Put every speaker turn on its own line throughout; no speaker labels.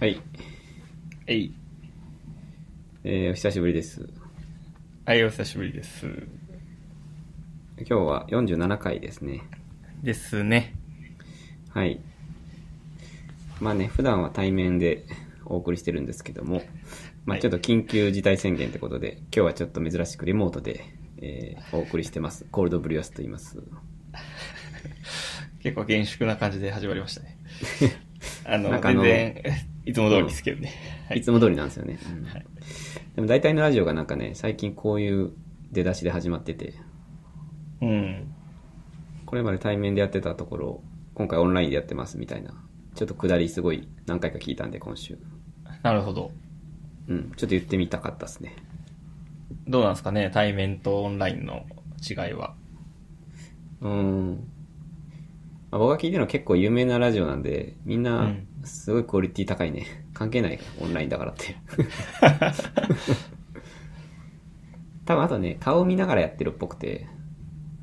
はい。
えい。
えー、お久しぶりです。
はい、お久しぶりです。
今日は47回ですね。
ですね。
はい。まあね、普段は対面でお送りしてるんですけども、まあ
はい
ちょっと緊急事態宣言ってことで、今日はちょっと珍しくリモートで、えーお送りしてます。コールドブリュアスと言います。
結構厳粛な感じで始まり ましたね。あの、
なんかあ
全
の
然、 いつも通りですけどね。はいい。
つも通りなんですよね。うん
はい
でも大体のラジオがなんかね、最近こういう出だしで始まってて、
うん。
これまで対面でやってたところを、今回オンラインでやってますみたいな、ちょっと下りすごい何回か聞いたんで、今週。
なるほど。
うん、ちょっと言ってみたかったですね。
どうなんですかね、対面とオンラインの違いは。
うーん。まあ、僕が聞いてるのは結構有名なラジオなんで、みん
う
なんすごいクオリティ高いね。関係ないから、オンラインだから って。多分あとね、顔を見ながらやってるっぽくて、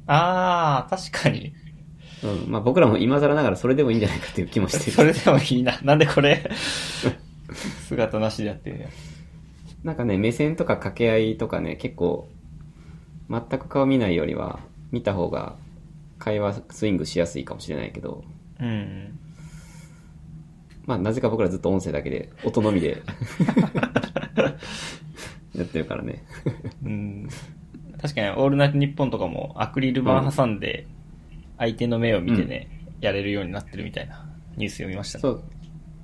あー、確かに。
うん、まあ僕らも今更ながらそれでもいいんじゃないかっていう気もして
そ
る。
れでもいいな。なんでこれ、 姿なしでやってるんや。
なんかね、目線とか掛け合いとかね、結構、全く顔見ないよりは、見た方が会話スイングしやすいかもしれないけど、
うん。
まあ、なぜか僕らずっと音声だけで、音のみ で、やってるからね。
うん。確かに、オールナイトニッポンとかもアクリル板挟んで、相手の目を見てね、やれるようになってるみたいなニュース読みましたね。
そう。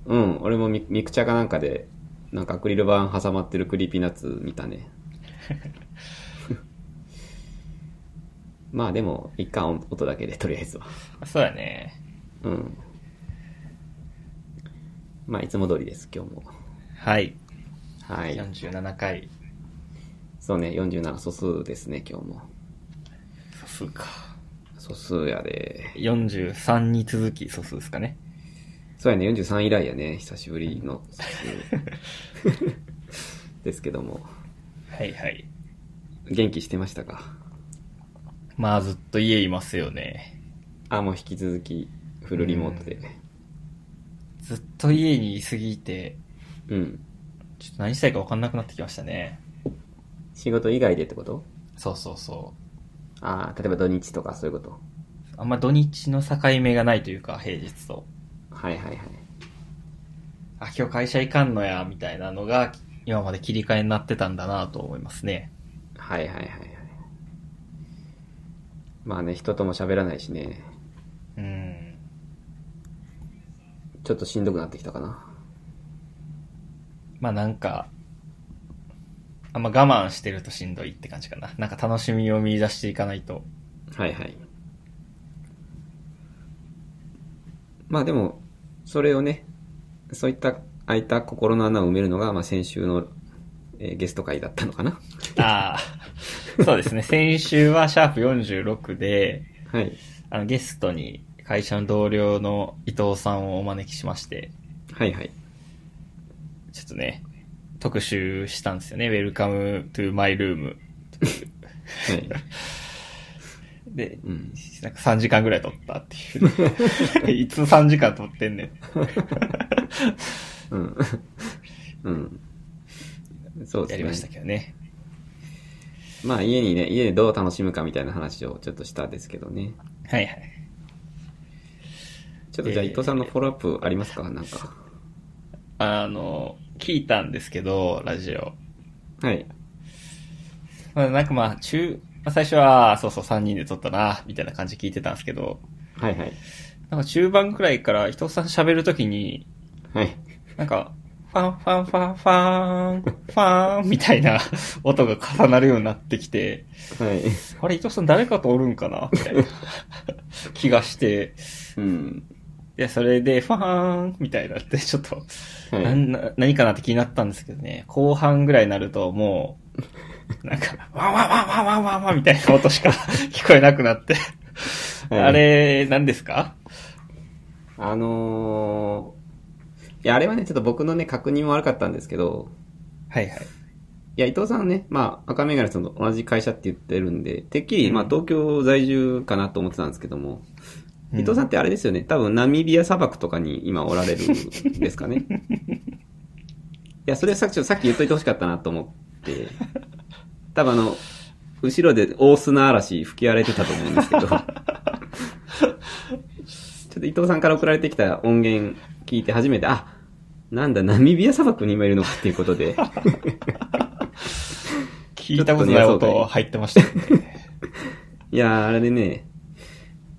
うん、俺もミミクチャかなんかで、なんかアクリル板挟まってるクリーピーナッツ見た ね。まあでも、一貫音音だけで、とりあえずは。
そうだね。
うん。まあ、いつも通りです、今日も。
はい。
はい。
47回。
そうね、47素数ですね、今日も。
素数か。
素数やで。
43に続き素数ですかね。
そうやね、43以来やね、久しぶりの 撮影ですけども、
はいはい。
元気してましたか
まあずっと家いますよね。
あ、もう引き続き、フルリモートで。
ずっと家にいすぎて、
うん。
ちょっと何したいか分かんなくなってきましたね。
仕事以外でってこと
そうそうそう。
ああ、例えば土日とかそういうこと。
あんま土日の境目がないというか、平日と。
はいはいはい。
あ、今日会社行かんのや、みたいなのが、今まで切り替えになってたんだなと思いますね。
はいはいはいはい。まあね、人とも喋らないしね、
うん。
ちょっとしんどくなってきたかな。
まあなんか、あんま我慢してるとしんどいって感じかな。なんか楽しみを見出していかないと。
はいはい。まあでも、それをね、そういった空いた心の穴を埋めるのが、まあ先週の、えーゲスト会だったのかな。
ああ、そうですね。先週はシャープ46で、
はい。
あのゲストに会社の同僚の伊藤さんをお招きしまして、
はいはい。
ちょっとね、特集したんですよね。Welcome to my room。
はい。
で、
うん。
なんか3時間ぐらい撮った っていう。いつ3時間撮ってんねん。
うん。 うん。そうですね。
やりましたけどね。
まあ家にね、家でどう楽しむかみたいな話をちょっとしたんですけどね。
はいはい。
ちょっとじゃあ
えー
伊藤さんのフォローアップありますかなんか。
あの、聞いたんですけど、ラジオ。
はい。
まあ、なんかまあ、中、まあ、最初は、あーそうそう、3人で撮ったな、みたいな感じで聞いてたんですけど、
はいはい。
なんか中盤くらいから伊藤さん喋るときに、
はい。
なんか、ファンファンファンファン、ファンみたいな音が重なるようになってきて、
はい。
あれ伊藤さん誰かとおるんかなみ たいな気がして、
うん。
いや、それでファンみたいになって、 ちょっと、
はい
なんな何かなって気になったんですけどね、後半ぐらいになるとも う、なんか、ワンワンワンワンワンワンワンみたいな音しか 聞こえなくなって、
はい
あれ、何ですか
あのー、いや、あれはね、ちょっと僕のね、確認も悪かったんですけど、
はいはい。
いや、伊藤さんね、まあ、赤メガネさんと同じ会社って言ってるんで、てっきり、まあ、東京在住かなと思ってたんですけども、伊藤さんってあれですよね、多分ナミビア砂漠とかに今おられるんですかね。や、それさっき、ちょっとさっき言っといてほしかったなと思って、多分あの、後ろで大砂嵐吹き荒れてたと思うんですけど、ちょっと伊藤さんから送られてきた音源聞いて初めて、あ、なんだ、ナミビア砂漠に今いるのかっていうことで、
聞いたことない音入ってましたよね。
いやー、あれでね、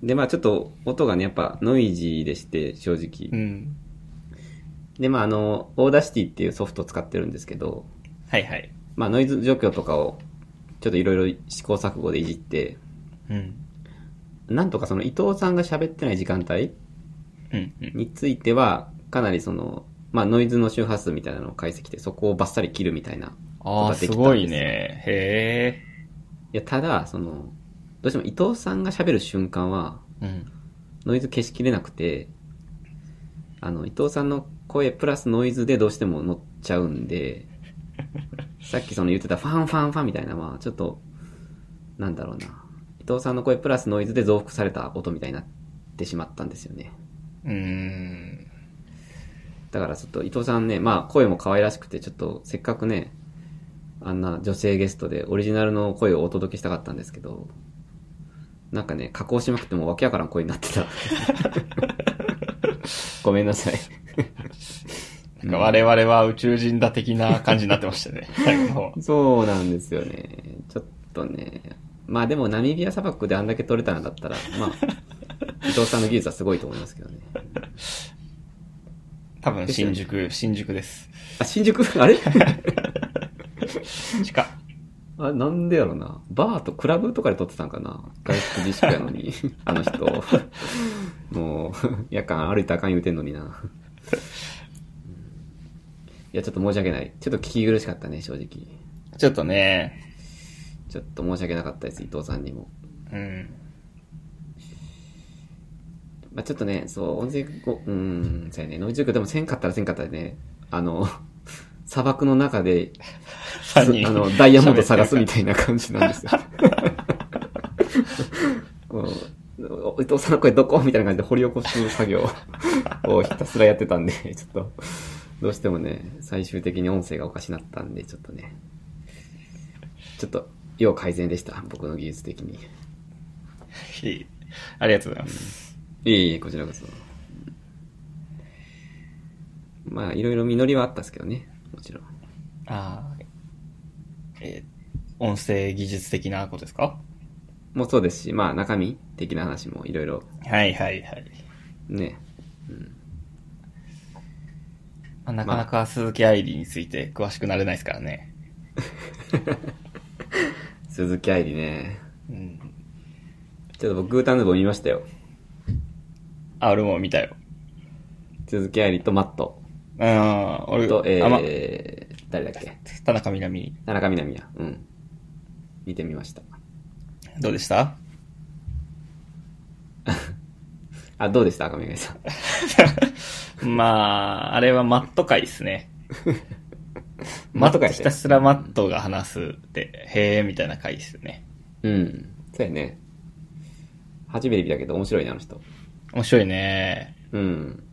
で、まあちょっと音がね、やっぱノイジーでして、正直。
うん。
で、まああの、オーダーシティっていうソフトを使ってるんですけど、
はいはい。
まあノイズ除去とかを、ちょっといろいろ試行錯誤でいじって、
うん。
なんとかその伊藤さんが喋ってない時間帯
うん、うん。
については、かなりその、まあノイズの周波数みたいなのを解析して、そこをバッサリ切るみたいな。
ああ、すごいね。へ
いや、ただ、その、どうしても伊藤さんが喋る瞬間は、
え。うん。
ノイズ消しきれなくて、あの、伊藤さんの声プラスノイズでどうしても乗っちゃうんで、さっきその言ってたファンファンファンみたいなのは、ちょっと、なんだろうな。伊藤さんの声プラスノイズで増幅された音みたいになってしまったんですよね。
うーん。
だからちょっと伊藤さんね、まあ声も可愛らしくて、ちょっとせっかくね、あんな女性ゲストでオリジナルの声をお届けしたかったんですけど、なんかね、加工しまくってもうわけわからん声になってた。 ごめんな さい。
なんか我々は宇宙人だ的な感じになってました ね。最後の方は。
そうなんですよね。ちょっとね。まあでもナミビア砂漠であんだけ取れたんだったら、まあ、伊藤さんの技術はすごいと思いますけどね。
多分新宿、新宿です。
あ、新宿あれ
地下。
あなんでやろな。バーとクラブとかで撮ってたんかな。外出自粛やのに、あの人。もう、夜間歩いたらあかん言うてんのにな。いや、ちょっと申し訳ない。ちょっと聞き苦しかったね、正直。
ちょっとね、
ちょっと申し訳なかったです、伊藤さんにも。
うん。
まあ、ちょっとね、そう、音声ご、うーん、そうやね、ノイズ除去でもせんかったらせんかったらね、あの、砂漠の中で、あ
三人
の、ダイヤモンド探すみたいな感じなんですよ。 こう、伊藤さんの声どこみたいな感じで掘り起こす作業をひたすらやってたんで、ちょっと、どうしてもね、最終的に音声がおかしなったんで、ちょっとね、ちょっと、要改善でした、僕の技術的に。
いいありがとうございます。
いえいえ、こちらこそ。まあ、いろいろ実りはあったですけどね、もちろん。
ああ、えー音声技術的なことですか
もうそうですし、まあ、中身的な話もいろいろ、
はいはいはい。
ね。
まあ、なかなか鈴木愛理について詳しくなれないですからね。
鈴木愛理ね。
うん。
ちょっと僕、グータンズボ見ましたよ。
あ、俺も見たよ。
鈴木愛理とマット。
うん、俺、
と、えー
あま、
誰だっけ
田中みな実、
田中みな実や。うん。見てみました。
どうでした
あ、どうでした赤目がさん。
まあ、あれはマット界で すね。
マット界
ひたすらマットが話すって、へえ、みたいな回ですよね。
うん。そうやね。初めて見たけど、面白いね、あの人。
面白いね。
うん。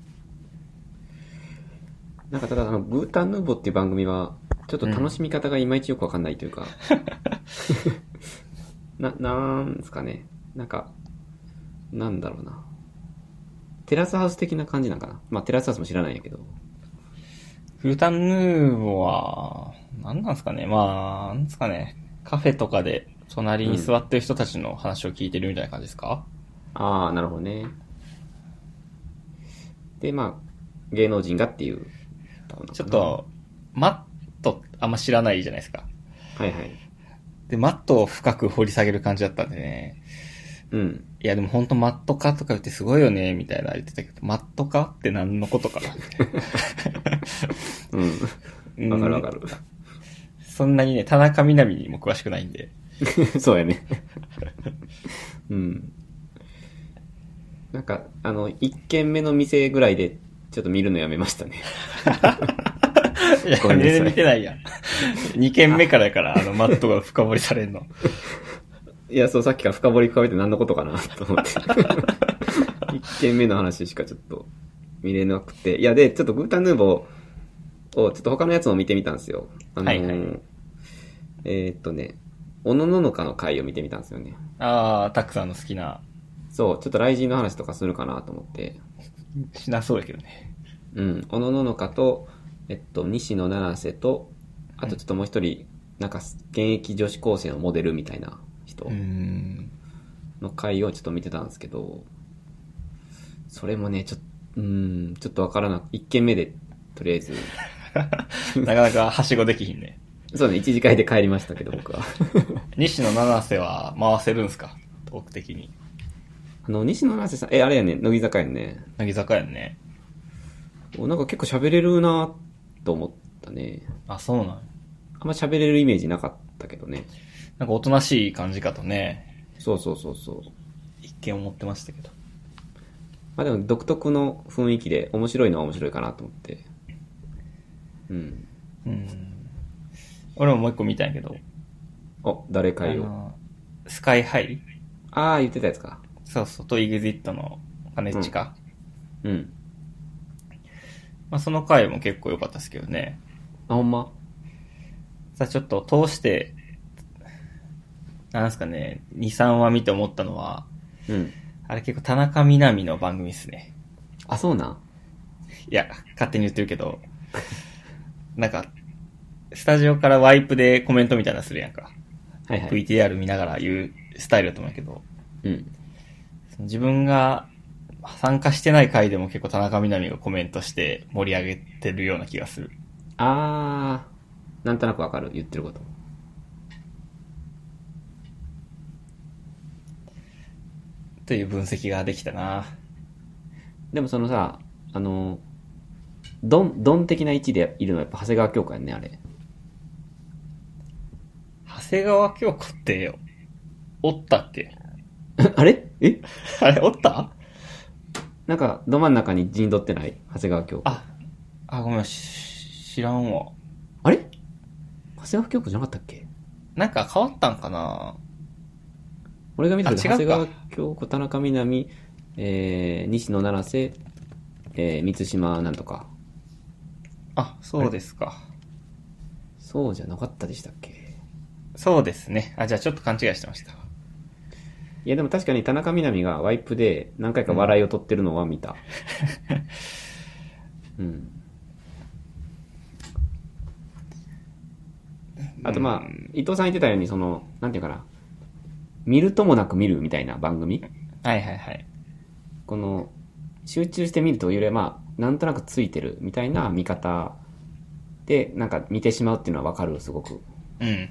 なんかただ、あの、グータンヌーボっていう番組は、ちょっと楽しみ方がいまいちよくわかんないという か、な、なんですかね。なんか、なんだろうな。テラスハウス的な感じなんかな。まあ、テラスハウスも知らないんやけど。
フルタンヌーボは、なんなんですかね。まあ、なんですかね。カフェとかで隣に座ってる人たちの話を聞いてるみたいな感じですか、
ああ、なるほどね。で、まあ、芸能人がっていう。
ちょっ。と、マットあんま知らないじゃないですか。
はいはい。
で、マットを深く掘り下げる感じだったんでね。
うん。
いや、でもほんとマット化とか言ってすごいよね、みたいな言ってたけど、マット化って何のことかなみたいな
うん。 わかるわかる。
そんなにね、田中みな実にも詳しくないんで。
そうやね。うん。なんか、あの、一軒目の店ぐらいで、ちょっと見るのやめましたね。
いや、
ごめんなさい
全然見てないやん。2件目からやから、あの、マットが深掘りされるの。
いや、そう、さっきから深掘り深めて何のことかなと 思って。一軒目の話しかちょっと見れなくて。いや、で、ちょっとグータンヌーボー、を、ちょっと他のやつも見てみたんですよ。あのー
はい
えーっとね、おのののかの回を見てみたんですよね。
ああ、たくさんの好きな、
そう、ちょっと雷神の話とかするかなと思って。
しなそうやけどね。
うん、おのののかと、えっと、西野七瀬と、あとちょっともう一人、なんか現役女子高生のモデルみたいな人
うーん。
の回をちょっと見てたんですけど、それもね、ちょっと、うん、ちょっとわからなく、一軒目で、とりあえず、
なかなかはしごできひんね。
そうね、一次会で帰りましたけど、僕は。
西野七瀬は回せるんすかトーク的に。
あの、西野七瀬さん、え、あれやね、乃木坂やんね。
乃木坂やんね。
おなんか結構喋れるなと思ったね。
あ、そうなんや
あんま喋れるイメージなかったけどね。
なんかおとなしい感じかとね、
そうそうそうそう。
一見思ってましたけど。
まあでも独特の雰囲気で面白いのは面白いかなと思って。うん。
うん。俺ももう一個見たんやけど。
お、誰か
あ
よ。
のスカイハイ
あー、言ってたやつか。
そうそう、と EXIT の金近。か
うん。
まあその回も結構良かったですけどね。
あ、ほんま
さあちょっと通して、なんすかね、2、3話見て思ったのは、
うん。
あれ結構田中みな実の番組っすね。
あ、そうなん
いや、勝手に言ってるけど、なんか、スタジオからワイプでコメントみたいなのするやんか。
はいはい。
VTR 見ながら言うスタイルだと思うんやけど、
うん。
その自分が参加してない回でも結構田中みな実がコメントして盛り上げてるような気がする。
あー、なんとなくわかる、言ってること。
という分析ができたな
でもそのさ、あの、ドン、ドン的な位置でいるのはやっぱ長谷川京子やんね、あれ。
長谷川京子って、おったっけ
あれえ
あれ、おった
なんか、ど真ん中に陣取ってない長谷川京子。あ
あ、あ、ごめん、し知らんわ。
れ長谷川京子じゃなかったっけ
なんか変わったんかな
俺が見たけど
あ違
長
うか
谷川京子、田中みな実、えー、西野七瀬、えー、満島なんとか。
あ、そうですか。
そうじゃなかったでしたっけ
そうですね。あ、じゃあちょっと勘違いしてました。
いやでも確かに田中みな実がワイプで何回か笑いを取ってるのは見た。うん。あとまあ、伊藤さん言ってたように、その、なんていうかな、見るともなく見るみたいな番組
はいはいはい。
この集中して見るというよりはまあなんとなくついてるみたいな見方でなんか見てしまうっていうのはわかるすごく、
うん。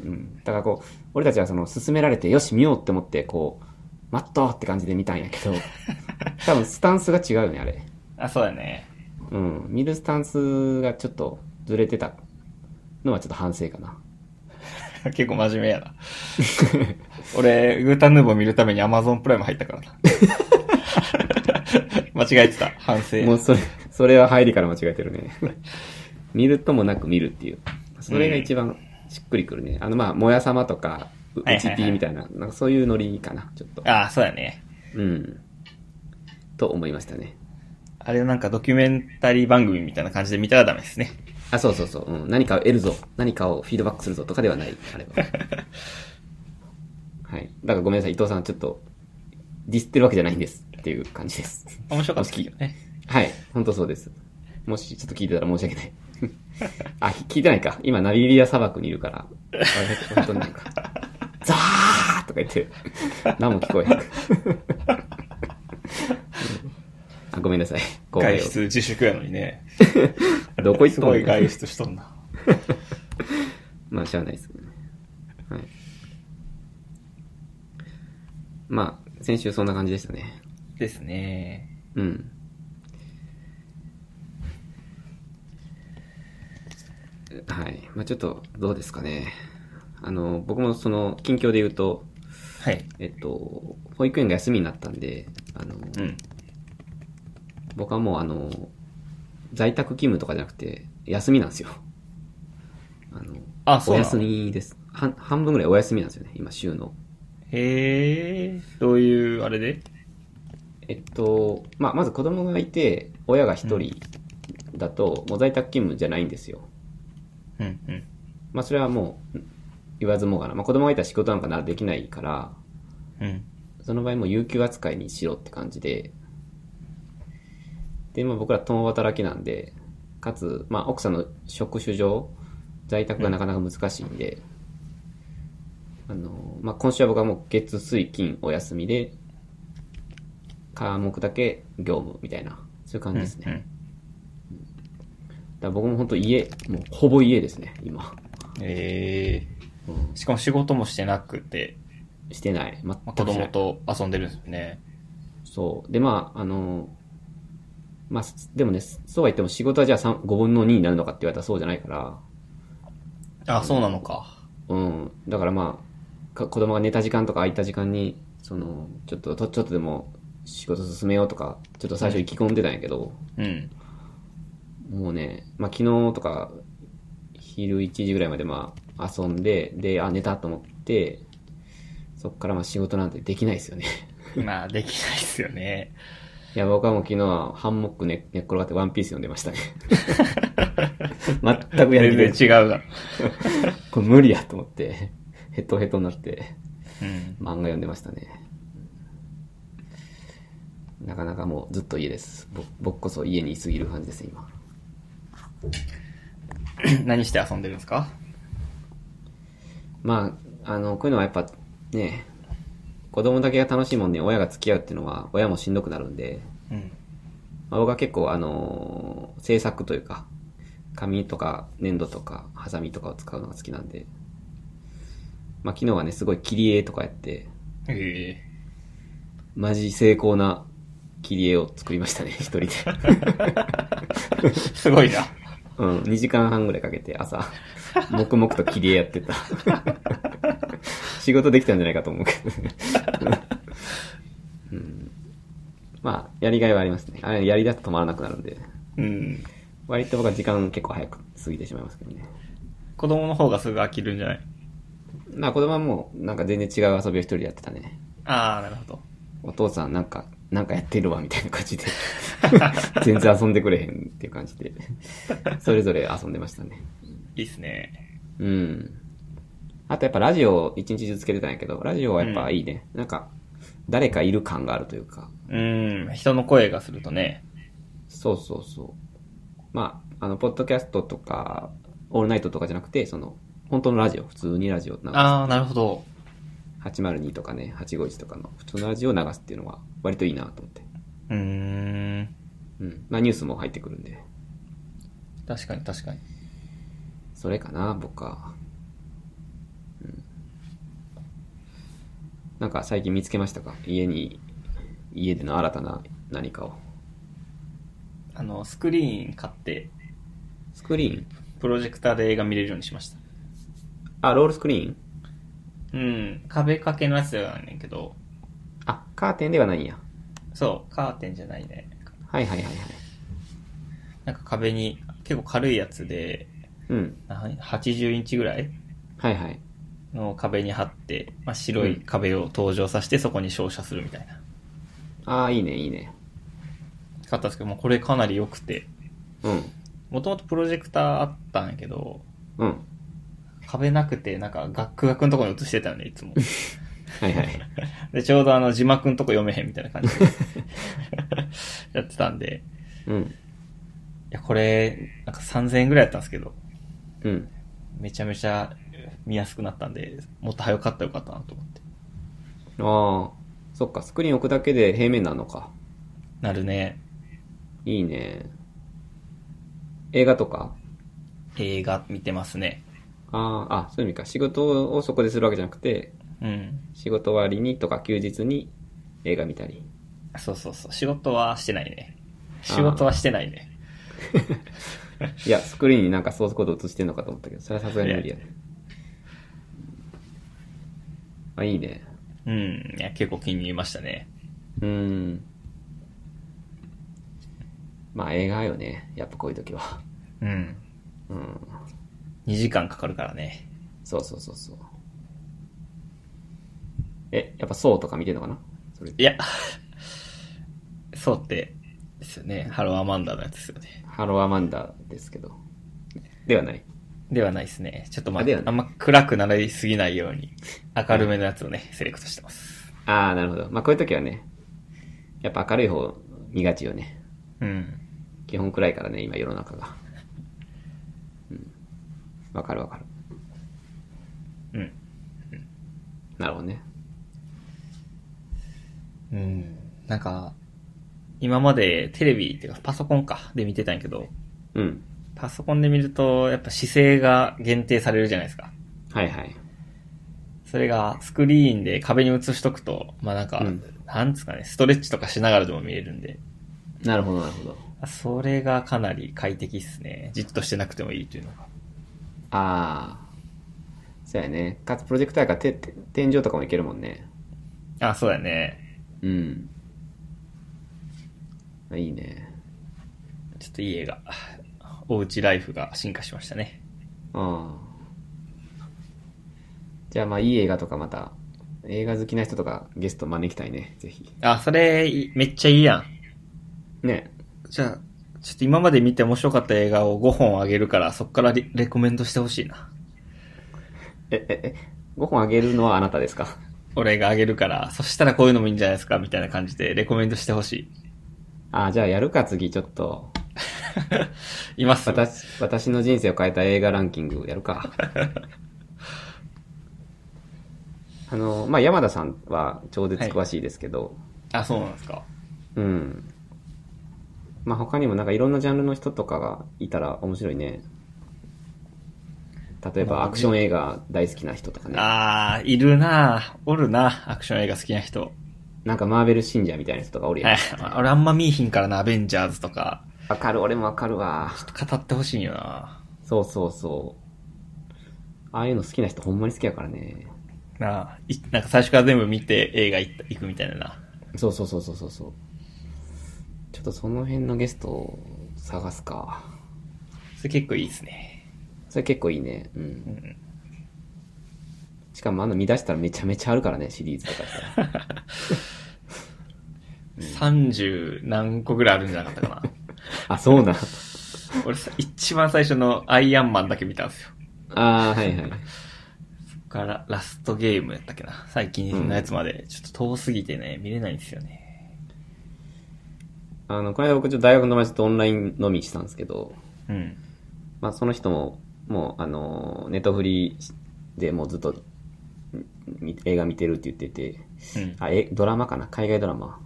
うん、だからこう俺たちはその勧められてよし見ようって思ってこう待っとって感じで見たんやけど多分スタンスが違うよねあれ
あ、そうだね。
うん見るスタンスがちょっとずれてたのはちょっと反省かな
結構真面目 やな。俺、グータンヌーボー見るために Amazon プライム入ったから な。間違えてた。反省。
もうそれそれは入りから間違えてるね見るともなく見るっていうそれが一番しっくりくるね、あのまあ「もやさま」とか「う
はいはいはいう
ちぴー」みたいな,、なんかそういうノリかなちょっと
あ、そうだね。
うんと思いましたね
あれなんかドキュメンタリー番組みたいな感じで見たらダメですね。
あそうそうそう、うん、何かを得るぞ何かをフィードバックするぞとかではないあれは はいだからごめんなさい伊藤さんちょっとディスってるわけじゃないんですっていう感じです
面白かったけどね。
はい、本当そうです。もし、ちょっと聞いてたら申し訳ない。 あ、聞いてないか。今、ナミビア砂漠にいるから。あ本当に なんか、ザーとか言って、何も聞こえへん。 あ、ごめんなさい。こ
外出自粛やのにね。
どこ行っ
す
と
ご
ん
い
ねん
外出しとんな。
まあ、しゃあないですけどね。はい。まあ、先週そんな感じでしたね。
ですね。
うん。はい。まあちょっと、どうですかね。あの、僕もその、近況で言うと、
はい。
えっと、保育園が休みになったんで、あの、
うん。
僕はもうあの、在宅勤務とかじゃなくて、休みなんですよ。あの、
あそう
お
なの
休みです。半、半分ぐらいお休みなんですよね、今、週の。
へえ。どういう、あれで
えっと、まあ、まず子供がいて、親が一人だと、もう在宅勤務じゃないんですよ。
うん、うん。
まあ、それはもう、言わずもがな。まあ、子供がいたら仕事なんかならできないから、
うん。
その場合もう有給扱いにしろって感じで、で、まあ僕ら共働きなんで、かつ、まあ奥さんの職種上、在宅がなかなか難しいんで、あの、まあ今週は僕はもう月、水、金お休みで、科目だけ業務みたいな、そういう感じですね。
うんう
だから
ん
僕も本当家、もうほぼ家ですね、今。
え
うん
ー、しかも仕事もしてなくて、
してない。全くしてな
ま
い
あ、子供と遊んでるんですよね。
そう。で、まあ、あの、まあ、すでもね、すそうは言っても仕事はじゃあ3 5分の2になるのかって言われたらそうじゃないから、
あ、そうなのか。
うん。だからまあ、か子供が寝た時間とか空いた時間に、その、ちょっと、とちょっとでも仕事進めようとか、ちょっと最初意気込んでたんやけど、
うん。
もうね、まあ昨日とか、昼1時ぐらいまでまあ遊んで、で、あ、寝たと思って、そっからまあ仕事なんてできないですよね。
まあ、できないですよね。
いや、僕はもう昨日はハンモック寝寝っ転がってワンピース読んでました ね。全くやる気
全
で、
然違うが。
これ無理やと思って、ヘトヘトになって、
う
漫
ん。
画読んでましたね。なかなかもうずっと家です。ぼ僕こそ家にいすぎる感じですね、今。
何して遊んでるんですか
まあ、あの、こういうのはやっぱね、子供だけが楽しいもんね、親が付き合うっていうのは、親もしんどくなるんで、
うん。
まあ、僕は結構あのー制作というか紙とか粘土とかハサミとかを使うのが好きなんで、まあ、昨日はねすごい切り絵とかやって
え
マジ精巧な切り絵を作りましたね 一人で、
えすごいな。
うん、2時間半ぐらいかけて朝黙々と切り絵やってた 仕事できたんじゃないかと思うけどね、うん、まあやりがいはありますねあれやりだと止まらなくなるんで
うん。
割と僕は時間結構早く過ぎてしまいますけどね。
子供の方がすぐ飽きるんじゃない
まあ子供はもうなんか全然違う遊びを一人でやってたね。
ああ、なるほど。
お父さんなんか、なんかやってるわみたいな感じで。全然遊んでくれへんっていう感じで。それぞれ遊んでましたね。
いいっすね。
うん。あとやっぱラジオを一日中つけてたんやけど、ラジオはやっぱいいね。なんか、誰かいる感があるというか。
うん。人の声がするとね。
そうそうそう。まあ、あの、ポッドキャストとか、オールナイトとかじゃなくて、その、本当のラジオ、普通にラジオなんか
ああ、なるほど。
802とかね、851とかの普通のラジオを流すっていうのは割といいなと思って。
うーん。
うん。まあニュースも入ってくるんで。
確かに確かに。
それかな、僕は。うん。なんか最近見つけましたか家に、家での新たな何かを。
あの、スクリーン買って、
スクリーン
プロジェクターで映画見れるようにしました。
あ、ロールスクリーン
うん。壁掛けのやつではないねんけど、
あ、カーテンではないんや。
そう、カーテンじゃないね。
はいはいはいはい。
なんか壁に、結構軽いやつで、
うん。
な80インチぐらい
はいはい。
の壁に貼って、まあ、白い壁を登場させてそこに照射するみたいな。
ああ、いいねいいね。
買ったんですけど、もうこれかなり良くて。
うん。
もともとプロジェクターあったんやけど、
うん。
壁なくて、なんかガックガクのとこに映してたよね、いつも。
はいはい。
で、ちょうどあの字幕のとこ読めへんみたいな感じ でやってたんで。
うん。
いや、これ、なんか3000円ぐらいやったんですけど、
うん。
めちゃめちゃ見やすくなったんで、もっと早かったらよかったなと思って。
ああ、そっか、スクリーン置くだけで平面なのか。
なるね。
いいね。映画とか
映画見てますね。
ああ、あ、そういう意味か。仕事をそこでするわけじゃなくて、
うん。
仕事終わりにとか休日に映画見たり。
そうそうそう。仕事はしてないね。仕事はしてないね。
いや、スクリーンになんかソースコード映してんのかと思ったけど、それはさすがに無理やね。あ、いいね。
うん。いや、結構気に入りましたね。
うーん。まあ映画よね。やっぱこういう時は。
うん。
うん。
2時間かかるからね。
そうそうそうそう。え、やっぱそうとか見てんのかなそれ
いや、そうって、ですよね。ハローアマンダのやつですよね。
ハローアマンダですけど。ではない。
ではないですね。ちょっとまあ、
あではない
あんま暗くなりすぎないように、明るめのやつをね、セレクトしてます。
ああ、なるほど。まあ、こういう時はね、やっぱ明るい方見がちよね。
うん。
基本暗いからね、今世の中が。うん。わかるわかる。
うん。
なるほどね。
うん。なんか、今までテレビっていうかパソコンか、で見てたんやけど、
うん。
パソコンで見ると、やっぱ姿勢が限定されるじゃないですか。
はいはい。
それがスクリーンで壁に映しとくと、まあなんか、
うん
なんですかね、ストレッチとかしながらでも見れるんで、
なるほどなるほど。
それがかなり快適っすね。じっとしてなくてもいいというのが。
ああ。そうやね。かつプロジェクターからてて天井とかもいけるもんね。
あ、そうだね。
うん。あいいね。
ちょっといい映画。おうちライフが進化しましたね。
ああ。じゃあまあいい映画とかまた、映画好きな人とかゲスト招きたいね。ぜひ。
あ、それ、いめっちゃいいやん。
ね。
じゃあ、ちょっと今まで見て面白かった映画を5本あげるから、そっからリレコメンドしてほしいな。
え、え、え、5本あげるのはあなたですか
俺があげるから、そしたらこういうのもいいんじゃないですかみたいな感じでレコメンドしてほしい。
ああ、じゃあやるか次ちょっと。
います
私、私の人生を変えた映画ランキングやるか。 あの、まあ、山田さんは超絶詳しいですけど、
あ、そうなんですか。
うん。まあ、他にもなんかいろんなジャンルの人とかがいたら面白いね。例えばアクション映画大好きな人とかね。
あー、いるなおるなアクション映画好きな人。
なんかマーベル信者みたいな人とかおるやん。
はい
わ、。
俺あんま見えひんからな、アベンジャーズとか。
かる、俺もわかるわ。
ちょっと語ってほしいんよな
そうそうそう。ああいうの好きな人ほんまに好きやからね。
なあいなんか最初から全部見て映画行った行くみたいなな。
そうそうそうそうそうそう。ちょっとその辺のゲストを探すか。
それ結構いいですね。
それ結構いいね。うん。
ん
しかもあの見出したらめちゃめちゃあるからね、シリーズとかやったら
30何個ぐらいあるんじゃなか ったか
あ、そうなん。
な。俺さ、一番最初のアイアンマンだけ見たんですよ。
ああ、はいはい。
そっからラストゲームやったっけな。最近のやつまで、ちょっと遠すぎてね、見れないんですよね。
あの、この間僕ちょっと大学の友達とオンライン飲みしたんですけど、
うん。
まあその人も、もうあの、ネットフリでもうずっとんみ映画見てるって言ってて、
うん。
あ、え、ドラマかな海外ドラマ。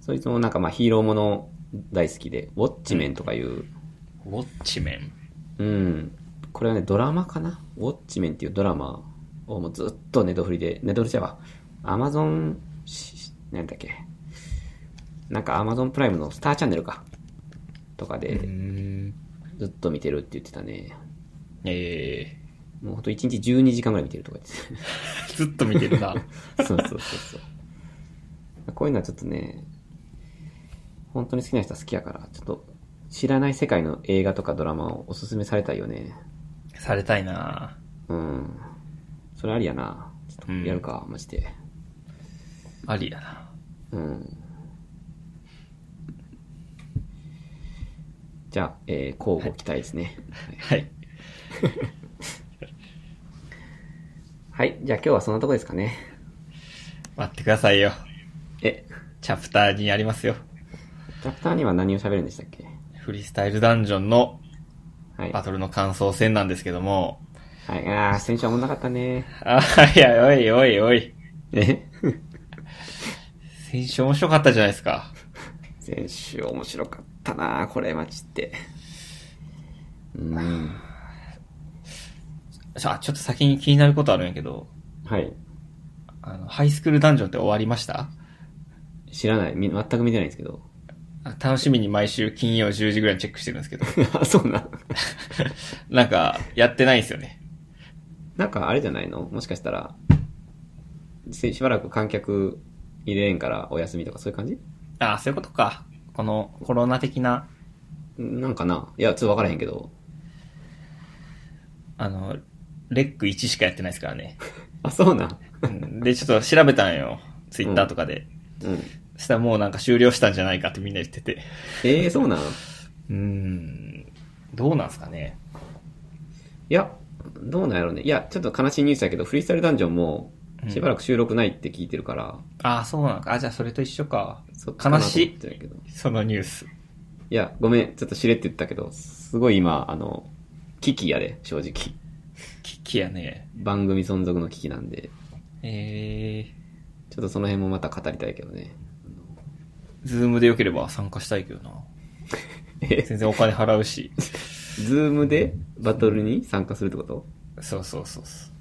そいつもなんかまあヒーローもの大好きで、ウォッチメンとかいう、
ウォッチメン。
うん。これはね、ドラマかなウォッチメンっていうドラマをもうずっとネットフリで、ネットフリじゃわ。アマゾン、しなんだっけ。なんかアマゾンプライムのスターチャンネルか。とか
う
で、
ん。
ずっと見てるって言ってたね。
え
もうほんと1日12時間ぐらい見てるとか言
ー、ずっと見て るな。
ってた。そうそうそうそう。こういうのはちょっとね、本当に好きな人は好きやから、ちょっと知らない世界の映画とかドラマをおすすめされたいよね。
されたいな
うん。それありやな。ちょっとやるか、マジで。
ありやな。
うん。じゃあ、えー、交互期待ですね。
はい。
はい、じゃあ今日はそんなとこですかね。
待ってくださいよ。
え、
チャプターにありますよ。
チャプターには何を喋るんでしたっけ
フリースタイルダンジョンの
はい。
バトルの感想戦なんですけども。
はい、あー、先週はおもんなかったね。
あ、いや、おいおいおい。
え
先週面白かったじゃないですか。
先週面白かったなこれマジで。うん。
ちょ、あちょっと先に気になることあるんやけど、
はい。
あの、ハイスクールダンジョンって終わりました
知らない。み全く見てないんですけど。
あ楽しみに毎週金曜10時ぐらいにチェックしてるんですけど、
あ、そうなん。
なんか、やってないんですよね。
なんかあれじゃないのもしかしたら、ししばらく観客入れれんからお休みとかそういう感じ
あ、そういうことか。このコロナ的な、
なんかないや、ちょっとわからへんけど。
あの、レック1しかやってないですからね。
あ、そうなん。
うんで、ちょっと調べたんよ。ツイッターとかで。
うん。
そしたらもうなんか終了したんじゃないかってみんな言ってて。
ええそうなんいう
ーん。どうなんすかね。
や、どうなんやろうね。いや、ちょっと悲しいニュースだけど、フリースタイルダンジョンも、しばらく収録ないって聞いてるから、
ああ、そうなのか。あ、じゃあそれと一緒か。
そっちかな
悲
と
し
思っ
い。
てるけど。
そのニュース。
いや、ごめん、ちょっとしれって言ったけど、すごい今、あの、危機やで、正直。
危機やね。
番組存続の危機なんで、
えー、
ちょっとその辺もまた語りたいけどね。
ズームでよければ参加したいけど な。
え、
全然お金払うし。
ズームでバトルに参加するってこと
そうそうそうそう。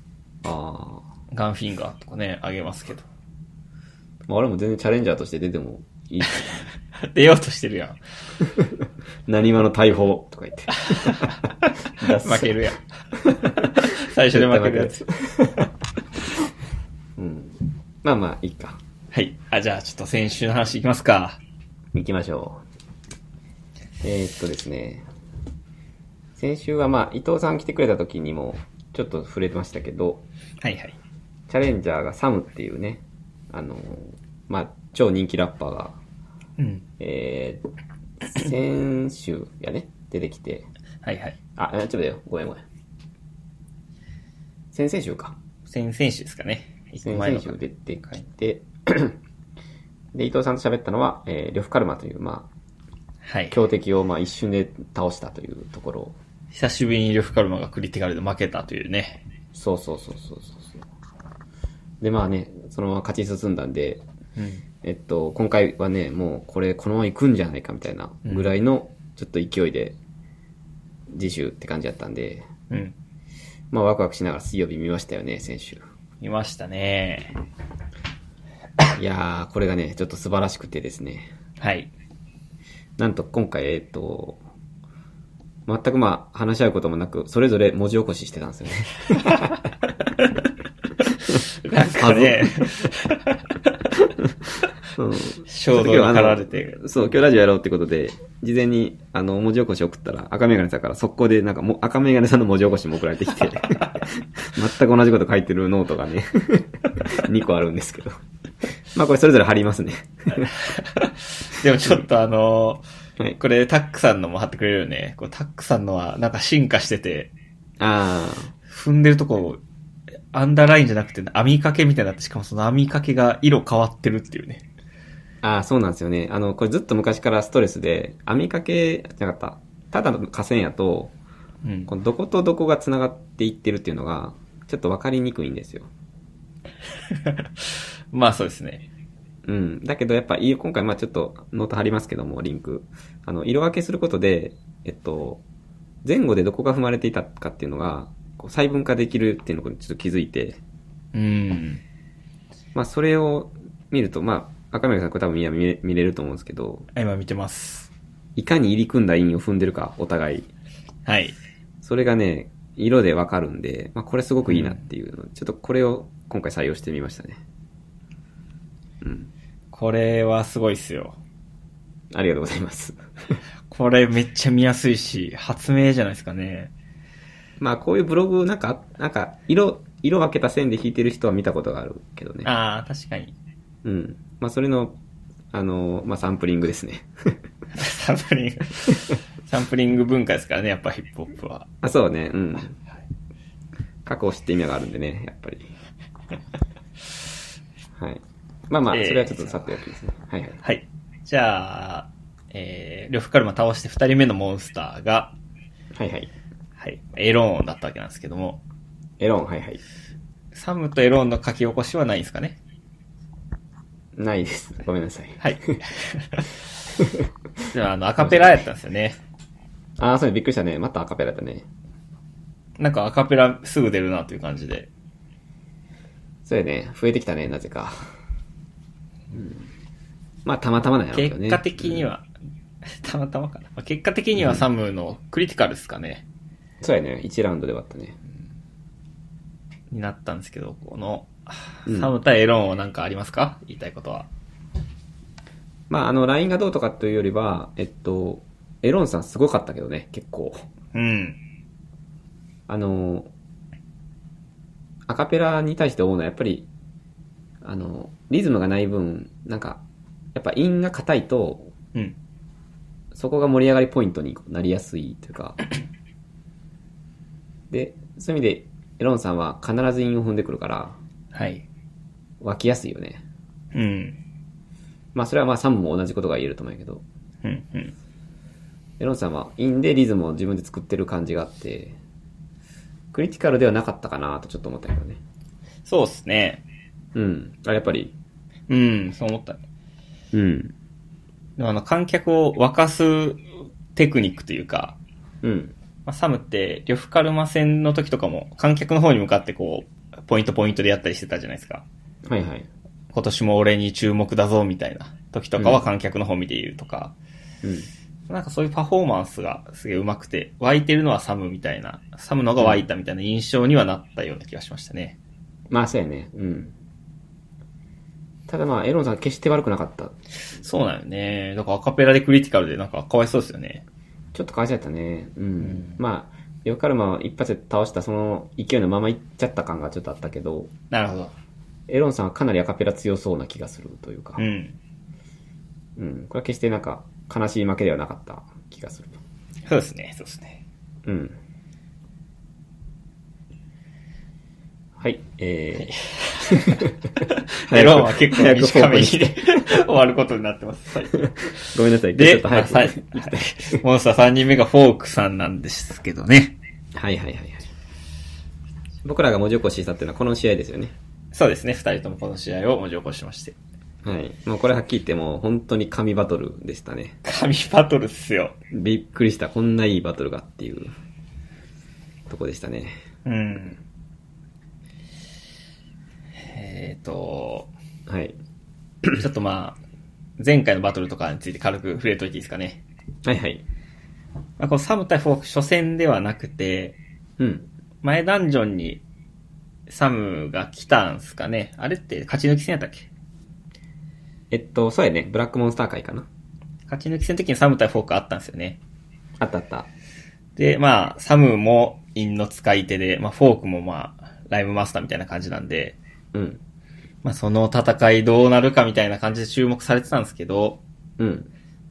ああ。
ガンフィンガーとかね、あげますけど。
まあ俺も全然チャレンジャーとして出ても いいし。
出ようとしてるやん。
何話の大砲とか言って。
負けるやん。 最初で負けるやつ。
うん。まあまあ、いいか。
はい。あ、じゃあちょっと先週の話いきますか。
行きましょう。えーっとですね。先週はまあ、伊藤さん来てくれた時にも、ちょっと触れてましたけど、
はいはい。
チャレンジャーがサムっていうね、あのー、まあ、超人気ラッパーが、
うん。
えー、先週やね、出てきて、
はいはい。
あ、えちょっと待ってよ、ごめんごめん。先々週か。
先々週ですかね。行く
先
前
々
の
週
回
出てきて、で、伊藤さんと喋ったのは、えー、呂布カルマという、まあ、
はい。
強敵を、まあ、一瞬で倒したというところを、
久しぶりに呂布カルマがクリティカルで負けたというね。
そうそうそうそうそうそう。で、まあね、そのまま勝ち進んだんで、
うん。
えっと、今回はね、もうこれこのまま行くんじゃないかみたいなぐらいのちょっと勢いで次週って感じだったんで、
うん。
まあワクワクしながら水曜日見ましたよね、先週。
いましたね。
いやー、これがね、ちょっと素晴らしくてですね。
はい。
なんと今回、えっと、全くまあ話し合うこともなく、それぞれ文字起こししてたんですよね。
なんかね、
うん
衝動に駆られて。
そう、今日ラジオやろうってことで、事前に、あの、文字起こし送ったら、赤メガネさんから速攻で、なんかもう、赤メガネさんの文字起こしも送られてきて、 全く同じこと書いてるノートがね、2個あるんですけど。まあこれそれぞれ貼りますね。
でもちょっとあの
はい
これタックさんのも貼ってくれるよね。こうタックさんのはなんか進化してて、
あ
踏んでるとこ、アンダーラインじゃなくて網掛けみたいになって、しかもその網掛けが色変わってるっていうね。
あ、ああ、そうなんですよね。あの、これずっと昔からストレスで、網掛け、じゃなかった、ただの河川やと、
うん。
このどことどこが繋がっていってるっていうのが、ちょっとわかりにくいんですよ。
まあそうですね。
うん。だけどやっぱ、いい今回まあちょっとノート貼りますけども、リンク。あの、色分けすることで、えっと、前後でどこが踏まれていたかっていうのが、こう細分化できるっていうのにちょっと気づいて、
うん。
まあそれを見ると、まあ赤嶺さんこれ多分みんな見れ見れると思うんですけど、
今見てます。
いかに入り組んだ印を踏んでるか、お互い。
はい。
それがね、色でわかるんで、まあこれすごくいいなっていうの、ちょっとこれを今回採用してみましたね。うん。
これはすごいっすよ。
ありがとうございます。
これめっちゃ見やすいし、発明じゃないですかね。
まあこういうブログなんか、なんか色、色分けた線で弾いてる人は見たことがあるけどね。
ああ、確かに。
うん。まあそれの、あの、まあサンプリングです ね。
サンプリング。サンプリング文化ですからね、やっぱヒップホップは。
あ、そうね、うん。過去を知って意味があるんでね、やっぱり。はい。まあまあ、そ
えー
れはちょっとさておきですね。はいはい。
はい。じゃあ、えー、呂布カルマ倒して二人目のモンスターが、
はいはい。
はい、エローンだったわけなんですけども、
エロン、はいはい。
サムとエローンの書き起こしはないんですかね
ないです。ごめんなさい。
はい。でもあの、アカペラやったんですよね。
ああ、そうね、びっくりしたね。またアカペラだね。
なんかアカペラすぐ出るなという感じで。
そうやね、増えてきたね、なぜか。うん、まあ、たまたまなんやろうけどね。
結果的には、たまたまかな。まあ結果的にはサムのクリティカルですかね、
そうやね、1ラウンドで終わったね。
になったんですけど、この、
うん
サム対エローンは何かありますか言いたいことは。
まあ、あの、LINE がどうとかというよりは、えっと、エロンさんすごかったけどね、結構。
うん。
あの、アカペラに対して思うのは、やっぱり、あの、リズムがない分、なんか、やっぱ韻が硬いと、
うん。
そこが盛り上がりポイントになりやすいというか。で、そういう意味で、エロンさんは必ず韻を踏んでくるから、
はい。
湧きやすいよね。
うん。
まあそれはまあサムも同じことが言えると思うんやけど、
うん、うん。
エロンさんは韻でリズムを自分で作ってる感じがあって、クリティカルではなかったかなとちょっと思ったけどね。
そうっすね。
うん。あ、やっぱり。
うん、そう思ったね。
うん。
でもあの、観客を沸かすテクニックというか、
うん。
まあ、サムって、呂布カルマ戦の時とかも、観客の方に向かってこう、ポイントポイントでやったりしてたじゃないですか。
はいはい。
今年も俺に注目だぞ、みたいな時とかは観客の方見ているとか、
うん。
なんかそういうパフォーマンスがすげえ上手くて、湧いてるのはサムみたいな、サムのが湧いたみたいな印象にはなったような気がしましたね。
まあそうやね。うん。ただまあ、エロンさん決して悪くなかった。
そうなのよね。だからアカペラでクリティカルでなんかかわいそうですよね。
ちょっとかわいそうやったね。うん。まあ、ヨカルマを一発で倒したその勢いのままいっちゃった感がちょっとあったけど、
なるほど。
エロンさんはかなりアカペラ強そうな気がするというか
う、ん。
うん、これは決してなんか悲しい負けではなかった気がする。
そうですね、そうですね。
うん。はい、えー。
エロンは結構
早く
短めに
早くフォーク
で終わることになっ てます。はい
にごめんなさい。ちょ
で、
っと早く。
ま
は
あ
い
さはいモンスター3人目がフォークさんなんですけどね。
はいはいはい。僕らが文字起こししたっていうのはこの試合ですよね。
そうですね、二人ともこの試合を文字起こしまして。
はい。もうこれはっきり言ってもう本当に神バトルでしたね。
神バトルっすよ。
びっくりした。こんないいバトルがっていうとこでしたね。
うん。えっ、と、
はい。
ちょっとまあ、前回のバトルとかについて軽く触れといていいですかね。
はいはい。
まあ、このサム対フォーク初戦ではなくて、
うん。
前ダンジョンにサムが来たんすかね。あれって勝ち抜き戦やったっけ
えっと、そうやね。ブラックモンスター会かな。
勝ち抜き戦の時にサム対フォークあったんですよね。
あったあった。
で、まあ、サムも陰の使い手で、まあ、フォークもまあ、ライブマスターみたいな感じなんで、
うん。
まあ、その戦いどうなるかみたいな感じで注目されてたんですけど、
うん。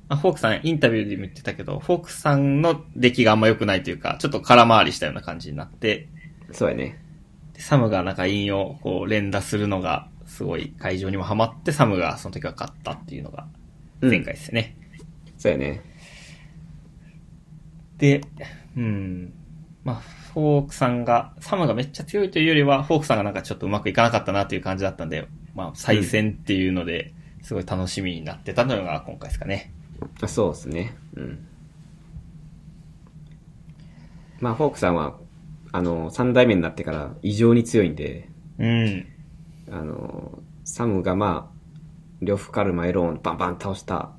まあ、フォークさんインタビューでも言ってたけど、フォークさんの出来があんま良くないというか、ちょっと空回りしたような感じになって、
そうやね。
でサムがなんか陰をこう連打するのが、すごい会場にもハマって、サムがその時は勝ったっていうのが、
うん
前回ですよね。
そうやね。
で、うん。まあ、フォークさんが、サムがめっちゃ強いというよりは、フォークさんがなんかちょっとうまくいかなかったなという感じだったんで、まあ、再戦っていうので、すごい楽しみになってたのが今回ですかね。
あそうですね。うん。まあ、フォークさんは、あの、三代目になってから異常に強いんで、
うん。
あの、サムがまあ、呂布カルマエローンバンバン倒した。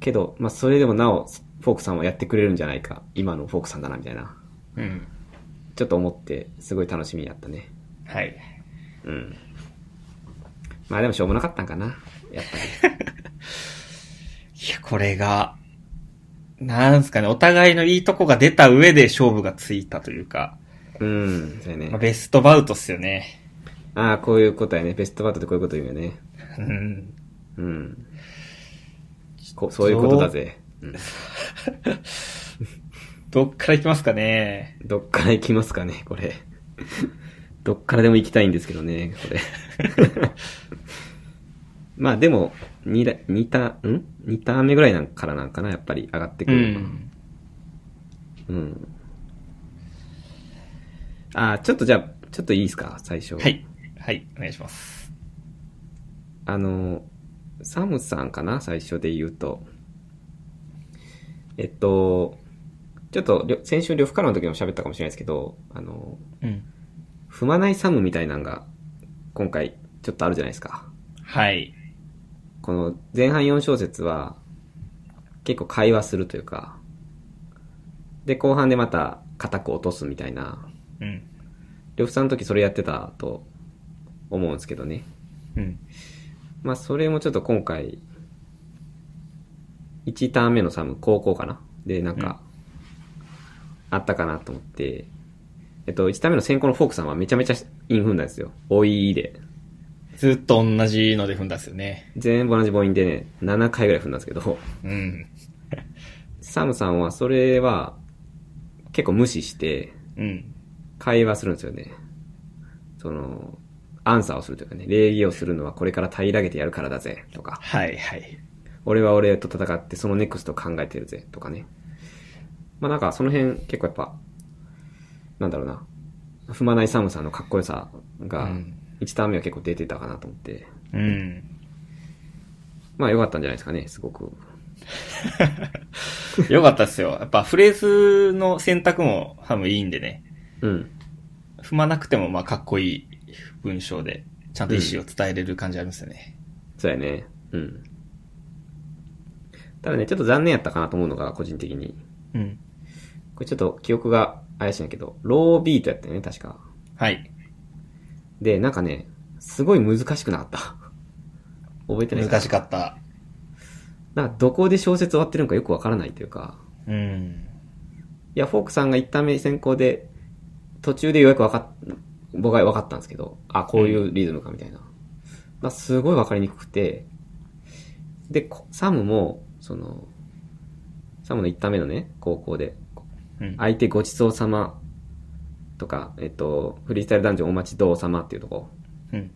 けど、まあそれでもなお、フォークさんはやってくれるんじゃないか。今のフォークさんだな、みたいな。
うん。
ちょっと思って、すごい楽しみにやったね。
はい。
うん。まあでもしょうもなかったんかな。やっぱ
いや、これが、なんすかね、お互いのいいとこが出た上で勝負がついたというか、
り。うん、そうや
まあ
ね。
ベストバウトっすよね。
ああ、こういうことやね。ベストバートってこういうこと言うよね。
うん。
うん。こそういうことだぜ。うん
どっから行きますかね。
どっから行きますかね、これ。どっからでも行きたいんですけどね、これ。 まあでも、2だ、二ターン、ん ?2 ターン目ぐらいなんからなんかな、やっぱり上がってく
う
るのは。
ん。
うん。あーちょっとじゃあ、ちょっといいですか、最初。
はい。はい、お願いします。
あの、サムさんかな、最初で言うと。えっと、ちょっと、りょ先週、呂布カルマの時も喋ったかもしれないですけど、あの、
うん。
踏まないサムみたいなのが、今回、ちょっとあるじゃないですか。
はい。
この前半4小節は、結構会話するというか、で、後半でまた、固く落とすみたいな、
うん。
呂布さんの時それやってたと思うんですけどね。
うん。
まあ、それもちょっと今回、1ターン目のサム、高校かなで、なんか、あったかなと思って、えっと、1ターン目の先行のフォークさんはめちゃめちゃインフンなんですよ。おいーで。
ずっと同じので踏んだんですよね。
全部同じ母音でね、7回ぐらい踏んだんですけど、
うん。
サムさんはそれは結構無視して
うん。
会話するんですよね。その、アンサーをするというかね、礼儀をするのはこれから平らげてやるからだぜ、とか、
はいはい。
俺は俺と戦ってそのネクストを考えてるぜ、とかね。まあなんかその辺結構やっぱ、なんだろうな、踏まないサムさんのかっこよさ
う
が
ん、
1ターン目は結構出てたかなと思って、
うん。
まあ良かったんじゃないですかね、すごく。
よかったですよ。 やっぱフレーズの選択もハムいいんでね。
うん。
踏まなくてもまあかっこいい文章で、ちゃんと意思を伝えれる感じありますよね。
そうやね。うん。ただね、ちょっと残念やったかなと思うのが、個人的に。
うん。
これちょっと記憶が怪しいんだけど、ロービートやったよね、確か。
はい。
で、なんかね、すごい難しくなかった。覚えてない
難し
し
かった。
なんかどこで小説終わってるのかよくわからないというか。
うん。
いや、フォークさんが一旦目先行で、途中でようやくわかっ、僕はわかったんですけど、あ、こういうリズムかみたいな。まあ、すごいわかりにくくて、で、こサムも、その、サムの一旦目のね、高校で、
うん。
相手ごちそうさまとか、えっと、フリースタイルダンジョンお待ちどうさまっていうとこ、
うん。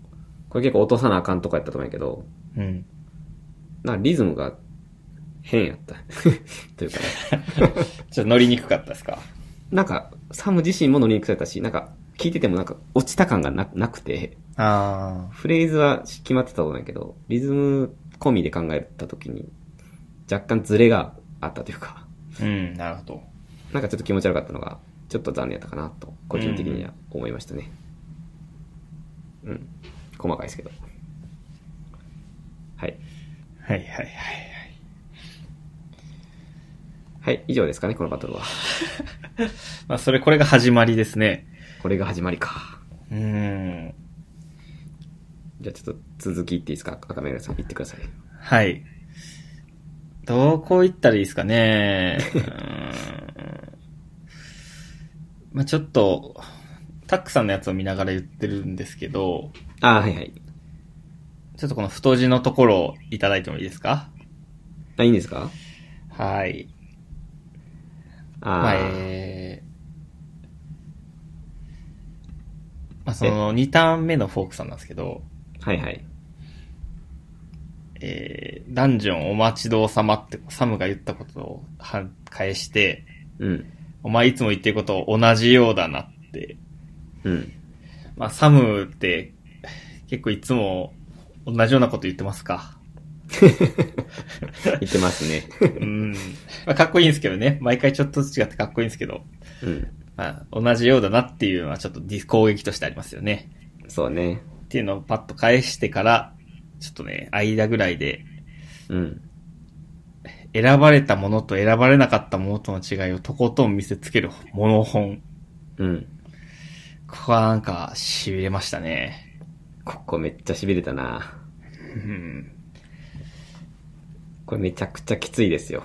これ結構落とさなあかんとこやったと思うんやけど、
うん。
なんかリズムが変やった。 というかね。
ちょっと乗りにくかったですか
なんか、サム自身も乗りにくされたし、なんか、聞いててもなんか、落ちた感がななくて、
あ
フレーズは決まってたと思うんやけど、リズム込みで考えた時に、若干ズレがあったというか、
あ。うん、なるほど。
なんかちょっと気持ち悪かったのが、ちょっと残念やったかなと、個人的には思いましたね。うん、細かいですけど。はい。
はいはいはい。
はい、以上ですかね、このバトルは。
まあ、それ、これが始まりですね。
これが始まりか。
うーん。
じゃあちょっと続き言っていいですか赤目さん言ってください。
はい。どこ行ったらいいですか ね。うーんまあちょっと、タックさんのやつを見ながら言ってるんですけど、
ああ、はいはい。
ちょっとこの太字のところをいただいてもいいですか
あ、いいんですか
はい。
あ
まあ、
あ、
えーまあ、その2ターン目のフォークさんなんですけど、
はいはい。
えー、ダンジョンお待ちどうさまってサムが言ったことを反返して、
うん。
お前いつも言ってること同じようだなって。
うん。
まあ、サムって結構いつも同じようなこと言ってますか。
言ってます ね。
うん。まあ、かっこいいんですけどね。毎回ちょっとずつ違ってかっこいいんですけど。
うん。
まあ、同じようだなっていうのはちょっとディス攻撃としてありますよね。
そうね。
っていうのをパッと返してから、ちょっとね、間ぐらいで、
うん。
選ばれたものと選ばれなかったものとの違いをとことん見せつけるモノ本。
うん。
ここはなんか、痺れましたね。
ここめっちゃ痺れたな。
うん。
これめちゃくちゃきついですよ。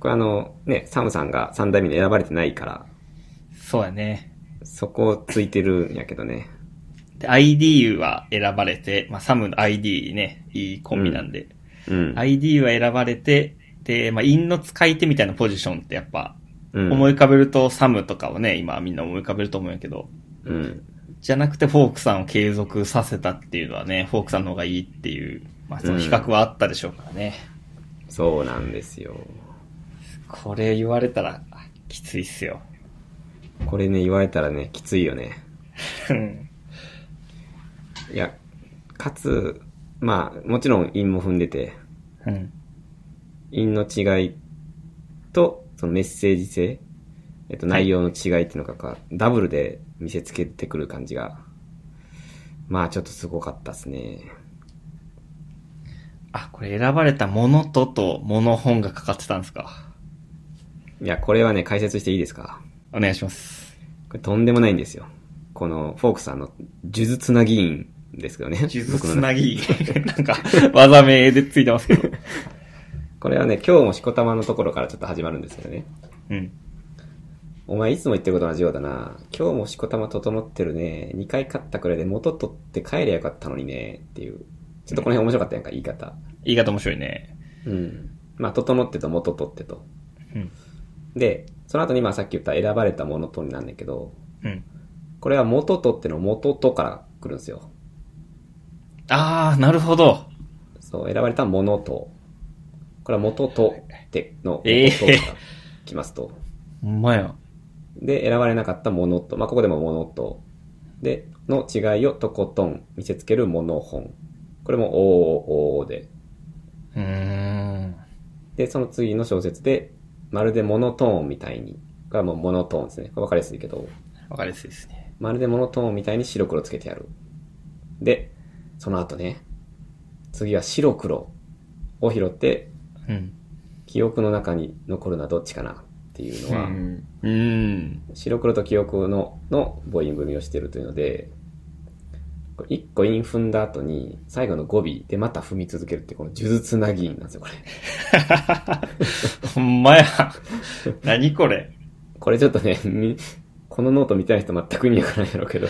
これあの、ね、サムさんが3代目に選ばれてないから、
そうやね。
そこをついてるんやけどね。
で、ID は選ばれて、まあ、サムの ID ね、いいコンビなんで。
うん。
ID は選ばれて、で、まあ、陰の使い手みたいなポジションってやっぱ、
うん、
思い浮かべると、サムとかをね、今みんな思い浮かべると思うんやけど、
うん。
じゃなくてフォークさんを継続させたっていうのはね、フォークさんの方がいいっていう、まあ、その比較はあったでしょうからね。
そうなんですよ。
これ言われたら、あきついっすよ。
これね、言われたらね、きついよね。
うん
いや、かつ、まあ、もちろん韻も踏んでて、
うん。
韻の違いと、そのメッセージ性、えっと、
はい
内容の違いっていうのが、かダブルで見せつけてくる感じが、まあ、ちょっとすごかったですね。
あ、これ選ばれたものとと、もの本がかかってたんですか。
いや、これはね、解説していいですか
お願いします。
これとんでもないんですよ。この、フォークさんの、呪術なぎ員ですけどね。
呪術
僕の
つ
中
なぎ、 なんか、技名でついてますけど。
これはね、今日もしこたまのところからちょっと始まるんですけどね。
うん。
お前いつも言ってること同じようだな。今日もしこたま整ってるね。2回勝ったくらいで元取って帰りゃよかったのにね。っていう。ちょっとこの辺面白かったやんか、言い方。
言い方面白いね。
うん。まあ、整ってと元取ってと。
うん。
で、その後にまあさっき言った選ばれたものとになんだけど、
うん。
これは元とっての元とから来るんですよ。
あー、なるほど。
そう、選ばれたものと。これは元とっての
ええ
元とから来ますと。
ほんまや。
で、選ばれなかったものと。まあ、ここでもものと。で、の違いをとことん見せつけるもの本。これも、おーおーおーで。
うーん。
で、その次の小説で、まるでモノトーンみたいに。これはもうモノトーンですね。これわかりやすいけど。
わかりやすいですね。
まるでモノトーンみたいに白黒つけてやる。で、その後ね、次は白黒を拾って、
うん。
記憶の中に残るのはどっちかなっていう
う
のは、
ん。うん。
白黒と記憶の、の母音組みをしてるというので、これ一個韻踏んだ後に、最後の語尾でまた踏み続けるって、この呪術つなぎなんですよ、これ。
ほん まや。何これ。
これちょっとね、みこのノート見てない人全く意味わからないやろうけど、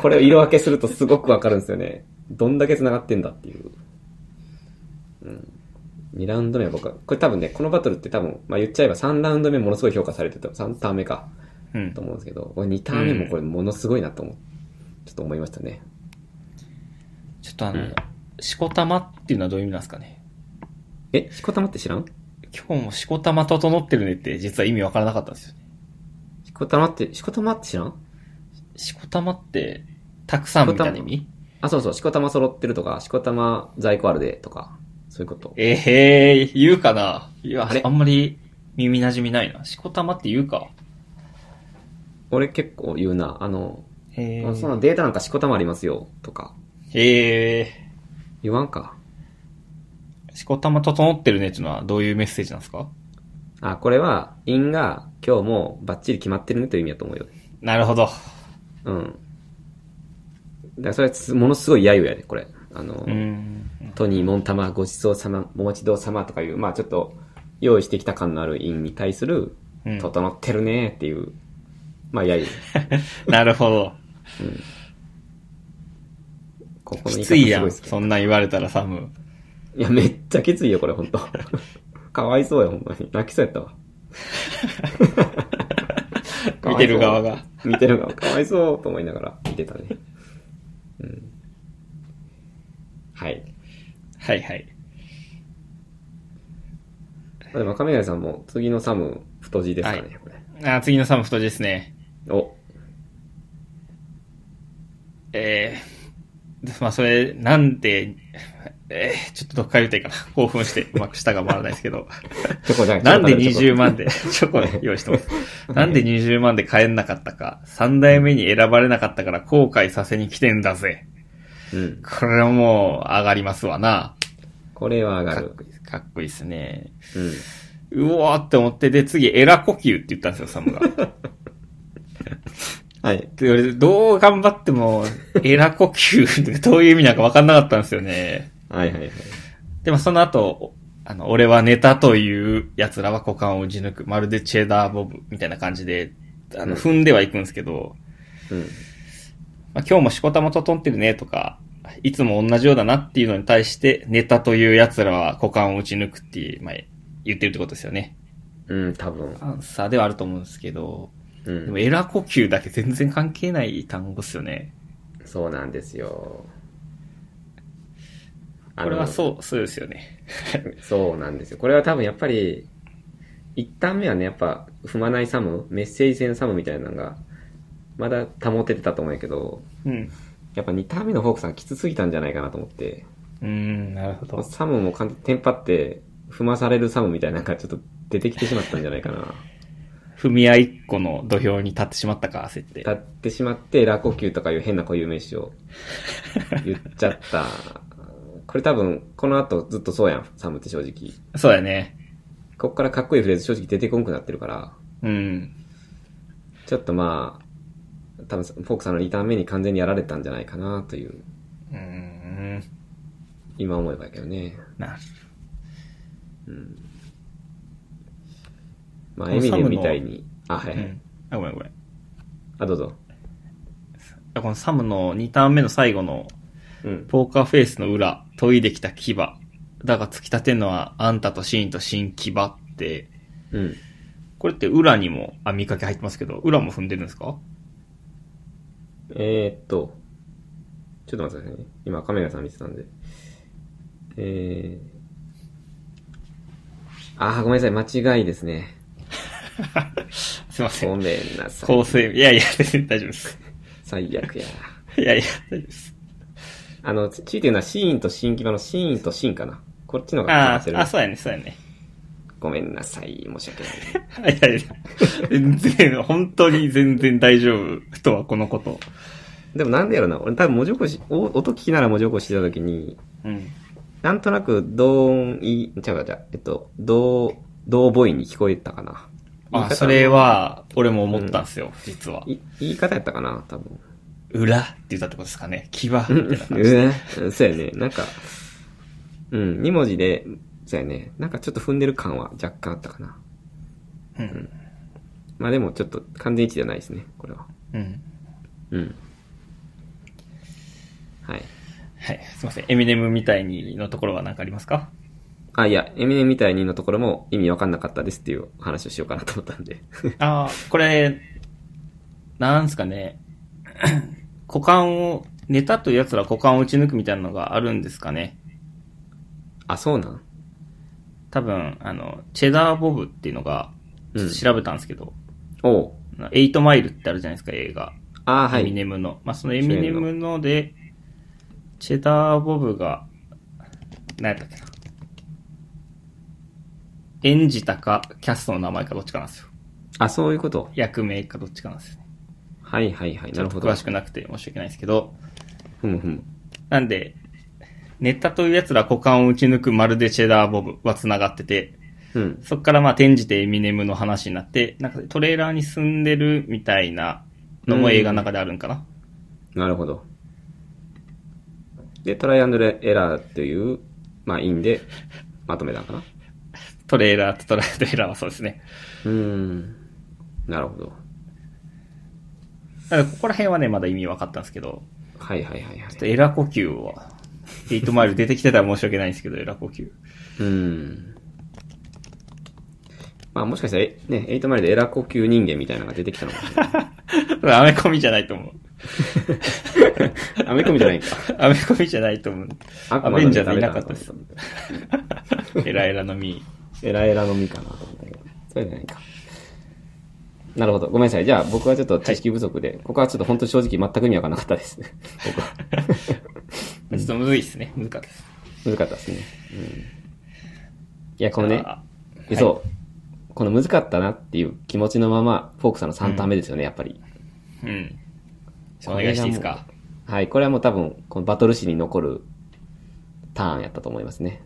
これを色分けするとすごくわかるんですよね。どんだけ繋がってんだっていう。うん。2ラウンド目は僕は、これ多分ね、このバトルって多分、まあ言っちゃえば3ラウンド目ものすごい評価されてた、3ターン目か、
うん
と。思うんですけど、これ2ターン目もこれものすごいなと思う。ちょっと思いましたね。
ちょっとあ
う
の
ん、
しこたまっていうのはどういう意味なんですかね。
え、しこたまって知らん
今日もしこたま整ってるねって実は意味わからなかったんですよね。
しこたまって、しこたまって知らん
しこたまって、たくさんみたいな意味
あ、そうそう、しこたま揃ってるとか、しこたま在庫あるでとか、そういうこと。
えへー、言うかないや、
あ
あ
れ
あんまり耳馴染みないな。しこたまって言うか。
俺結構言うな、あの、
へ
あその
ー。
データなんかしこたまありますよ、とか。
へ
言わんか。
ー。しこたま整ってるねっていうのはどういうメッセージなんですか
あ、これは、因が今日もバッチリ決まってるねという意味だと思うよ。
なるほど。
うん。だからそれはすものすごい揶揄やで、これ。あの、
うん。
トニー、モンタマ、ごちそうさま、お待ちどうさまとかいう、まあちょっと、用意してきた感のある因に対する、
うん
整ってるねっていう、まあ揶揄。
なるほど。
ここの言い方
き
す
つ
ご
い
い
や
好
ん。
き。
そんなん言われたらサム。
いや、めっちゃきついよ、これ、 ほんと。かわいそうよ、ほんまに。泣きそうやったわ。
見てる側が。
見てる側、かわいそうと思いながら見てたね。うん。はい。
はいはい。
あでも、亀谷さんも次のサム、太字ですかね、
はい
これ。
あー、次のサム太字ですね。
お、
えー、まあそれ、なんで、えー、ちょっとどっから言うたらいいかな。興奮して、うまく舌が回らないですけど。
チョコじゃい
なんで
チョコ
20万で、チョコ用意してます。なんで20万で買えなかったか、3代目に選ばれなかったから後悔させに来てんだぜ。
うん。
これはもう上がりますわな。
これは上が
かっ
る
こ。いいですかっこいいですね。
うん。
うおーって思って、で、次、エラ呼吸って言ったんですよ、サムが。
はい。
で、俺、どう頑張っても、エラ呼吸ってどういう意味なんか分かんなかったんですよね。
はいはいはい。
でもその後、あの、俺はネタという奴らは股間を打ち抜く、まるでチェダーボブみたいな感じで、あ
うん
の、踏んではいくんですけど、
うん。
まあ、今日もしこたま整ってるねとか、いつも同じようだなっていうのに対して、ネタという奴らは股間を打ち抜くっていう、まあ、言ってるってことですよね。
うん、多分。
アンサーではあると思うんですけど、
う
でも
ん。
エラ呼吸だけ全然関係ない単語っすよね。
そうなんですよ。あ
こ
の
れはそう、そうですよね。
そうなんですよ。これは多分やっぱり、一旦目はね、やっぱ踏まないサム、メッセージ戦サムみたいなのが、まだ保ててたと思うんやけど、
うん。
やっぱ二ターン目のフォークさんきつすぎたんじゃないかなと思って、
うーん、なるほど。
サムも完全にテンパって、踏まされるサムみたいなのがちょっと出てきてしまったんじゃないかな。
踏み合い一個の土俵に立ってしまったか、焦って
立。ってしまって、ラ呼吸とかいう変な固有名詞を言っちゃった。これ多分、この後ずっとそうやん、サムって正直。
そうだね。
こっからかっこいいフレーズ正直出てこんくなってるから、
うん。
ちょっとまあ、多分フォークさんのリターン目に完全にやられたんじゃないかなという、
うーん。
今思えばやけどね。
なる
まあ、
この
エミ
サム
ネ
の
ムみたいに、あ、は
う
い、はい
ん。あ、ごめんごめん。
あ、どうぞ。
このサムの2ターン目の最後の、
うん。
ポーカーフェイスの裏、研いできた牙。だが突き立てるのはあんたとシーンと新牙って、
うん。
これって裏にも、あ、見かけ入ってますけど、裏も踏んでるんですか
えー、っと、ちょっと待ってくださいね。今、カメラさん見てたんで。えー、あー、ごめんなさい。間違いですね。
すいませ
ご
ん。
めんなさ
構
い。
成、いやいや、全然大丈夫です。
最悪や。
いやいや、大丈夫です。
あの、つついてるのはシーンと新規場のシーンとシンかな。こっちの方が
あ
か
ーあ、そうやね、そうやね。
ごめんなさい。申し訳ない。
はいはいや。全然、本当に全然大丈夫とは、このこと。
でもなんでやろな。俺多分文字起こし、お音聞きながら文字起こししてた時に、
うん。
なんとなく、同音、い、ちゃうか、じゃうえっと、同、同母音に聞こえたかな。言い
あ、
方
それ、は、俺も思ったんですよ、実は。
い言い方やったかな、多 分。
裏って言ったってことですかね。牙みた
う
い
ん
な感じ。
うんそうやね。なんか、うん、2文字で、そうやね。なんかちょっと踏んでる感は若干あったかな。
うん。
まあでもちょっと完全一致じゃないですね、これは。
うん。
うん。はい。
はい。すいません。エミネムみたいにのところは何かありますか
あ、いや、エミネみたいにのところも意味わかんなかったですっていうお話をしようかなと思ったんで。
ああ、これ、なんすかね。 股間を、ネタという奴ら股間を打ち抜くみたいなのがあるんですかね。
あ、そうなん
多分、あの、チェダーボブっていうのが、ちょっと調べたんですけど、
おう。
あのエイトマイルってあるじゃないですか、映画。
あーは
エミ
い。
ネムの。まあ、そのエミネムので、チェダーボブが、何やったっけな。演じたか、キャストの名前かどっちかなんですよ。
あ、そういうこと。
役名かどっちかなんですよね。
はいはいはい。
ち
な
ょっ
る
と
ほど
詳し。くなくて申し訳ないんですけど、
ふむふむ。
なんで、ネタという奴ら股間を打ち抜くまるでチェダーボブは繋がってて、
うん。
そこからまあ転じてエミネムの話になって、なんかトレーラーに住んでるみたいなのも映画の中であるんかな。
なるほど。で、トライアンドルエラーっていう、まあ、インでまとめたんかな。
トレーラーとトラトレーラーはそうですね。
うーん。なるほど。
だからここら辺はね、まだ意味分かったんですけど、
はいはいはいは
ちょっ
い。
とエラ呼吸は、エイトマイル出てきてたら申し訳ないんですけど、エラ呼吸。
うーん。まあ、もしかしたら、えね、エイトマイルでエラ呼吸人間みたいなのが出てきたのかもしれない。
これアメコミじゃないと思う。
アメコミじゃないんか。
アメコミじゃないと思う。
悪魔
ア
の
ベンジャー
ダ
ズ
メ
い
だ
なかったです
と。思た
エラエラのミ
エラエラのみかなと思ったけど。そうじゃないか。なるほど。ごめんなさい。じゃあ僕はちょっと知識不足で、ここはちょっと本当正直全く意味わかんなかったです。僕は。
ー。ちょっとむずいっすね。難しいです。
難かったですね。うん、いや、このね、
あ
えそう、この難かったなっていう気持ちのまま、フォークさんの3ターン目ですよね、やっぱり。
ーうん。お願いしていいですか。
はい、これはもう多分、このバトル史に残るターンやったと思いますね。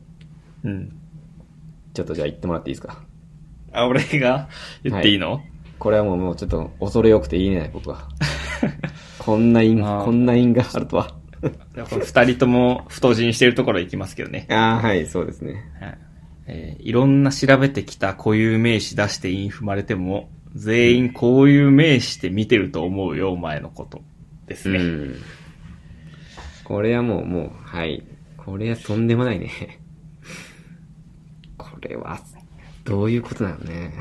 うん。
ちょっとじゃあ言ってもらっていいですか。
あ、俺が言っていいの、
これはもうもうちょっと恐れ多くて言えない、僕は。こんな因、
あー
こんな因があるとは。
じゃあこの二人とも太人してるところ行きますけどね。
ああ、はい、そうですね。
はいえーいろんな調べてきた固有名詞出してイン踏まれても、全員こういう名詞で見てると思うよ、お前のこと。ですね。
ん。これはもう、もう、はい。これはとんでもないね。 これは、どういうことなのね。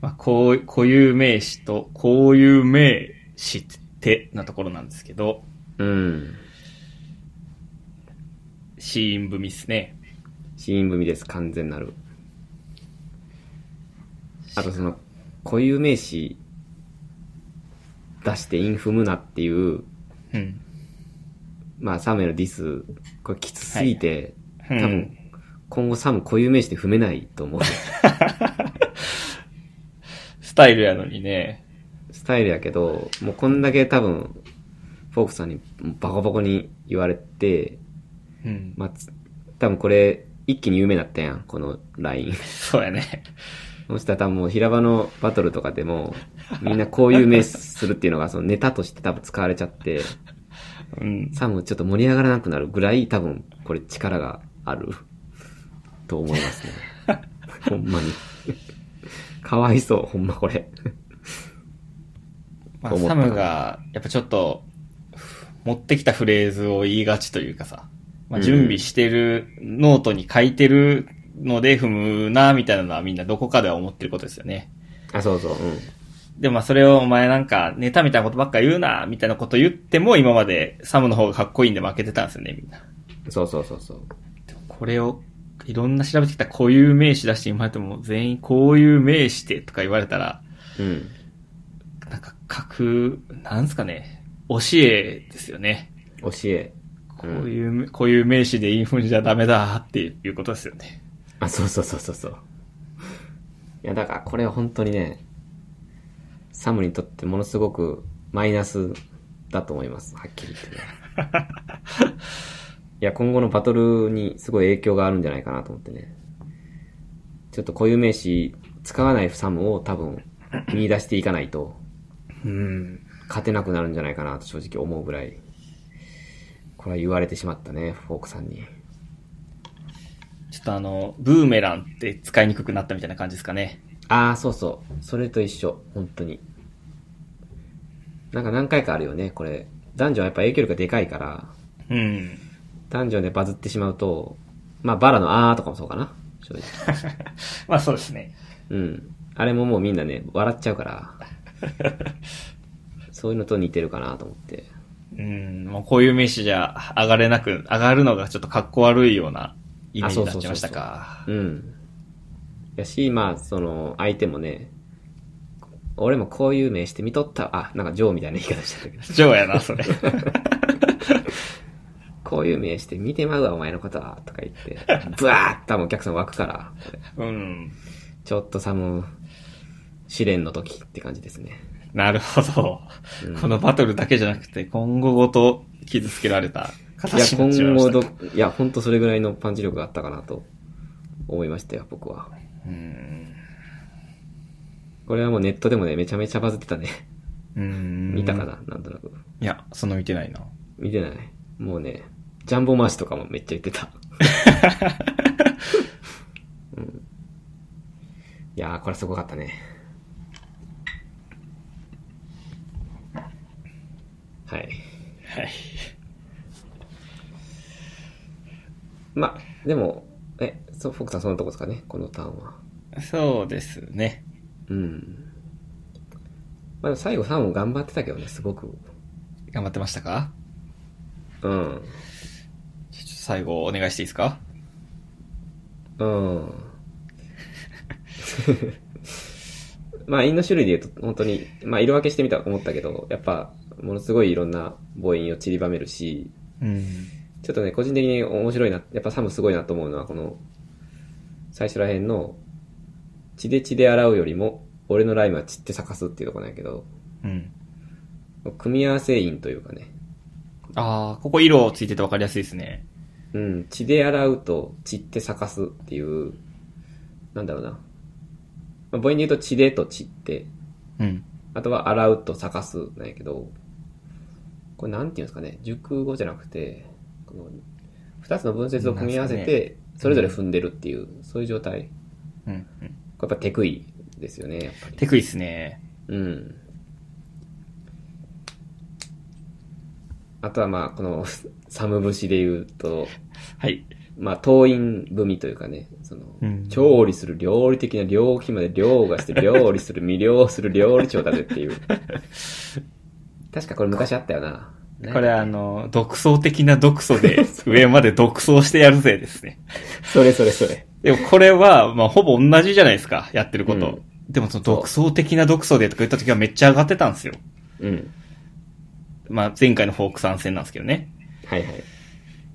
まあ、こう、固有名詞と、こういう名詞ってなところなんですけど、
うん。
シーン組ですね。
死因組です、完全なる。あとその、固有名詞出してインフムなっていう、
うん。
まあ、サムへのディス、これきつすぎて、
はい
多
う
分
ん、
今後サム固有名詞で踏めないと思う。
スタイルやのにね。
スタイルやけど、もうこんだけ多分、フォークさんにバコバコに言われて、
うん。
まあ、つ多分これ、一気に有名だったやん、このライン。
そうやね。
そしたら多分もう平場のバトルとかでも、みんなこういう名詞するっていうのが、そのネタとして多分使われちゃって、
うん。
サムちょっと盛り上がらなくなるぐらい多分これ力が ある、と思いますね。ほんまに。かわいそう、ほんまこれ。
ま
と
あ、
思った
サムが、やっぱちょっと、持ってきたフレーズを言いがちというかさ、まあ、
うん
準備してる、ノートに書いてるので踏むな、みたいなのはみんなどこかでは思ってることですよね。
あ、そうそう、うん。
でもまあそれをお前なんか、ネタみたいなことばっか言うな、みたいなこと言っても今までサムの方がかっこいいんで負けてたんですよね、みんな。
そうそうそうそう。
でもこれを、いろんな調べてきた固有名詞出して言われても、全員こういう名詞でとか言われたら、
うん。
なんか書く、なんすかね、教えですよね。
教え。
こういう、こういう名詞でインフルじゃダメだっていうことですよね。
あ、そうそうそうそうそう。いや、だからこれは本当にね、サムにとってものすごくマイナスだと思います。はっきり言ってね。いや、今後のバトルにすごい影響があるんじゃないかなと思ってね。ちょっと固有名詞使わないサムを多分見出していかないと
うん。
勝てなくなるんじゃないかなと正直思うぐらい、これは言われてしまったね、フォークさんに。
ちょっとあの、ブーメランって使いにくくなったみたいな感じですかね。
ああ、そうそう。それと一緒。本当に。なんか何回かあるよね、これ。ダンジョンはやっぱ影響力がでかいから、
うん。
ダンジョンでバズってしまうと、まあバラのあーとかもそうかな。正直。
まあそうですね。
うん。あれももうみんなね、笑っちゃうから。そういうのと似てるかなと思って。
うん。もうこういう名詞じゃ上がれなく、上がるのがちょっと格好悪いようなイメージになっちゃいましたか。
うん。やし、まあ、その、相手もね、俺もこういう名して見とった、あ、なんかジョーみたいな言い方してたけど、
ジョーやな、それ。
こういう名して見てまうわ、お前のことは、とか言って、ブワーッと多分お客さん湧くから、これ
うん。
ちょっとさ、もう、試練の時って感じですね。
なるほど。
うん
このバトルだけじゃなくて、今後ごと傷つけられた
いや、
形になっちゃい
今
まし
後
たか
ど、いや、ほんとそれぐらいのパンチ力があったかなと思いましたよ、僕は。
うん。
これはもうネットでもね、めちゃめちゃバズってたね。
うん。
見たかな、なんとなく。
いや、そんな見てないな。
見てない。もうね、ジャンボ回しとかもめっちゃ言って た。うん、いやー、これすごかったね。はい。
はい。
ま、でも、え、そう、フォークさんそのとこですかね、このターンは。
そうですね。
うん。まあ、でも最後3も頑張ってたけどね、すごく。
頑張ってましたか
うん。
ちょっと最後お願いしていいですか
うん。まあ、韻の種類で言うと、本当に、まあ、色分けしてみたら思ったけど、やっぱ、ものすごいいろんな母音を散りばめるし、
うん。
ちょっとね、個人的に面白いな、やっぱサムすごいなと思うのは、この、最初ら辺の、血で血で洗うよりも、俺のライムは散って咲かすっていうとこなんやけど、
うん。
組み合わせ韻というかね、
あー、ここ色ついてて分かりやすいですね。
うん、血で洗うと血って咲かすっていう、なんだろうな。まあ、母音で言うと血でと血って、
うん。
あとは洗うと咲かすなんやけど、これなんていうんですかね、熟語じゃなくて、この二つの文節を組み合わせ
なんで
て、それぞれ踏んでるっていう、そういう状態。
うん。うん
これやっぱ手食いですよね、やっぱり。
テクイっすね。
うん。あとはまあ、この、 寒節で言うと、
はい。
まあ、当院文というかね、その、
うん
調理する料理的な料金まで料がして料理する未料する料理長だぜっていう。確かこれ昔あったよな。
これあの、独創的な独創 で、上まで独創してやるぜですね。
それそれそれ。
でもこれは、まあ、ほぼ同じじゃないですか、やってること。
うん
でもその独創的な独創でとか言った時はめっちゃ上がってたんですよ。
うん。
まあ、前回のフォーク参戦なんですけどね。
はいはい。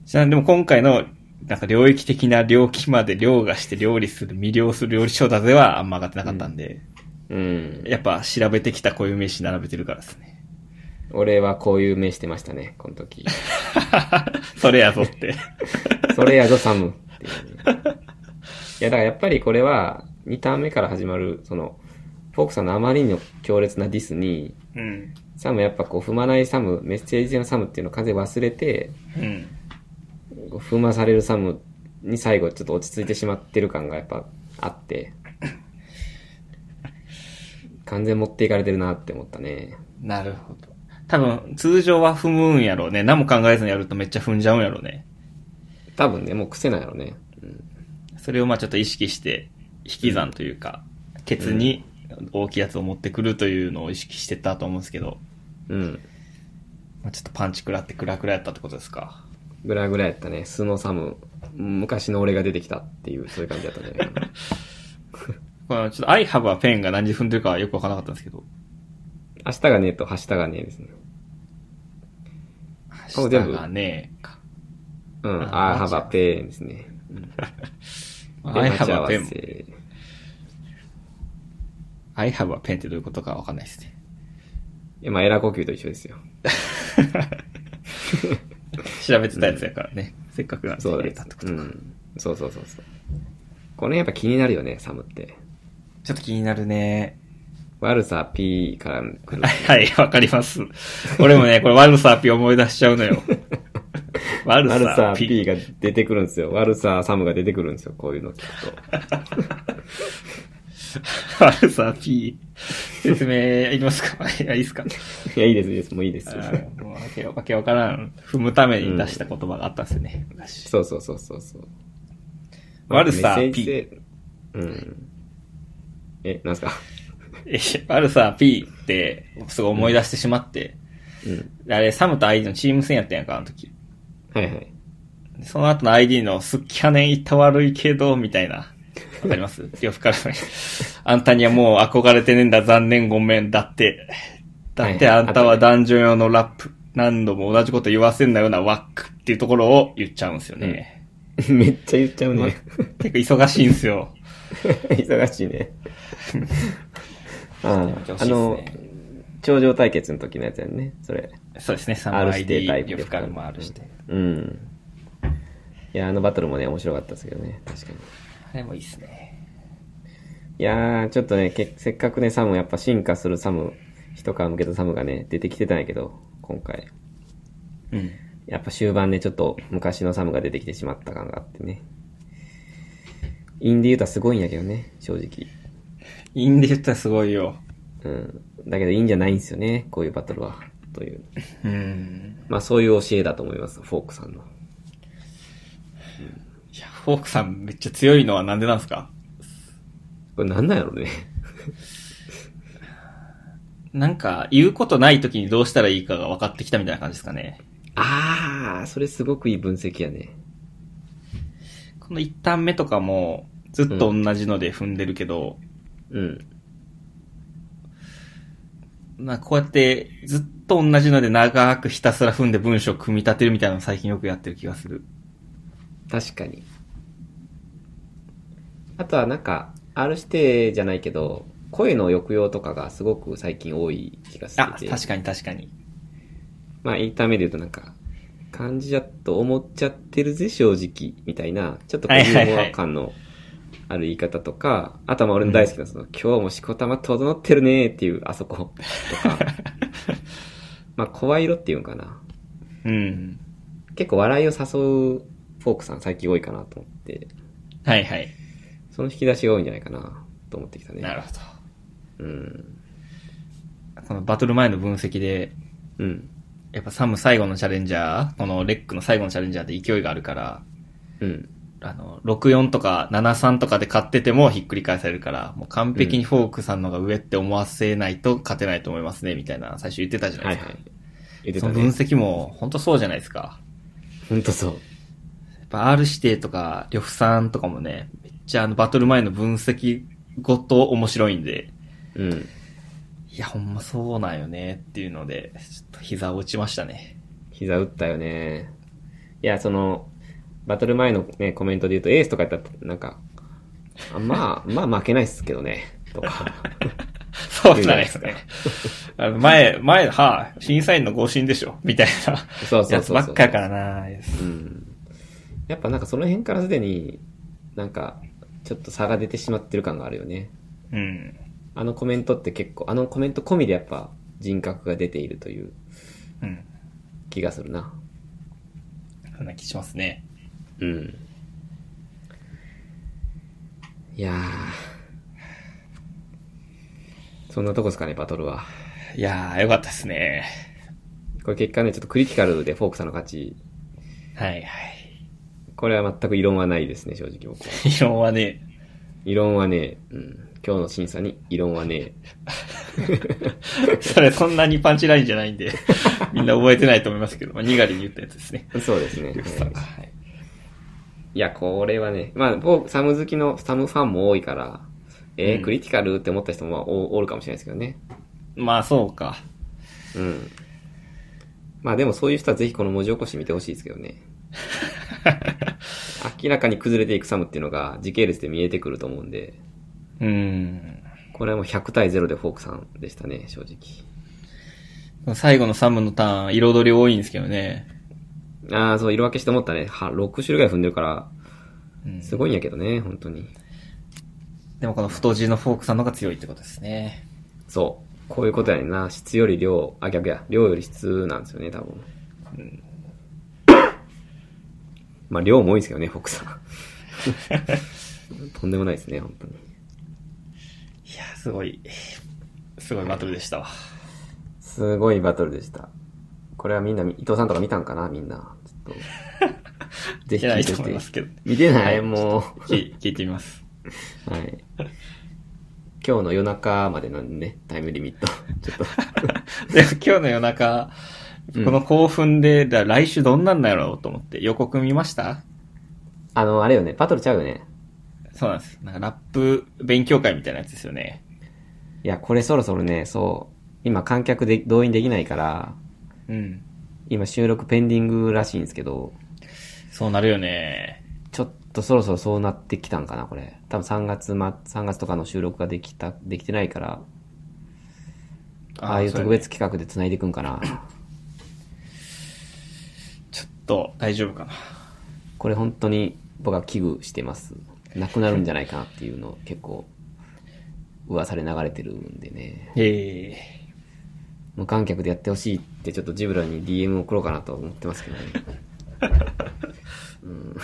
ちなみにでも今回の、なんか領域的な領域まで凌駕して料理する、魅了する料理長だぜはあんま上がってなかったんで、
うん。
やっぱ調べてきた固有名詞並べてるからですね。
俺はこういう目してましたね、この時。
それやぞって。
それやぞ、サム。っていうねいや、だからやっぱりこれは、2ターン目から始まる、その、フォークさんのあまりにも強烈なディスに、
うん。
サムやっぱこう踏まないサム、メッセージ性のサムっていうのを完全に忘れて、
うん。
こう踏まされるサムに最後ちょっと落ち着いてしまってる感がやっぱあって、完全持っていかれてるなって思ったね。
なるほど。多分、通常は踏むんやろうね。何も考えずにやるとめっちゃ踏んじゃうんやろうね。
多分ね、もう癖なんやろね。うん。
それをまあちょっと意識して、引き算というか、ケツに大きいやつを持ってくるというのを意識してたと思うんですけど、
うん。
まあ、ちょっとパンチ食らってクラクラやったってことですか。
ぐらぐらやったね。スノサム。昔の俺が出てきたっていう、そういう感じだったんじゃない かな。
このちょっと I have a pen が何時踏んでるかはよくわからなかったんですけど。
明日がねえと、明日がねえですね。
明
お
日
全部
がねえか。
うん。
あ
あー、ハバペーンですね。
I
待
have
ち合
a
わ
pen。
せ。
I have a pen ってどういうことかわかんないですね。
いやまあ、エラ呼吸と一緒ですよ。
調べてたやつやからね。せっかくなんで
そう
入
だ
れ
ね
たって。こ
う
とか。
ん。そうそうそうそう。この辺やっぱ気になるよね、サムって。
ちょっと気になるね。
悪さ P から来る。
はい、わかります。俺もね、これ悪さピ思い出しちゃうの よ。悪
悪
さ
さ
ピ
P が出てくるんですよ。悪さサムが出てくるんですよ、こういうの聞くと。
悪さピ説明いりますか いや、いいですか
いや、いいです、いいです、もういいです
あ。ーもうわけわけわからん。踏むために出した言葉があったんですよね。昔
そうそうそうそうそう。
悪さ
メッセージ性うん。え、なんすか
え 悪さ P って、すごい思い出してしまって。
うん。
あれ、サムと ID のチーム戦やったんやんか、あの時。
はいはい。
でその後の ID の、すっきゃねん言った悪いけど、みたいな。わかります 両夫からのあんたにはもう憧れてねえんだ、残念ごめん。だって、だって
はい
あんたはダンジョン用のラップ。何度も同じこと言わせんなようなワックっていうところを言っちゃうんですよね。
めっちゃ言っちゃうね。
てか忙しいんですよ。
忙しいね。あ
忙しいっ
あ
すね
の、頂上対決の時のやつやんね、それ。
そうですね、サム
R 指
ID
定タイ、プ
両夫からもあるして。
うん。いや、あのバトルもね、面白かったですけどね、確かに。
あれもいいですね。
いやー、ちょっとね、けせっかくね、サム、やっぱ進化するサム、一皮向けたサムがね、出てきてたんやけど、今回。
うん。
やっぱ終盤でちょっと昔のサムが出てきてしまった感があってね。インディユータすごいんやけどね、正直。
いいんで言ったらすごいよ。
うん。だけどいいんじゃないんですよね、こういうバトルは。という。
うん。
まあそういう教えだと思います、フォークさんの。
いや、フォークさんめっちゃ強いのはなんでなんですか
これなんなんやろうね。
なんか、言うことない時にどうしたらいいかが分かってきたみたいな感じですかね。
あー、それすごくいい分析やね。
この一旦目とかも、ずっと同じので踏んでるけど、
うん。
まあこうやって、ずっと同じので長くひたすら踏んで文章を組み立てるみたいなの最近よくやってる気がする。
確かに。あとはなんか、R 指定じゃないけど、声の抑揚とかがすごく最近多い気が
あ、
してて。
確かに確かに。
まあ、インターメで言うとなんか、感じだと思っちゃってるぜ、正直。みたいな、ちょっとこう、
は
ユ
いはいはい
ーモア感のある言い方とか、あとはまあ俺の大好きな、その、今日もしこたま整ってるねーっていう、あそ ことか。まあ、声色っていうんかな。
うん。
結構笑いを誘うフォークさん最近多いかなと思って、
はいはい。
その引き出しが多いんじゃないかなと思ってきたね。
なるほ
うん。
ど。このバトル前の分析で、
うん。
やっぱサム最後のチャレンジャー、このレックの最後のチャレンジャーって勢いがあるから、
うん。
あの、64とか73とかで買っててもひっくり返されるから、もう完璧にフォークさんのが上って思わせないと勝てないと思いますね、みたいな最初言ってたじゃな
は
いで
い
すか。
はい。言ってた
その分
ね。
析も本当そうじゃないですか。
ほんとそう。
やっぱ R 指定とか、呂布さんとかもね、めっちゃあのバトル前の分析ごと面白いんで、
うん。
いやほんまそうなんよねっていうので、ちょっと膝落ちましたね。
膝打ったよね。いや、その、バトル前のね、コメントで言うと、エースとかやったら、なんか、あまあ、まあ負けないっすけどね、と か。
そうじゃないですか。あの前、前、はあ、審査員の更新でしょみたい
そう
な
そ
や
うそう
つ
そう。
ばっかやからな
うん。やっぱなんかその辺からすでに、なんか、ちょっと差が出てしまってる感があるよね。
うん。
あのコメントって結構、あのコメント込みでやっぱ人格が出ているという
うん。
気がするな。
そんな気しますね。
うん。いやー。そんなとこですかね、バトルは。
いやー、よかったですね。
これ結果ね、ちょっとクリティカルでフォークさんの勝ち。
はいはい。
これは全く異論はないですね、正直僕は。
異論はね、
異論はね、うん。今日の審査に異論はね、
それそんなにパンチラインじゃないん で、みんな覚えてないと思いますけど、まあ、にがりに言ったやつですね。
そうですね。
よくさん
はい
はい
いや、これはね、まあ、フォークサム好きのサムファンも多いから、えー
うん
クリティカルって思った人もまあおおるかもしれないですけどね。
まあ、そうか。
うん。まあでもそういう人はぜひこの文字起こし見てほしいですけどね。明らかに崩れていくサムっていうのが時系列で見えてくると思うんで、
うーん。
これはもう100対0でフォークさんでしたね、正直。
最後のサムのターン、彩り多いんですけどね。
ああ、そう、色分けして思ったね。は、6種類ぐらい踏んでるから、
うん
すごいんやけどね、本当に。
でもこの太字のフォークさんの方が強いってことですね。
そう。こういうことやねんな。質より量、あ、逆や。量より質なんですよね、多分。まあ、量も多いんですけどね、フォックさん。とんでもないですね、本当に。
いや、すごい、すごいバトルでしたわ。
すごいバトルでした。これはみんな、伊藤さんとか見たんかな、みんな。ちょっ と。ぜ
い
ひ
け
聞
ない
いて
と
み
思います
て。
けど。
見てない、
はい
も
聞聞いてみます。
う。はい。今日の夜中までなんでね、タイムリミット。 ちょっと。
でも今日の夜中、この興奮で、だから来週どんなんだろうと思って予告見ました
あの、あれよね、バトルちゃうよね。
そうなんです。なんかラップ勉強会みたいなやつですよね。
いや、これそろそろね、そう、今観客で動員できないから、
うん。
今収録ペンディングらしいんですけど、
そうなるよね。
ちょっとそろそろそうなってきたんかな、これ。多分3月ま、3月とかの収録ができた、できてないから、ああいう
それ
特別企画で繋いでいくんかな。
ちょっと大丈夫かな。
これ本当に僕は危惧してます。なくなるんじゃないかなっていうのを結構、噂で流れてるんでね。
ええ
無観客でやってほしいってちょっとジブラに DM 送ろうかなと思ってますけどね。 うん、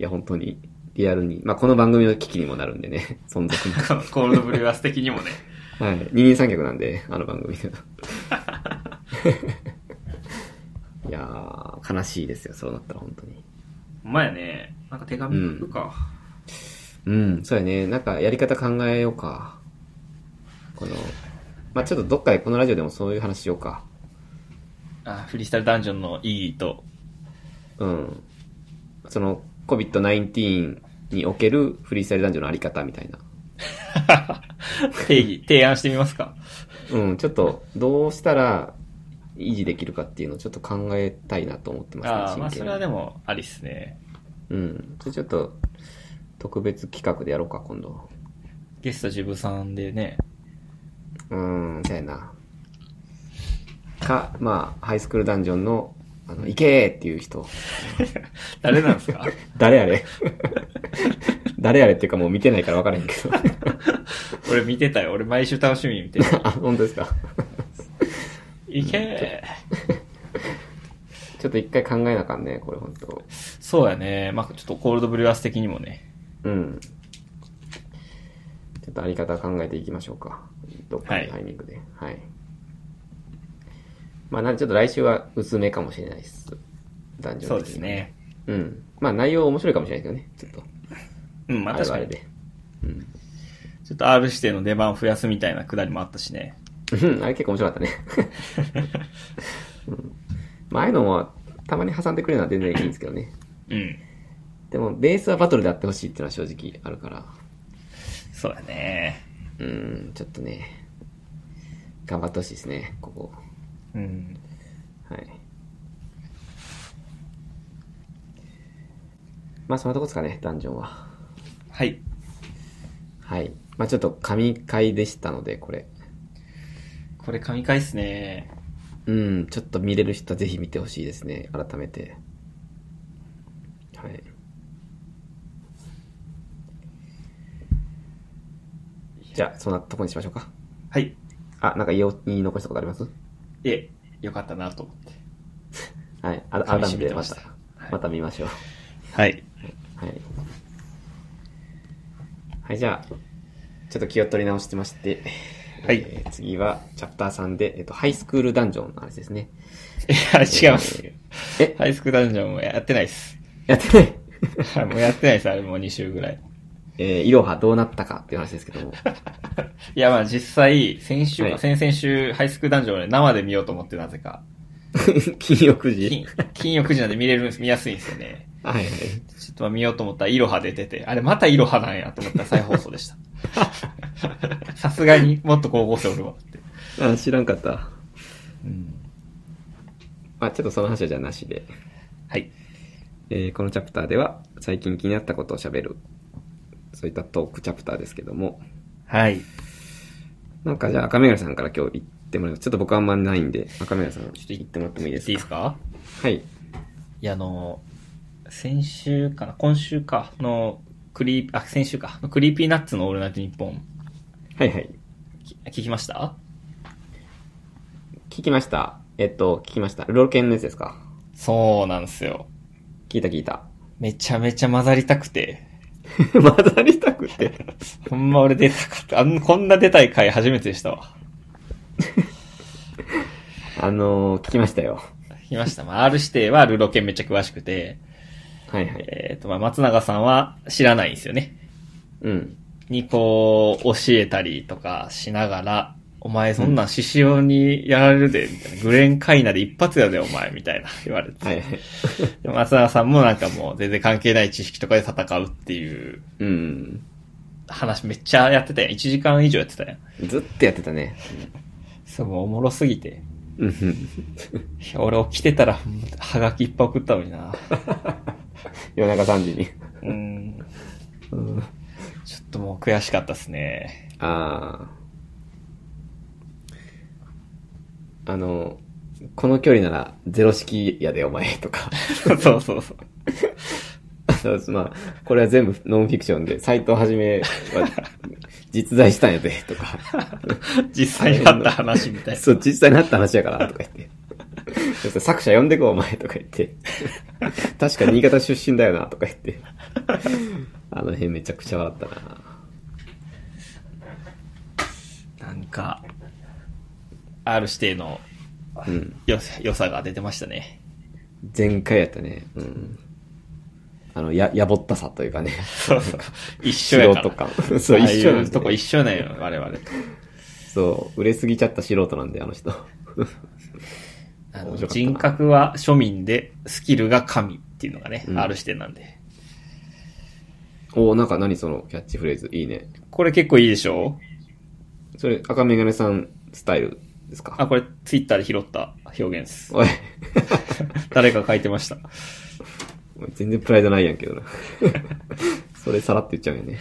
いや、本当に、リアルに。まあ、この番組の危機にもなるんでね、存続の。
このコールドブリュワース的にもね。
はい。二人三脚なんで、あの番組 ではいやー、悲しいですよ、そうなったら本当に。
ほんまやね。なんか手紙書くか。
うん、そうやね。なんかやり方考えようか。この、まあ、ちょっとどっかでこのラジオでもそういう話しようか。
あ、フリースタイルダンジョンの意義と。
うん。その、COVID-19 におけるフリースタイル男女のあり方みたいな。
定 義、提案してみますか。
うん、ちょっと、どうしたら維持できるかっていうのをちょっと考えたいなと思ってますね、
ああ、まあそ
に
れはでもありっすね。
うん。でちょっと、特別企画でやろうか、今度。
ゲスト自分さんでね。
うん、みたいな。か、まあ、ハイスクールダンジョンの、あの、行けーっていう人。
誰なんですか
誰あれ 誰あれっていうかもう見てないから分からへんけど。
俺見てたよ。俺毎週楽しみに見てた。
あ、 本当ですか。
いけー
ちょっと一回考えなあかんね、これ本当。
そうやね。まあちょっとコールドブリュワース的にもね。
うん。ちょっとあり方考えていきましょうか。どっか
は
の
い
タイミングで。はい。まあ、なんでちょっと来週は薄めかもしれないです。ダンジョン的に
そうですね。
うん。まあ、内容面白いかもしれないですけどね。ちょっと。
うん、まあ
あれ
確
はあ
か
れ
に。
で。
ちょっと R 指定の出番を増やすみたいなくだりもあったしね。
うん、あれ結構面白かった ね。うん、まあ、ああいうのも、たまに挟んでくれるのは全然いいんですけどね。
うん。
でも、ベースはバトルであってほしいっていうのは正直あるから。
そうだね。
うん、ちょっとね、頑張ってほしいですね、ここ。
うん。
はい。まあ、そんなとこですかね、ダンジョンは。
はい。
はい。まあ、ちょっと神回でしたので、これ。
これ神回っすね。
うん、ちょっと見れる人はぜひ見てほしいですね、改めて。はい。じゃあ、そんなとこにしましょうか。
はい。
あ、なんか言おう言い残したことあります
いえ、よかったなと思って。
はい。あ
噛み
改
締
め
め
て
てま
ま
したたはい、
また見ましょう。
はい。
はい。はい、じゃあ、ちょっと気を取り直してまして、
はい
えー次は、チャプター3で、えっと、ハイスクールダンジョンの話ですね。
や、違います。
え
ハイスクールダンジョンもやってないです。
やってない
はいもうやってないです、あれもう2週ぐらい。
えー、いろはどうなったかっていう話ですけど も。
いや、まあ実際、先週か、
はい
先々週、ハイスクールダンジョンをね、生で見ようと思ってなぜか。
金曜9時
金、金曜9時なんで見れるんです、見やすいんですよね。
はいはい。
ちょっとまあ見ようと思ったら、イロハ出てて、あれまたイロハなんやと思ったら再放送でした。 さすがにもっと高校生おるわって。
あ、知らんかった。
うん
あ、ちょっとその話はじゃあなしで。
はい。
えーこのチャプターでは、最近気になったことを喋る。そういったトークチャプターですけども。
はい。
なんかじゃあ赤メガネさんから今日言ってもらいます。ちょっと僕あんまないんで、赤メガネさん、ちょっと言ってもらってもいい
いい
で
ですすか
かはい。
いや、あの、先週かな、今週か、の、クリー、あ、先週か、のクリーピーナッツのオールナイトニッポン、
はいはい。
き聞きました
聞きました。えっと、聞きました。ルロケンのやつですか
そうなんですよ。
聞いた聞い た。
めちゃめちゃ混ざりたくて。
混ざりたくて。
ほんま俺出たかった。あん、こんな出たい回初めてでしたわ。
あのー、聞きましたよ。
聞きました。まあ、R 指定はルロケンめっちゃ詳しくて、
はいはい。
えっ、と、まあ、松永さんは知らないんですよね。
うん。
にこう、教えたりとかしながら、お前そんなん獅子王にやられるで、みたいな。グレンカイナで一発やで、お前、みたいな言われて。
はいはい。
で松永さんもなんかもう全然関係ない知識とかで戦うっていう
うん。
話めっちゃやってたやん。1時間以上やってたやん。
ずっとやってたね。
そう、もうおもろすぎて。
うん。
いや俺起きてたら、うんはがきいっぱい送ったの にな。
夜中3時に。
うん。ちょっともう悔しかったですね。
ああ。あの、この距離ならゼロ式やでお前とか。
そうそうそう。
そうです まあ、これは全部ノンフィクションで、斎藤はじめは実在したんやでとか。
実際にあった話みたいな。
そう、実際になった話やから、とか言って。そう作者呼んでこう、お前、とか言って。確か新潟出身だよな、とか言って。あの辺めちゃくちゃ笑ったな。
なんか、R 指定の
うん。
良さ良さが出てましたね。
全開やったね。うん。あの、や、やぼったさというかね。
そうそう。一緒やから。
素人感そう
ああい
一緒なんで
とこ一緒なんよ、我々と。
そう、売れすぎちゃった素人なんで、あの人。
あの
面白かったな
人格は庶民で、スキルが神っていうのがね、
うん
R 指定なんで。
おーなんか何そのキャッチフレーズ、いいね。
これ結構いいでしょ
それ、赤メガネさんスタイルです
あ、
か
これツイッターで拾った表 現です。
おい、
誰か書いてました。
お前全然プライドないやんけどな。それさらって言っちゃうよね。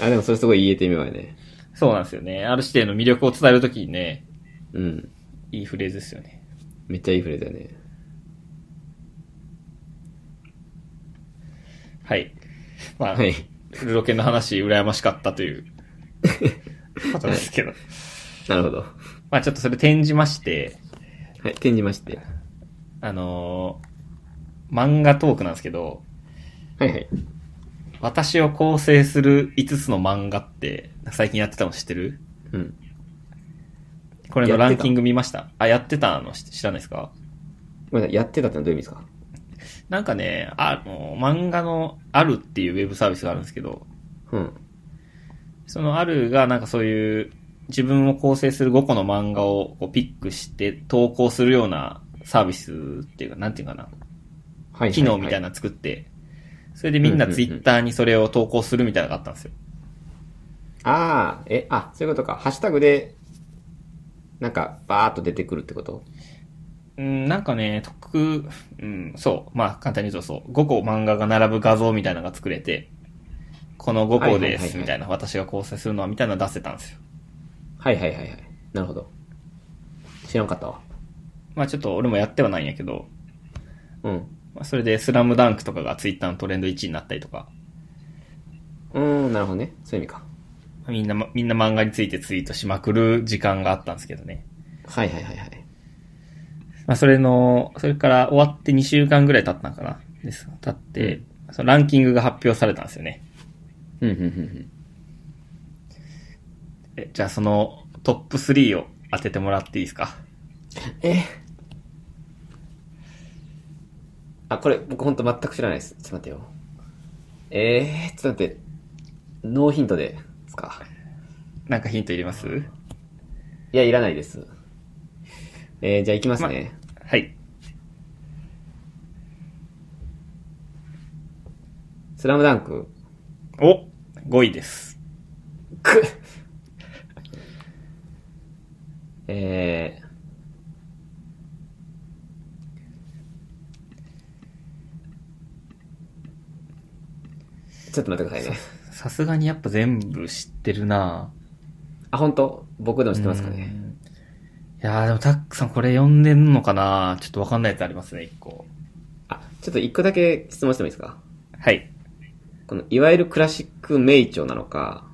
あ、でもそれすごい言えてみまいね。
そうなんですよね。ある指定の魅力を伝えるときにね、
うん。
いいフレーズですよね。
めっちゃいいフレーズだね。
はい。まあ、
はい。
ルロケンの話、羨ましかったと いう、ことですけど。
なるほど。
まあちょっとそれ転じまして、
はい、転じまして。
あのー漫画トークなんですけど、
はいはい。
私を構成する5つの漫画って、最近やってたの知ってる
うん。
これのランキング見ましたあ、やってたの知知らないですか
ごめんなさい、やってたってのはどういう意味ですか
なんかね、あの、漫画のあるっていうウェブサービスがあるんですけど、
うん。
そのあるがなんかそういう自分を構成する5個の漫画をこうピックして投稿するようなサービスっていうか、なんていうかな、
はいはい、はい。
機能みたいなの作って、それでみんなツイッターにそれを投稿するみたいなのがあったんですよ。
ああ、え、あ、そういうことか。ハッシュタグで、なんか、バーっと出てくるってこと
うん、なんかね、特、うん、そう、まあ簡単に言うとそう、5個漫画が並ぶ画像みたいなのが作れて、この5個で
はいはいはいは
す
い
みたいな、私が構成するのはみたいなの出せたんですよ。
はいはいはいはい。なるほど。知らんかったわ。
まあちょっと俺もやってはないんやけど、
うん。
まあ、それでスラムダンクとかがツイッターのトレンド1位になったりとか、
うーん、なるほどね。そういう意味か。
みんなま、みんな漫画についてツイートしまくる時間があったんですけどね。
はいはいはいはい。
まあ、それの、それから終わって2週間ぐらい経ったのかなです。経って、そのランキングが発表されたんですよね。
うん、うん、うん。
えじゃあそのトップ3を当ててもらっていいですか
えあ、これ、僕ほんと全く知らないです。ちょっと待ってよ。えー、ちょっと待って。ノーヒントで、ですか。
なんかヒント入れます
いや、いらないです。えー、じゃあ行きますね。
はい。
スラムダンク。
お !5 位です。
くっえー、ちょっと待ってくださいね。
さすがにやっぱ全部知ってるな
あ、本当僕でも知ってますかね。
うんいやーでもタックさんこれ読んでんのかなちょっとわかんないやつありますね、一個。
あ、ちょっと一個だけ質問してもいいですか
はい。
この、いわゆるクラシック名著なのか、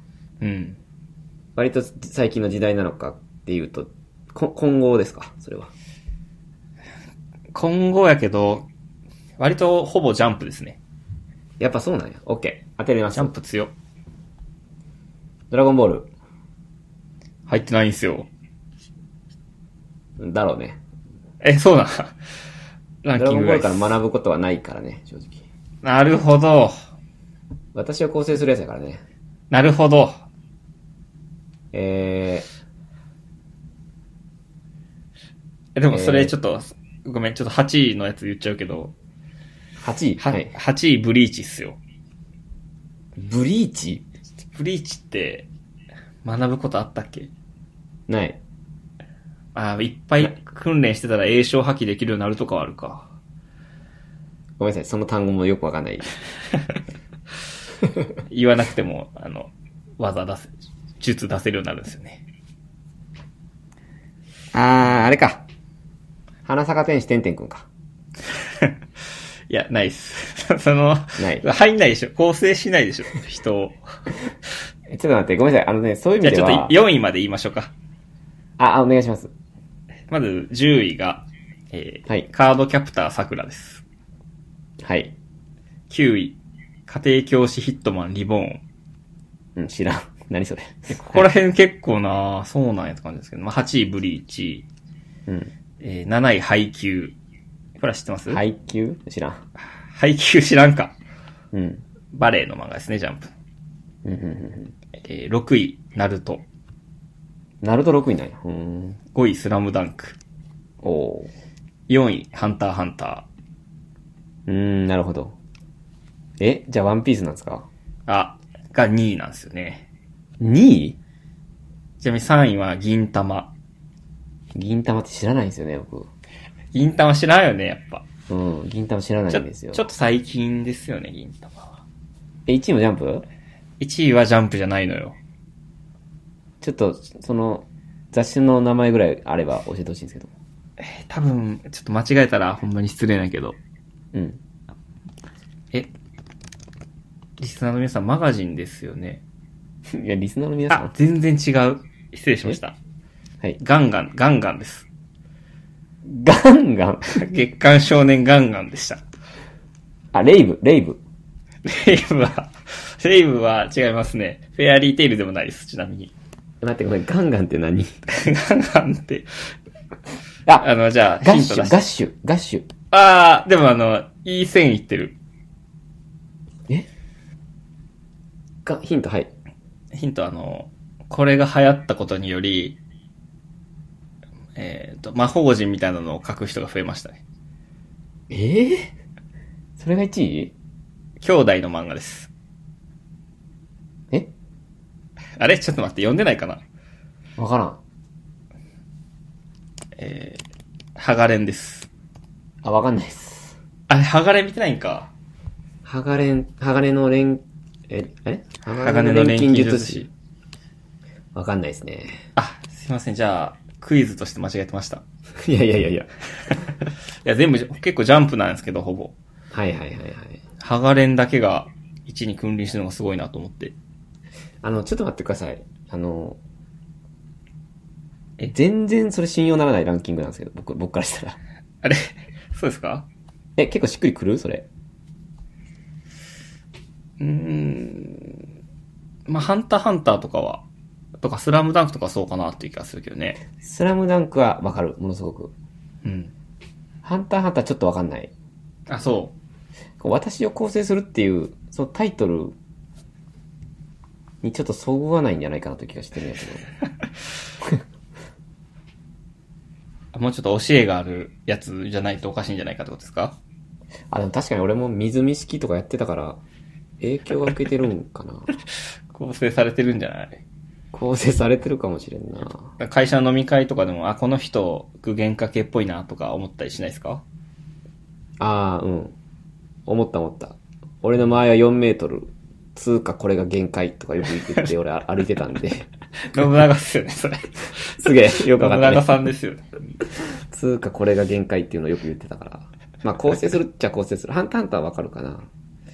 うん。
割と最近の時代なのかっていうと、こ混合ですかそれは。
今後やけど、割とほぼジャンプですね。
やっぱそうなんや。オッケー。当てれまし
ジャ
た
ン。プ強。
ドラゴンボール。
入ってないんですよ。
だろうね。
え、そうなんラン
ドラ
キ
ゴ
ン
ン
グ
ボール
外で
から
す
学ぶことはないからね、正直。
なるほど。
私は構成するやつやからね。
なるほど。
え
えでもそ
え
れ
ー
ちょっと、ごめん、ちょっと8位のやつ言っちゃうけど、
ー、8位。
は
はい。
8位ブリーチっすよ。
ブリーチ
ブリーチって、学ぶことあったっけ
ない。
ああ、いっぱい訓練してたら栄称破棄できるようになるとかはあるか。
ごめんなさい、その単語もよくわかんない。
言わなくても、あの、技出せ、術出せるようになるんですよね。
あー、あれか。花坂天使てんてんくんか。
いや、ないっす。 その、
ない
入んないでしょ。構成しないでしょ。人を。
えちょっと待って、ごめんなさい。あのね、そういう意
じゃ
味で
あちょっと
は。
4位まで言いましょうか。
あ、あ、お願いします。
まず10位が、えー
はい
カードキャプターさくらです。
はい。
9位、家庭教師ヒットマンリボーン。
うん、知らん。 何それ。
でここら辺結構な、そうなんやって感じですけど、まあ、8位ブリーチ、
うん。
えー7位配給。これは知ってます
配給知らん。
配給知らんか。
うん。
バレエの漫画ですね、ジャンプ。
うん、うん、うん。
えー6位、ナルト。
ナルト6位なんや。うーん。
5位、スラムダンク。
おー。
4位、ハンターハンタ
うーん、なるほど。え、じゃあワンピースなんですか
ー。あ、が2位なんですよね。
?2 位
ちなみに3位は銀玉。
銀玉って知らないんですよね、僕。
銀玉知らんよね、やっぱ。
うん、銀玉知らな
ち
い
ょ
んですよ。
ちょっと最近ですよね、銀玉は。
え、1位もジャンプ
1位はジャンプじゃないのよ。
ちょっと、その、雑誌の名前ぐらいあれば教えてほしいんですけど。
えー多分、ちょっと間違えたらほんまに失礼だけど。
うん。
え、リスナーの皆さん、マガジンですよね。
いや、リスナーの皆さ
あ
ん、。
全然違う。失礼しました。
はい。
ガンガン、ガンガンです。
ガンガン。
月刊少年ガンガンでした。
あ、レイブ、レイブ。
レイブは、レイブは違いますね。フェアリーテイルでもないです、ちなみに。
待って、ごめん、ガンガンって何
ガンガンって。あ
あ、
の、じゃあ、
ガッ
ヒン
シ
ト
ュ、
出
ガ
して。
ッシュ、ガッシュ。
あー、でもあの、いい線いってる。
えが、ヒント、はい。
ヒントあの、これが流行ったことにより、えっ、と、魔法人みたいなのを書く人が増えましたね。
ええそれが1位
兄弟の漫画です。
え
あれちょっと待って、読んでないかな
わからん。
えー、ハガレンです。
あ、わかんないっす。
あれ、ハガレン見てないんか
ハガレン、ハガレの錬、え、あれ
ハ
ハガ
ガ
レ
レン
の錬
の錬
金
金
術
術
師
師。。
わかんないですね。
あ、すいません、じゃあ、クイズとして間違えてました。い
いやいやいやいや。
や、全部、結構ジャンプなんですけど、ほぼ。
はいはいはいはい。
ハガレンだけが1に君臨してるのがすごいなと思って。
あの、ちょっと待ってください。あの、
え
全然それ信用ならないランキングなんですけど、僕、僕からしたら。
あれ そうですか
え、結構しっくりくるそれ。
うーん。まあ、ハンターハンターとかは、とか、スラムダンクとかそうかなっていう気がするけどね。
スラムダンクはわかる、ものすごく。
うん。
ハンターハンターちょっとわかんない。
あ、そ
こう私を構成するっていう、そのタイトルにちょっとそぐわないんじゃないかなという気がしてるんやけど。
う。もうちょっと教えがあるやつじゃないとおかしいんじゃないかってことですか
あ、でも確かに俺も水見式とかやってたから、影響が受けてるんかな。
構成されてるんじゃない
構成されてるかもしれんな。
会社の飲み会とかでも、あ、この人、具現化系っぽいなとか思ったりしないですか
ああ、うん。思った思った。俺の前は4メートル。通過これが限界とかよく言って、俺歩いてたん で。
信長っすよね、それ。
すげえ、よ
信
くわかった、
長
ね。
さんですよね。
通過これが限界っていうのをよく言ってたから。まあ構成するっちゃ構成する。ハンターハンターはわかるかな。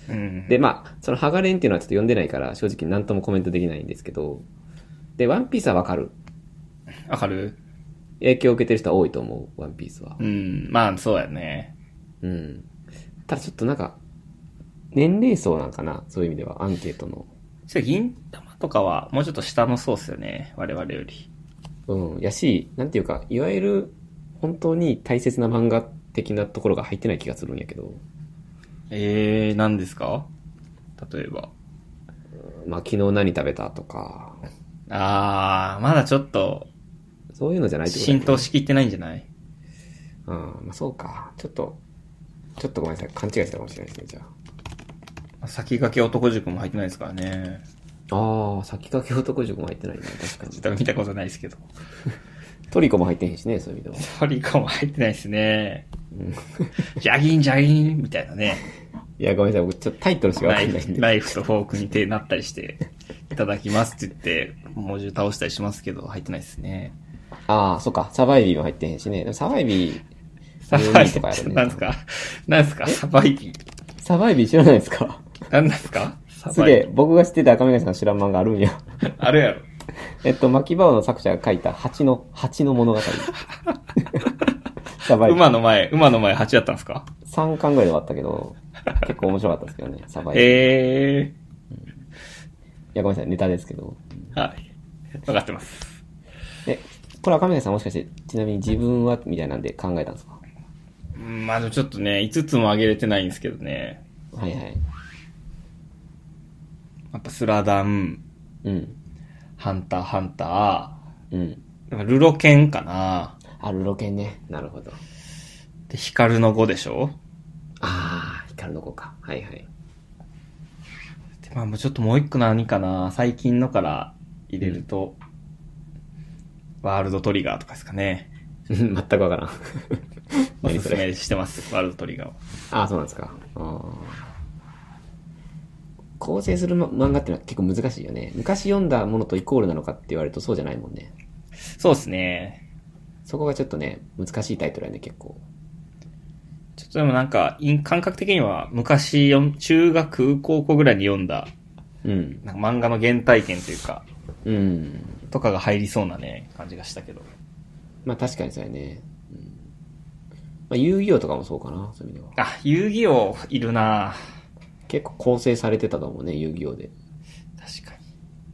うん。
で、まあ、そのハガレンっていうのはちょっと読んでないから、正直何ともコメントできないんですけど。で、ワンピースはわかる。
わかる
影響を受けてる人は多いと思う、ワンピースは
う。ん、まあ、そうやね。
うん。ただちょっとなんか、年齢層なんかな、そういう意味では、アンケートの。
ちょっと銀玉とかは、もうちょっと下の層っすよね、我々より。
うん。やし、なんていうか、いわゆる、本当に大切な漫画的なところが入ってない気がするんやけど、
えー、何ですか例えば。
まあ、昨日何食べたとか、
あー、まだちょっと、
そういうのじゃないってこと
浸透しきってないんじゃない
あまあ、そうか。ちょっと、ちょっとごめんなさい。勘違いしたかもしれないですね、じゃ
先駆け男塾も入ってないですからね。
あ。ああ、先駆け男塾も入ってないね。確か
ちょ
に
っ。と見たことないですけど。
トリコも入ってへんしね、そういう意味では。
トリコも入ってないですね。ジャギンジャギンみたいなね。
いや、ごめんなさい。僕、ちょっとタイトルしかわ
ナ
かん
イ
ないん
フ
で。
ナイフとフォークに手なったりして、いただきますって言って、文字倒したりしますけど、入ってないですね。
ああ、そうか。サバイビーも入ってへんしね。でもサバイビー、
サバイ
とかやるね
なんすかなんすかサバイビ
サバイビー知らないですか
なんなんすかサ
す
バ
げ
イ
え、僕が知ってた赤目がさんの知らん漫画あるんや。
ビあるやろ。
えっと、牧場の作者が書いた蜂の、蜂の 物語。サバイビー。
馬の前、馬の前8やったんすか
3巻ぐらいで終わったけど、結構面白かったですけどね、サバイビー。い
え
や、ごめんなさい、ネタですけど。
ー。はい。わかってます。
え、これ赤目さんもしかして、ちなみに自分は、みたいなんで考えたんですか
うんまあでもちょっとね、5つも上げれてないんですけどね。
はいはい。
やっぱスラダン、
うん。
ハンター、ハンタ
うん。
ー、ルロケンかな。
あ、ルロケンね。なるほど。
で、ヒカルの5でしょ
あー、光の子か。はいはい。
で、まあもうちょっともう一個何かな。最近のから入れると、ワールドトリガーとかですかね。
全くわからん。
おすすめしてます、ワールドトリガーを。
ああ、そうなんですか。あー構成する、ま、漫画ってのは結構難しいよね。昔読んだものとイコールなのかって言われるとそうじゃないもんね。
そうですね。
そこがちょっとね、難しいタイトルやね、結構。
ちょっとでもなんか、いん感覚的には昔よん、中学、高校ぐらいに読んだ、
うん。
なんか漫画の原体験というか、
うん。
とかが入りそうなね、感じがしたけど。
まあ確かにそうやね。うんまあ遊戯王とかもそうかな、そういう意味では。
あ、遊戯王いるな
結構構成されてたと思うね、遊戯王で。
確かに。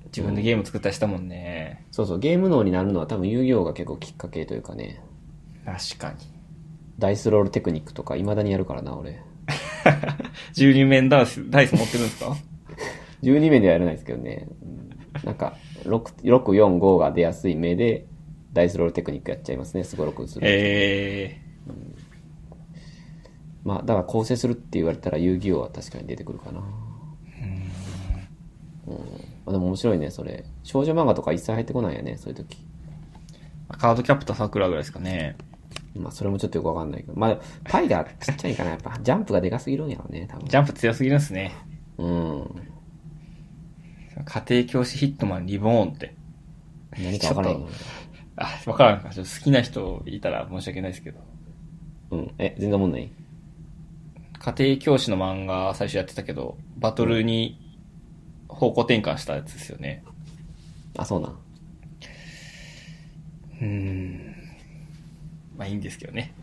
自分でゲーム作ったりしたもんね。
そうそう、ゲーム脳になるのは多分遊戯王が結構きっかけというかね。
確かに。
ダイスロールテクニックとか未だにやるからな、俺。
12面ダイス、ダイス持ってるんですか
12面ではやらないですけどね。うんなんか、6、6 4、5が出やすい目で、ダイスロールテクニックやっちゃいますね、すごろくする。
え
まあ、だから構成するって言われたら遊戯王は確かに出てくるかな。うん。まあ、でも面白いね、それ。少女漫画とか一切入ってこないよね、そういう時。
ー、カードキャプター桜ぐらいですかね。
まあ、それもちょっとよくわかんないけど。まあ、パイがちっちゃいかな、やっぱ。ジャンプがでかすぎるんやろね、多分。
ジャンプ強すぎるんすね。
うん。
家庭教師ヒットマンリボーンって。
何かわからないけど。
あ、わからんか。ちょっと好きな人いたら申し訳ないですけど。
うん。え、全然思んない
家庭教師の漫画最初やってたけど、バトルに方向転換したやつですよね。
あ、そうなん。
うーん。まあいいんですけどね。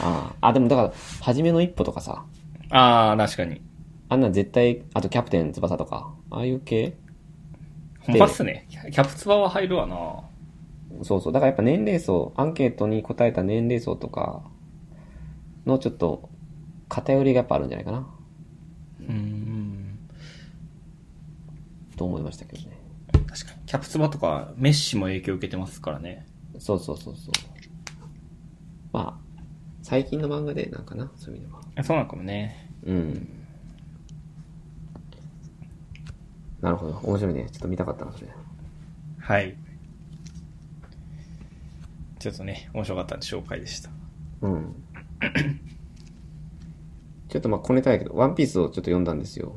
ああ。あ、でもだから、初めの一歩とかさ。
あー、確かに。
あんなん絶対、あとキャプテン翼とか、ああいう系
ほんまっすね。キャキャプツバは入るわな
そうそう。だからやっぱ年齢層、アンケートに答えた年齢層とかのちょっと偏りがやっぱあるんじゃないかな
うん。
と思いましたけどね。
確かに。キャプツバとか、メッシも影響受けてますからね。
そうそうそうそう。まあ、最近の漫画でなんかな、そういう意味では。
そうなんかもね。
うん。なるほど。面白いね。ちょっと見たかったな、それ。
はい。ちょっとね、面白かったんで紹介でした。
うん。ちょっとまあ、小ネタやけど、ワンピースをちょっと読んだんですよ。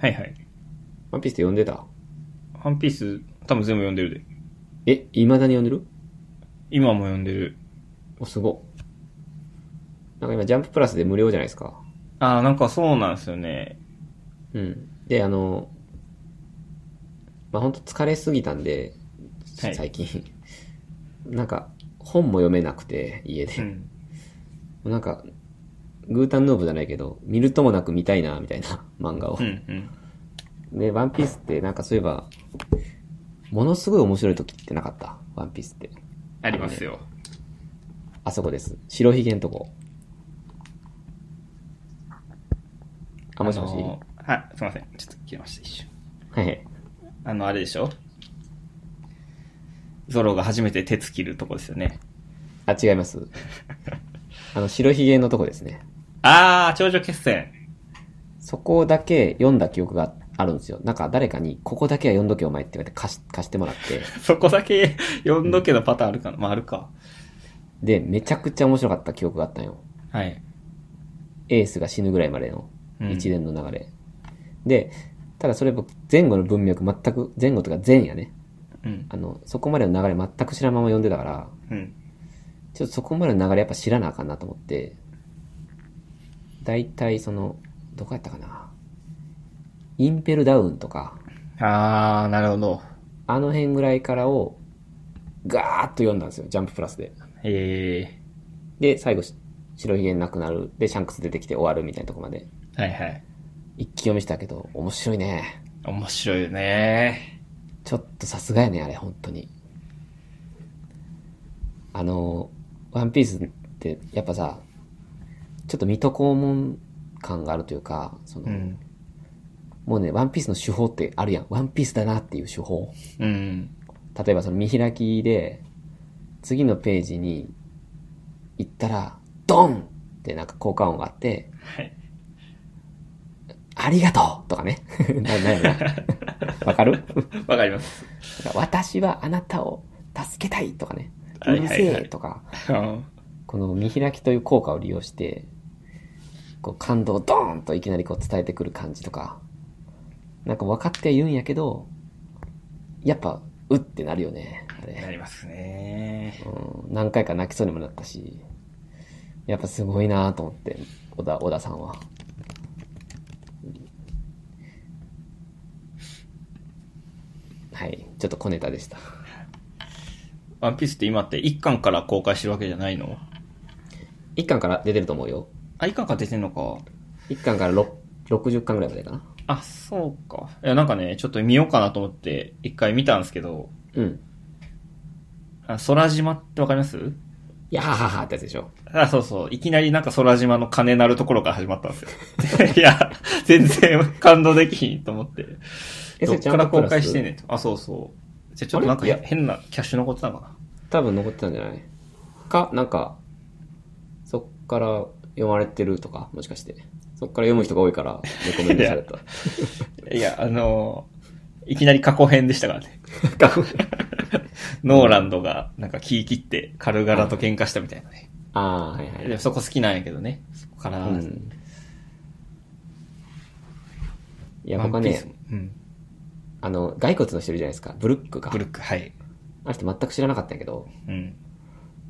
はいはい。
ワンピースって読んでた
ワンピース、多分全部読んでるで。
え、未だに読んでる
今も読んでる。
お、すごっ。なんか今、ジャンププラスで無料じゃないですか。
ああ、なんかそうなんですよね。
うん。で、あの、まあ、ほんと疲れすぎたんで、
はい
最近、なんか、本も読めなくて、家
う
で。
ん。
なんか、グータンヌーブじゃないけど、見るともなく見たいな、みたいな漫画を
うん、う。ん。
で、ワンピースって、なんかそういえば、ものすごい面白い時ってなかったワンピースって。
ありますよ。
あそこです。白ひげんとこ。あ、もしもし、
あのはい、すいません。ちょっと切れました、一瞬。
はいはい。
あの、あれでしょゾロが初めて手つ切るとこですよね。
あ、違い ます。あの、白ひげのとこですね。
あー、頂上決戦。
そこだけ読んだ記憶があるんですよ。なんか誰かに、ここだけは読んどけお前って言われて貸し貸してもらって。
そこだけ 読んどけのパターンあるかな。まあ、あるか。
で、めちゃくちゃ面白かった記憶があったんよ。
はい。
エースが死ぬぐらいまでの
うん
一連の流れ。で、ただそれ僕、前後の文脈全く、前後というか前やね。
うん。
あの、そこまでの流れ全く知らんまま読んでたから、
うん。
ちょっとそこまでの流れやっぱ知らなあかんなと思って、だいたいその、どこやったかな。インペルダウンとか、
あー、なるほど。
あの辺ぐらいからを、ガーッと読んだんですよ、ジャンププラスで。
え
で、最後、し白ひげなくなる。で、シャンクス出てきて終わるみたいなとこまで。
ー。はいはい。
一気読みしたけど、面白いね。
面白いよね。
ちょっとさすがやね、あれ、本当に。あの、ワンピースって、やっぱさ、ちょっと水戸黄門感があるというか、その、
うん。
もうね、ワンピースの手法ってあるやん。ワンピースだなっていう手法。
うん。
例えばその見開きで、次のページに行ったら、ドンってなんか効果音があって、
はい。
ありがとうとかね。 な、なんやろな。わかる
わかり ます。
だから私はあなたを助けたいとかね。う
はい
る
は
せ
いはい
えとか、
うん
この見開きという効果を利用して、こう感動をドーンといきなりこう伝えてくる感じとか、なんか分かってはいるんやけど、やっぱ、うってなるよね。あれ
なりますね。
うん、何回か泣きそうにもなったし、やっぱすごいなと思って、小田、小田さんは。はい、ちょっと小ネタでした。
ワンピースって今って1巻から公開してるわけじゃないの
1巻から出てると思うよ。
あ、1巻から出てんのか。
1巻からろ60巻ぐらいまでかな。
あ、そうか。いや、なんかね、ちょっと見ようかなと思って、一回見たんですけど、
うん。
あ空島ってわかります
いやはははってやつでしょ。
あ、そうそう。いきなりなんか空島の鐘鳴るところから始まったんですよ。 いや、全然感動できひんと思って。
えそれ
どっから公
ジャンププラ
開
ス
してんねんと。あ、そうそう。じゃ、ちょっとなんか
あれいや
変なキャッシュ残ってたのか
多分残ってたんじゃないか、なんか、そっから読まれてるとか、もしかして。そっから読む人が多いから、レコメンドされた。
な。いや、あのーいきなり過去編でしたからね。
学校
ノーランドがなんか気切ってカルガラと喧嘩したみたいなね。
ああ、はいはい。
でそこ好きなんやけどね。そこから。
うん。いや、
ワ
僕は
ンピースも
ね、
うん。
あの、骸骨の人いるじゃないですか。ブルックか。
ブルック、はい。
あの人全く知らなかったんやけど、
うん。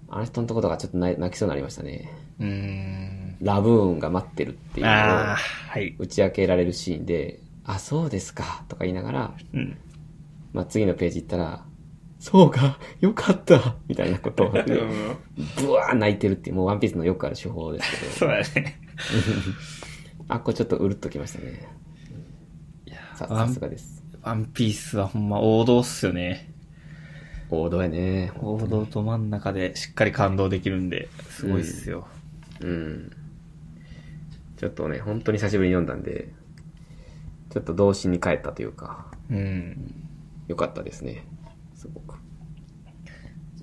あの人のとことかちょっと泣泣きそうになりましたね。
うーん。
ラブーンが待ってるっていうのを
ああ、はい。
打ち明けられるシーンで、あ、そうですか、とか言いながら、
うん。
まあ、次のページ行ったら、そうか、 よかった、みたいなこと を、
う
ブ
ん
ワー泣いてるっていう、もうワンピースのよくある手法ですけど、
そうだね。
あ、これちょっとうるっときましたね。さ、
ワン
さすがです。
ワンピースはほんま王道っすよね。
王道やね。
王道と真ん中でしっかり感動できるんで、すごいっすよ。
うん。ちょっとね、本当に久しぶりに読んだんで、ちょっと童心に帰ったというか、
うん。
良かったですね。すごく。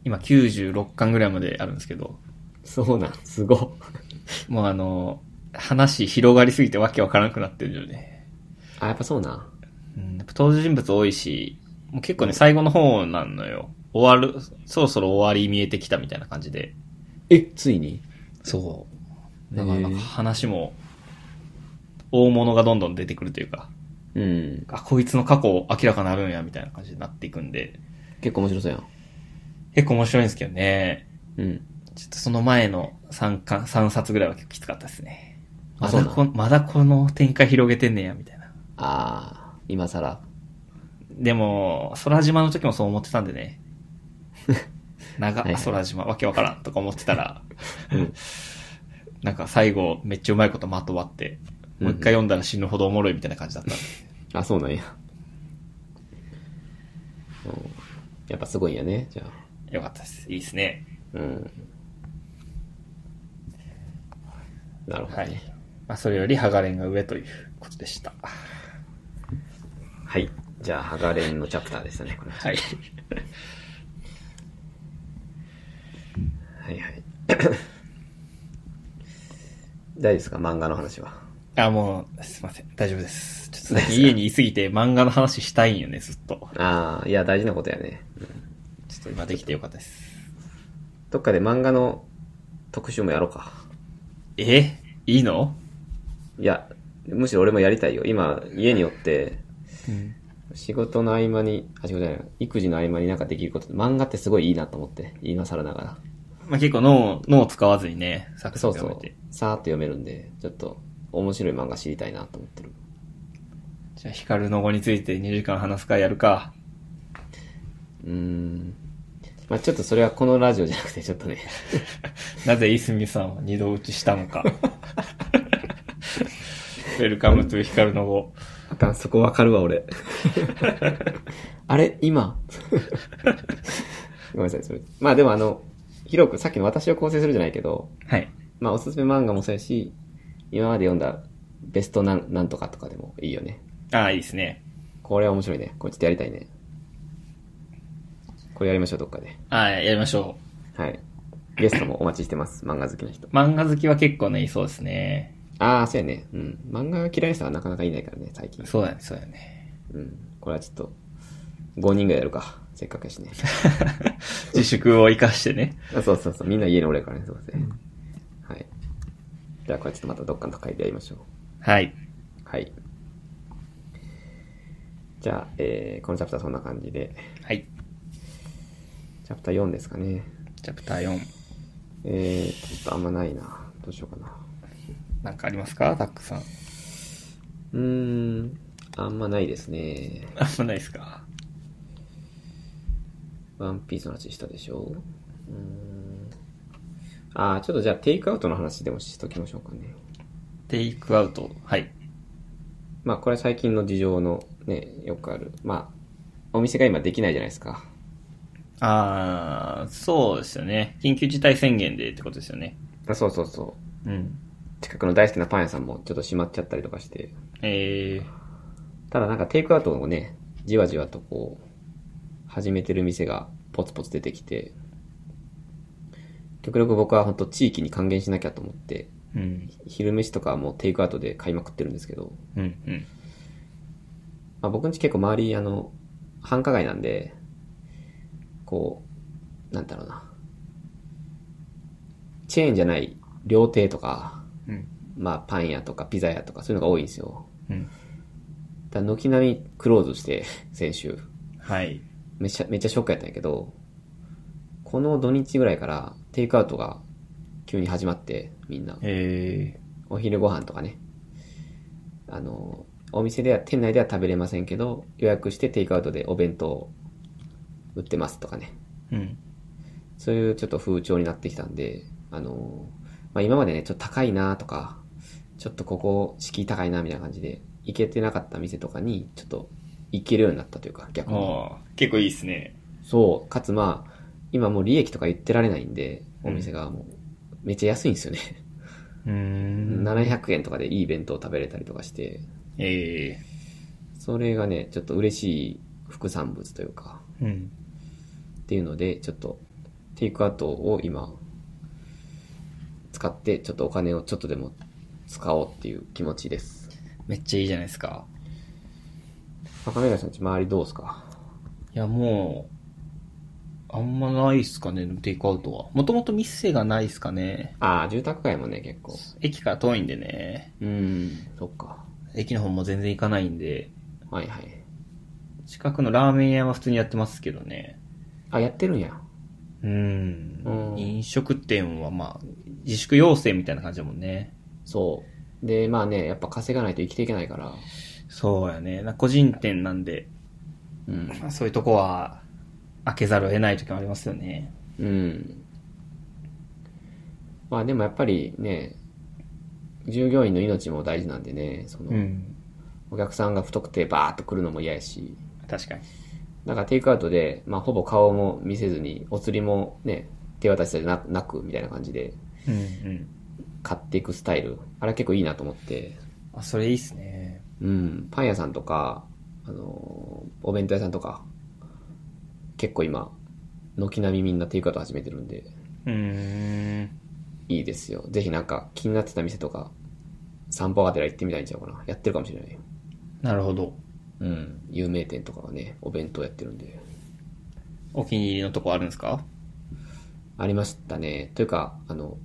今96巻ぐらいまであるんですけど、
そうなん、すごっ。
もうあの、話広がりすぎてわけわからなくなってるよね。
あ、やっぱそうなん。
うん、やっぱ登場人物多いし、もう結構ね、最後の方なのよ。終わる、そろそろ終わり見えてきたみたいな感じで。
え、ついに
そう。
へ
だ
ー
からなんか話も、大物がどんどん出てくるというか、
うん。
あ、こいつの過去明らかになるんや、みたいな感じになっていくんで、
結構面白そうやん。
結構面白いんですけどね。
うん。
ちょっとその前の3巻、3冊ぐらいは結構きつかったですね。
あ
ま
そう
だ
なの
こ、まだこの展開広げてんねや、みたいな。
あー、今更。
でも、空島の時もそう思ってたん でね。長、
はいはい
空島、わけわからんとか思ってたら、
うん
なんか最後、めっちゃうまいことまとまって、もう一回読んだら死ぬほどおもろいみたいな感じだったんで。
あ、そうなんや。うんやっぱすごいんやね、じゃあ。
よかったです。いいですね。
うん。なるほど、
は
ね。
い。まあ、それより、ハガレンが上ということでした。
はい。じゃあ、ハガレンのチャプターでしたね、これは。
はい。
はいはい。 大丈夫ですか漫画の話は。
あ、もう、すいません。大丈夫です。ちょっと最近家にいすぎて漫画の話したいんよね、ずっと。
ああ、いや、大事なことやね。
ちょっと今できてよかったです。
どっかで漫画の特集もやろうか。
えいいの
いや、むしろ俺もやりたいよ。今、家によって、
うん。
仕事の合間に、あ、仕事じゃない、育児の合間になんかできること、漫画ってすごいいいなと思って、今更ながら。
まあ、結構脳、脳を使わずにね、サクサ
そう
ク
そ
読め
う
て。。
さーっと読めるんで、ちょっと、面白い漫画知りたいなと思ってる。
じゃあ、ヒカルの語について2時間話すかやるか。
うーん。まあちょっとそれはこのラジオじゃなくて、ちょっとね、
なぜイスミさんは二度打ちしたの か。ウェルカムトゥヒカルの語。
あかん、そこわかるわ、俺。 あれ今 ごめんなさい、それ。まあでもあの、広く、さっきの私を構成するじゃないけど、
はい。
まあおすすめ漫画もそうやし、今まで読んだベストなんなんとかとかでもいいよね。
ああ、いいですね。
これは面白いね。これちょっとやりたいね。これやりましょう、どっかで。
ああ、やりましょ
はい。ゲストもお待ちしてます、漫画好きな人
う。。漫画好きは結構ね、いそうですね。
ああ、そうやね。うん。漫画が嫌いな人はなかなかいないからね、最近。
そうだね、そうだね。
うん。これはちょっと、5人ぐらいやるか。せっかくやしね。
自粛を生かしてね。
あそうそうそう。みんな家におれるからね、すいません。はい。じゃあ、これちょっとまたどっかの会でやりましょう。
はい。
はい。じゃあ、えー、このチャプターそんな感じで、
はい。
チャプター4ですかね。
チャプター4。
えー、ちょっとあんまないな。どうしようかな。
なんかありますかタックさん。
うーん、あんまないですね。
あんまないですか
ワンピースの話したでしょうーん。あー、ちょっとじゃあ、テイクアウトの話でもしときましょうかね。
テイクアウト。はい。
まあこれ最近の事情のね、よくある。まあ、お店が今できないじゃないですか。
あー、そうですよね。緊急事態宣言でってことですよね。
あそうそうそう。
うん。
近くの大好きなパン屋さんもちょっと閉まっちゃったりとかして。
え
ただなんかテイクアウトをね、じわじわとこう、始めてる店がポツポツ出てきて、極力僕は本当地域に還元しなきゃと思って、
ー、うん。
昼飯とかはもうテイクアウトで買いまくってるんですけど、
うん、うん。
まあ、僕んち結構周り、あの、繁華街なんで、こう、なんだろうな。チェーンじゃない料亭とか、
うん。
まあパン屋とかピザ屋とかそういうのが多いんですよ。
うん。
だから軒並みクローズして、 先週。
はい。
めっちゃ、めっちゃショックやったんやけど、この土日ぐらいからテイクアウトが急に始まって、みんな。
え
お昼ご飯とかね。あの、お店では、店内では食べれませんけど、予約してテイクアウトでお弁当売ってますとかね。
ー、うん。
そういうちょっと風潮になってきたんで、あの、まあ、今までね、ちょっと高いなとか、ちょっとここ敷居高いなみたいな感じで、行けてなかった店とかに、ちょっといけるようになったというか、逆に。
あー結構いいですね。
そう。かつまあ、今もう利益とか言ってられないんで、お店がもう、めっちゃ安いんですよね。
うーん。
700円とかでいい弁当食べれたりとかして、
ええ
それがね、ちょっと嬉しい副産物というか、
うん。
っていうので、ちょっと、テイクアウトを今、使って、ちょっとお金をちょっとでも使おうっていう気持ちです。
めっちゃいいじゃないですか。
赤目がさんち周りどうですか
いや、もう、あんまないっすかね、テイクアウトは。もともと店がないっすかね。
ああ、住宅街もね、結構。
駅から遠いんでね。
うん、そっか。
駅の方も全然行かないんで。
はいはい。
近くのラーメン屋は普通にやってますけどね。
あ、やってるんや。
うん
うん
飲食店はまあ、自粛要請みたいな感じだもんね。
そう。で、まあね、やっぱ稼がないと生きていけないから、
そうやね。な個人店なんで、
うん。
まあそういうとこは、開けざるを得ない時もありますよね。
うん。まあでもやっぱりね、従業員の命も大事なんでね、その、
ん。
お客さんが太くてバーっと来るのも嫌やし、
確かに。
だからテイクアウトで、まあほぼ顔も見せずに、お釣りもね、手渡しじゃななくみたいな感じで
うんうん。
買っていくスタイル。あれ結構いいなと思って、
あ、それいいっすね。
うん、パン屋さんとか、あのーお弁当屋さんとか、結構今、軒並みみんなテイクアウト始めてるんで、
うーん。
いいですよ。ぜひなんか気になってた店とか、散歩がてら行ってみたいんちゃうかな。やってるかもしれないよ。
なるほど。
うん。有名店とかはね、お弁当やってるんで。
お気に入りのとこあるんですか
ありましたね。というか、あの、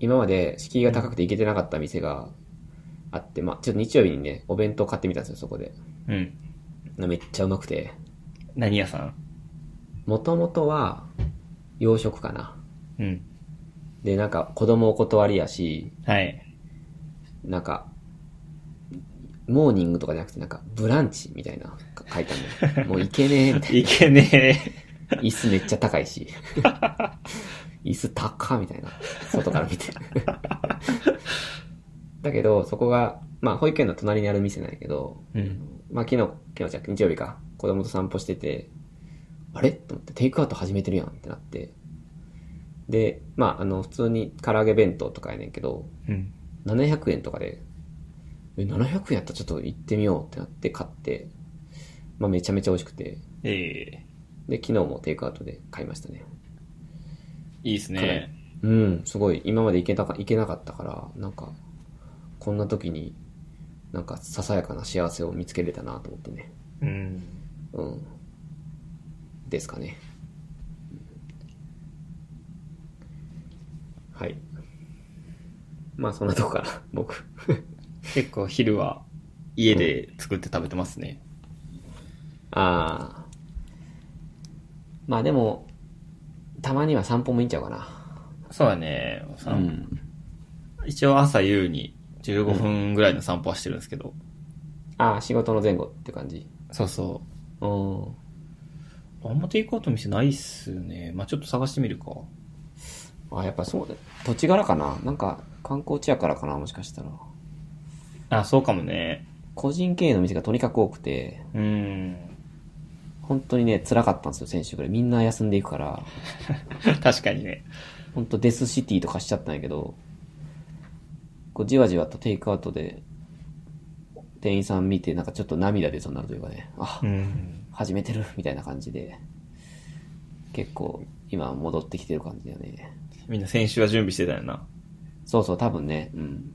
今まで敷居が高くて行けてなかった店があって、まあちょっと日曜日にね、お弁当買ってみたんですよ、そこで。
うん。
めっちゃうまくて。
何屋さん
もともとは、洋食かな。
うん。
で、なんか子供お断りやし、
はい。
なんか、モーニングとかじゃなくてなんか、ブランチみたいなか書いてあるの。もういけねえみたい
いけね
な。 椅子めっちゃ高いし。 椅子高っみたいな。外から見て。 だけど、そこが、まあ保育園の隣にある店なんやけど、
え。うん。
まあ昨日、昨日じゃなくて日曜日か、子供と散歩してて、あれと思ってテイクアウト始めてるやんってなって。で、まああの、普通に唐揚げ弁当とかやねんけど、
うん。
700円とかで、え、700円やったらちょっと行ってみようってなって買って、まあめちゃめちゃ美味しくて、
ええ
で、昨日もテイクアウトで買いましたね。
いいっす
かなり
ね。
うん、すごい、今まで行けたか、行けなかったから、なんか、こんな時に、なんかささやかな幸せを見つけれたなと思ってね。
うん。
うん。ですかね。はい。まあそんなとこかな、 僕。
結構昼は家で作って食べてますね。
ああ。まあでも、たまには散歩もいいんちゃうかな。
そうだね。さ一応朝夕に15分ぐらいの散歩はしてるんですけど。
ああ、仕事の前後って感じ。
そうそ
うん。
う。あんまテイクアウト店ないっすね。まあちょっと探してみるか。
あやっぱそうだ。土地柄かななんか、観光地やからかなもしかしたら。
あ、そうかもね。
個人経営の店がとにかく多くて、
うん。
本当にね、辛かったんですよ、先週ぐらい。みんな休んでいくから、
確かにね。
本当デスシティとかしちゃったんやけど、こうじわじわとテイクアウトで、店員さん見て、なんかちょっと涙出そうになるというかね、あ、
ん。
始めてるみたいな感じで、結構今戻ってきてる感じだよね。
みんな先週は準備してたよな。
そうそう、多分ね、うん。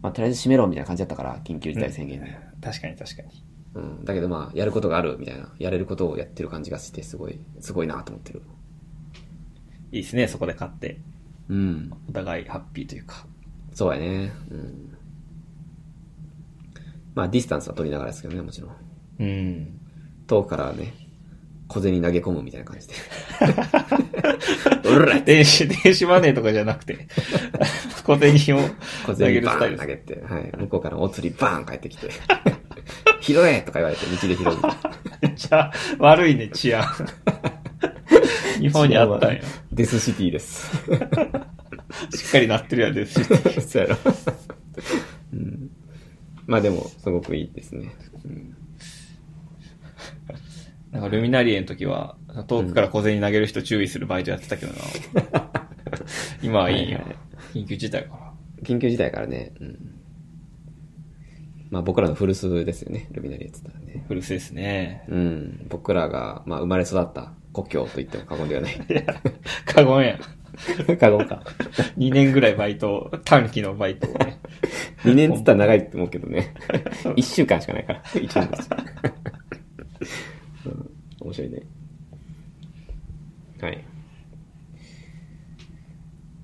まあ、とりあえず閉めろみたいな感じだったから、緊急事態宣言で。
確かに確かに。
うん。だけどまあ、やることがあるみたいな、やれることをやってる感じがして、すごい、すごいなと思ってる。
いいっすね、そこで買って。
うん。
お互いハッピーというか。
そうやね。うん。まあ、ディスタンスは取りながらですけどね、もちろん。
うん。
遠くからね、小銭投げ込むみたいな感じで。おらっ
電子、電子マネーとかじゃなくて、 小銭を
小
投げ
銭
るス
バ
タ
ー
イル
ン投げて、はい、向こうからお釣りバーン返ってきて、拾えとか言われて、道で拾う。
め っちゃ悪いね、治安。日本にあったんよ。
デスシティです。
しっかりなってるやんですし。
そうや ろ。うん、まあでも、すごくいいですね。うん
なんかルミナリエの時は、遠くから小銭投げる人注意するバイトやってたけ どな。今はいいよ
はいはい。
緊急事態から。
緊急事態からね、うん。まあ僕らの古巣ですよね、ルミナリエって言ったらね。
古巣ですね。
うん。僕らが、まあ生まれ育った故郷と言っても過言ではない。
過言や。
過言か。
2年ぐらいバイト、短期のバイトをね。
2年っつったら長いと思うけどね。1週 間しかないから。1年です、 うん。面白いね。はい。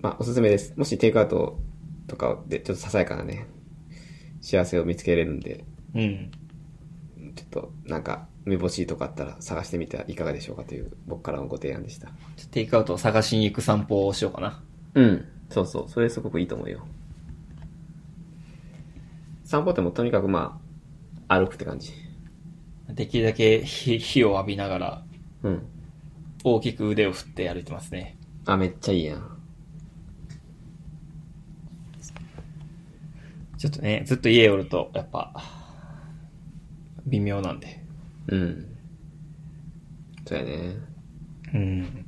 まあ、おすすめです。もしテイクアウトとかで、ちょっとささやかなね、幸せを見つけれるんで、
うん。
ちょっと、なんか、梅干しとかあったら探してみてはいかがでしょうかという、僕からのご提案でした。
テイクアウトを探しに行く散歩をしようかな。
うん。そうそう。それすごくいいと思うよ。散歩ってもうとにかくまあ、歩くって感じ。
できるだけ火火を浴びながら、
うん。
大きく腕を振って歩いてますね。
あ、めっちゃいいやん。
ちょっとね、ずっと家おると、やっぱ、微妙なんで。
うん。そうやね。
うん。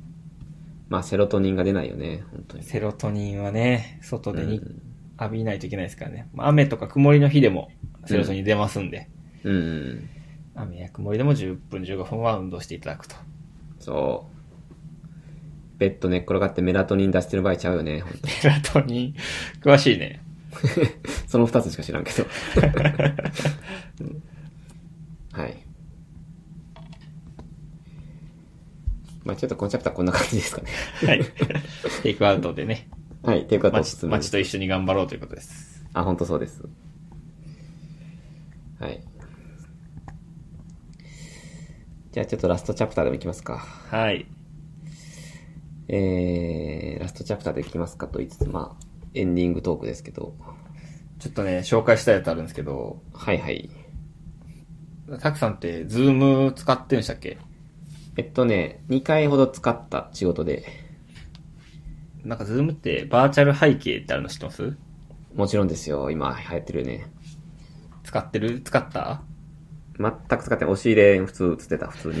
まあ、セロトニンが出ないよね。本当に。
セロトニンはね、外でに、
うん
浴びないといけないですからね。まあ雨とか曇りの日でもセロトニン出ますんで、
うん。
雨や曇りでも10分15分は運動していただくと。
そう。ベッド寝っ転がってメラトニン出してる場合ちゃうよね。ほんと
セロトニン、詳しいね。
その二つしか知らんけど。うんはい。まあちょっとこのチャプターこんな感じですかね。
はい。 テイクアウトでね、
はい。ということでおすす
街
め
街と一緒に頑張ろうということです。
あ、本当そうです。はい。じゃあちょっとラストチャプターでもいきますか。
はい。
えー、ラストチャプターでいきますかと言いつつ、まあ、エンディングトークですけど。
ちょっとね、紹介したいやつあるんですけど、
はいはい。
たくさんって、ズーム使ってるんでしたっけ
えっとね、2回ほど使った仕事で、
なんかズームってバーチャル背景ってあるの知ってます
もちろんですよ、今流行ってるよね。
使ってる使った
全く使ってない。押し入れ普通映ってた、普通 に。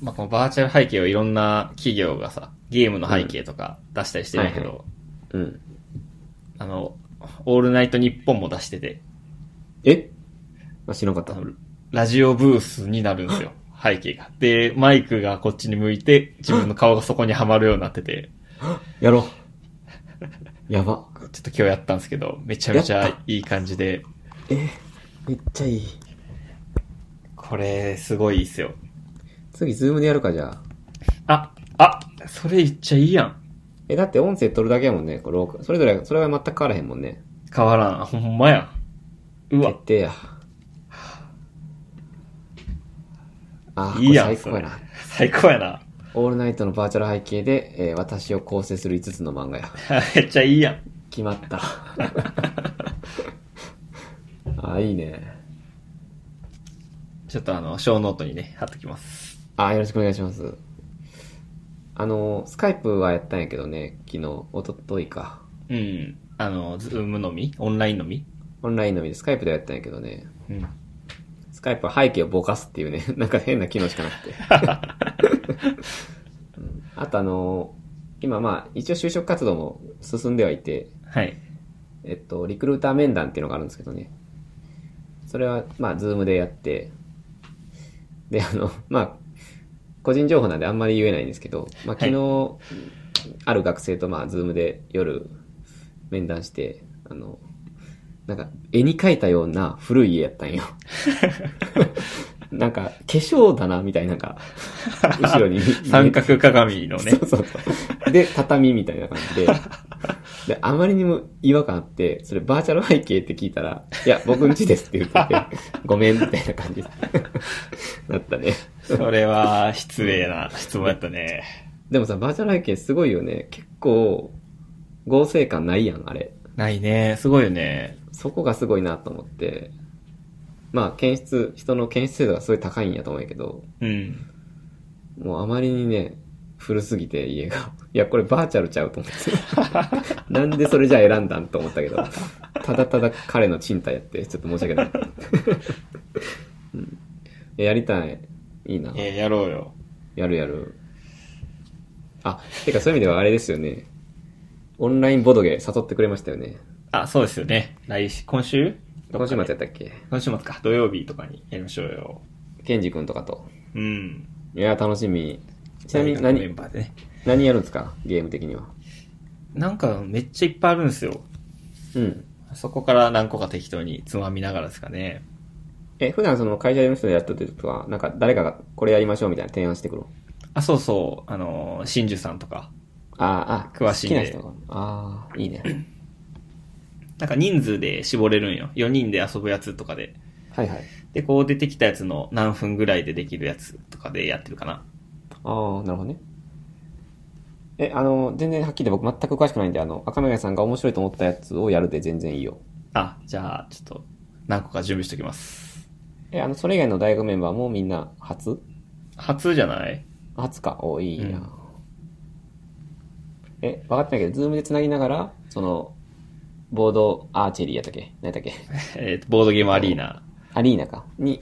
まあ、このバーチャル背景をいろんな企業がさ、ゲームの背景とか出したりしてるんだけど、
はいはうん。
あの、オールナイトニッポンも出してて、
えあ、知らなかった
あ。のラジオブースになるんですよ、背景が。で、マイクがこっちに向いて、自分の顔がそこにはまるようになってて、
やろう。やば。
ちょっと今日やったんですけど、めちゃめち
や
ゃ
った
いい感じで、
めっちゃいい。
これ、すごいいいっすよ。
次、ズームでやるか、じゃあ。
あ、あ、それ言っちゃいいやん。
え、だって音声取るだけやもんね、これ録音、それぞれ、それは全く変わらへんもんね。
変わらん。ほんまやん。うわ
決、定や。あー、
いいやん
これ最高やな。
最高やな。
オールナイトのバーチャル背景で、えー私を構成する5つの漫画や。
めっちゃいいやん。
決ま った。あー、いいね。
ちょっとあの、小ノートにね、貼っときます。
あ、よろしくお願いします。あの、スカイプはやったんやけどね、昨日、一昨日か。
うん。あの、ズームのみオンラインのみ
オンラインのみで、スカイプではやったんやけどね、
うん。
スカイプは背景をぼかすっていうね、 なんか変な機能しかなくて。うんあとあの、今まあ、一応就職活動も進んではいて、
はい。
えっと、リクルーター面談っていうのがあるんですけどね。それは、まあ、ズームでやって、で、あの、 まあ、個人情報なんであんまり言えないんですけど、まあ、昨日、ある学生と、まあ、ズームで夜、面談して、あの、なんか、絵に描いたような古い家やったんよ。なんか、化粧だな、みたいな、なんか、後ろに
三角鏡のね
そ。うそうそう。で、畳みたいな感じで。で、あまりにも違和感あって、それバーチャル背景って聞いたら、いや、僕ん家ですって言ってて、ごめん、みたいな感じでなったね。
それは、失礼な質問やったね。
でもさ、バーチャル背景すごいよね。結構、合成感ないやん、あれ。
ないね。すごいよね。
そこがすごいなと思って。まあ、検出、人の検出度がすごい高いんやと思うんやけど、
うん。
もうあまりにね、古すぎて家が。 いや、これバーチャルちゃうと思って。 なんでそれじゃあ選んだんと思ったけど、ただただ彼の賃貸やって、ちょっと申し訳ない。うんややりたい。いいな。
えーやろうよ。
やるやる。あ、てかそういう意味ではあれですよね。オンラインボドゲ誘ってくれましたよね。
あ、そうですよね。来週、今週
今週末やったっけ
今週末か。土曜日とかにやりましょうよ。
ケンジ君とかと。
うん。
いや、楽しみ。ちなみに
大学のメ
何
ン、バーでね。
何やるんですかゲーム的には。
なんかめっちゃいっぱいあるんですよ。
うん。
そこから何個か適当につまみながらですかね。
え、普段その会社の人でやった時とか、なんか誰かがこれやりましょうみたいな提案してくるの
あ、そうそう。あのー、真珠さんとか。
あーあ、
詳しい
好き
ね
な人が。ああ、いいね。
なんか人数で絞れるんよ。4人で遊ぶやつとかで。
はいはい。
で、こう出てきたやつの何分ぐらいでできるやつとかでやってるかな。
ああ、なるほどね。え、あの、全然はっきり言って僕全く詳しくないんで、あの、赤目さんが面白いと思ったやつをやるで全然いいよ。
あ、じゃあ、ちょっと何個か準備しときます。
え、あの、それ以外の大学メンバーもみんな初
初じゃない
初か。おいいな、
うん
え、分かってないけど、ズームで繋ぎながら、その、ボードアーチェリーやったっけ何やったっけ
えっ、と、ボードゲームアリーナ。
アリーナか。に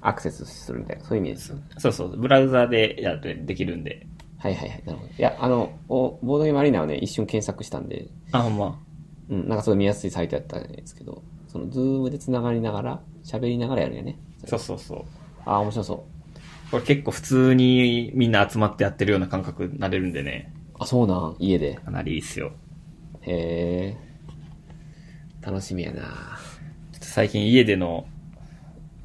アクセスするみたいな、そういう意味です。
そうそう、ブラウザでやってできるんで。
はいはいはい。なるほど。いや、あの、おボードゲームアリーナはね、一瞬検索したんで、
あ、ほんま。
うん、なんかすごい見やすいサイトやったんですけど、その、ズームで繋がりながら、喋りながらやるよね。
そうそうそう。
ああ、面白そう。
これ結構普通にみんな集まってやってるような感覚になれるんでね。
あ、そうなん、家で。
かなりいいっすよ。
へえ。楽しみやな
ちょっと最近家での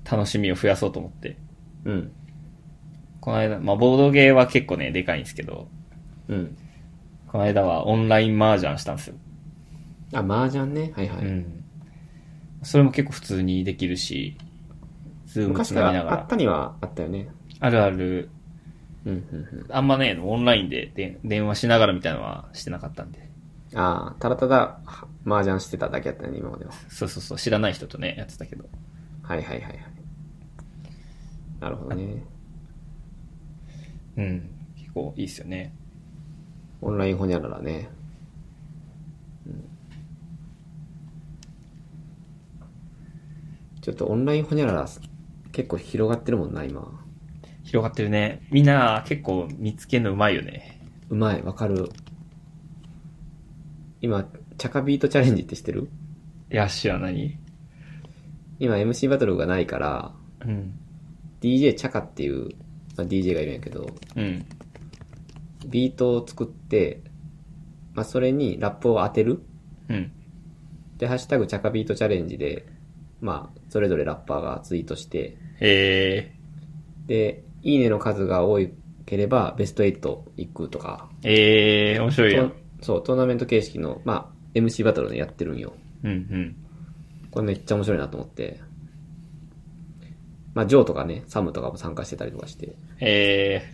楽しみを増やそうと思って。
うん。
この間、まあ、ボードゲーは結構ね、でかいんですけど、
うん。
この間はオンライン麻雀したんですよ。
あ、麻雀ね。はいはい。
うん。それも結構普通にできるし、ズーム
昔
つ
か
なぎなが
らあ
ら
っ。たにはあったよね。
あるある。
うん、うん、
あんまね、オンラインでで電話しながらみたいなのはしてなかったんで。
うん。ああ、ただただは麻雀してただけやったね、今までは。
そうそうそう、知らない人とね、やってたけど。
はいはいはいはい。なるほどね。
うん。結構いいっすよね。
オンラインホニャララね。うんちょっとオンラインホニャララ結構広がってるもんな、今。
広がってるね。みんな結構見つけるのうまいよね。
うまい、わかる。今、チャカビートチャレンジって知ってる
いや、知らない。
今 MC バトルがないから、
うん。
DJ チャカっていう、まあ、DJ がいるんやけど、
うん。
ビートを作って、まあ、それにラップを当てる
うん。
で、ハッシュタグチャカビートチャレンジで、まあ、それぞれラッパーがツイートして、
え
で、いいねの数が多ければベスト8行くとか、
ー、えー、面白いよ
と。そう、トーナメント形式の、まあ、MC バトルね、やってるんよ。
うんうん。
これめっちゃ面白いなと思って。まあ、ジョーとかね、サムとかも参加してたりとかして、
え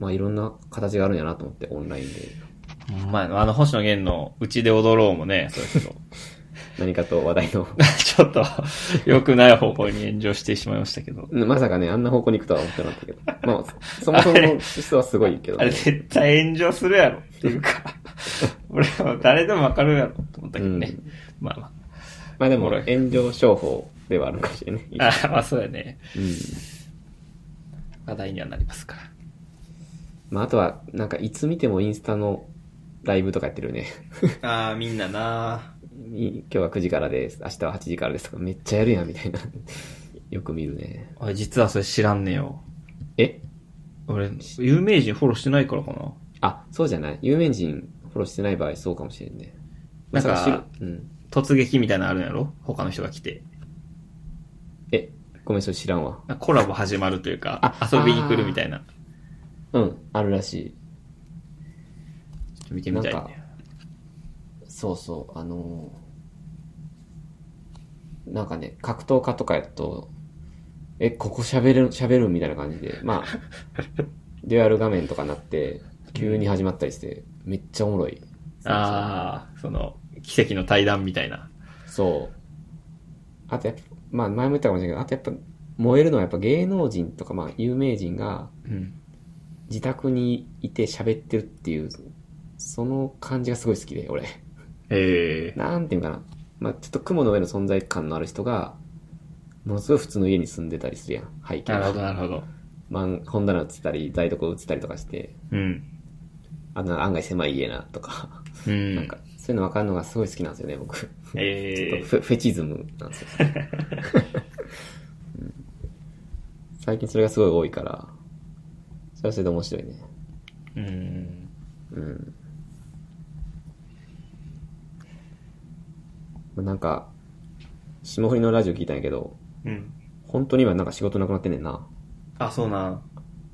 まあ、いろんな形があるんやなと思って、オンラインで。
ー、ほんまあ、あの、星野源のうちで踊ろうもね、そうですけど。
何かと話題の。
ちょっと、良くない方向に炎上してしまいましたけど。
まさかね、あんな方向に行くとは思ってなかったけど。まあ、そもそもの人はすごいけど、
あれ
ね。
絶対炎上するやろっていうか、 俺は誰でもわかるやろと思ったけどね。まあま
まあでも、
ほら
炎上商法ではあるかもしれない。
あ。あーまあそうやね。
うん。
話題にはなりますから。
まあ、あとは、なんか、いつ見てもインスタのライブとかやってるよね。
ああ、みんなない
今日は9時からです。明日は8時からですとか、めっちゃやるやん、みたいな。 よく見るね。
俺実はそれ知らんねよ。
え
俺、有名人フォローしてないからかな。
あ、そうじゃない有名人フォローしてない場合、そうかもしれんね。
なんか
まさ知るうん。
突撃みたいなのあるんやろ他の人が来て。
え、ごめん、それ知らんわ。
コラボ始まるというか
あ、
遊びに来るみたいな。
うん、あるらしい。
ちょっと見てみたい
なんか
ね。
そうそう、あのーなんかね、格闘家とかやと、え、ここ喋る、喋るみたいな感じで、まあ、デュアル画面とかなって、急に始まったりして、めっちゃおもろい。
ああ、その、奇跡の対談みたいな。
そう。あとやっぱ、まあ前も言ったかもしれないけど、あとやっぱ、燃えるのはやっぱ芸能人とか、まあ有名人が
うん。
自宅にいて喋ってるっていう、その感じがすごい好きで、俺。
ええ
なんていうのかな。まあ、ちょっと雲の上の存在感のある人が、ものすごい普通の家に住んでたりするやん。背景
なるほど、
が。
なるほど。
まん本棚映ったり、台所映ったりとかして、
うん。
あんな案外狭い家なとか、
うん。
なんか、そういうの分かるのがすごい好きなんですよね、僕。ちょっ
え
とフェフェチズムなんですよ。 うん最近それがすごい多いから、それはそれで面白いね。
ー、
う
うん。
ん。まあなんか、霜降りのラジオ聞いたんやけど、
うん。
本当に今なんか仕事なくなってんねんな。
あ、そうなん。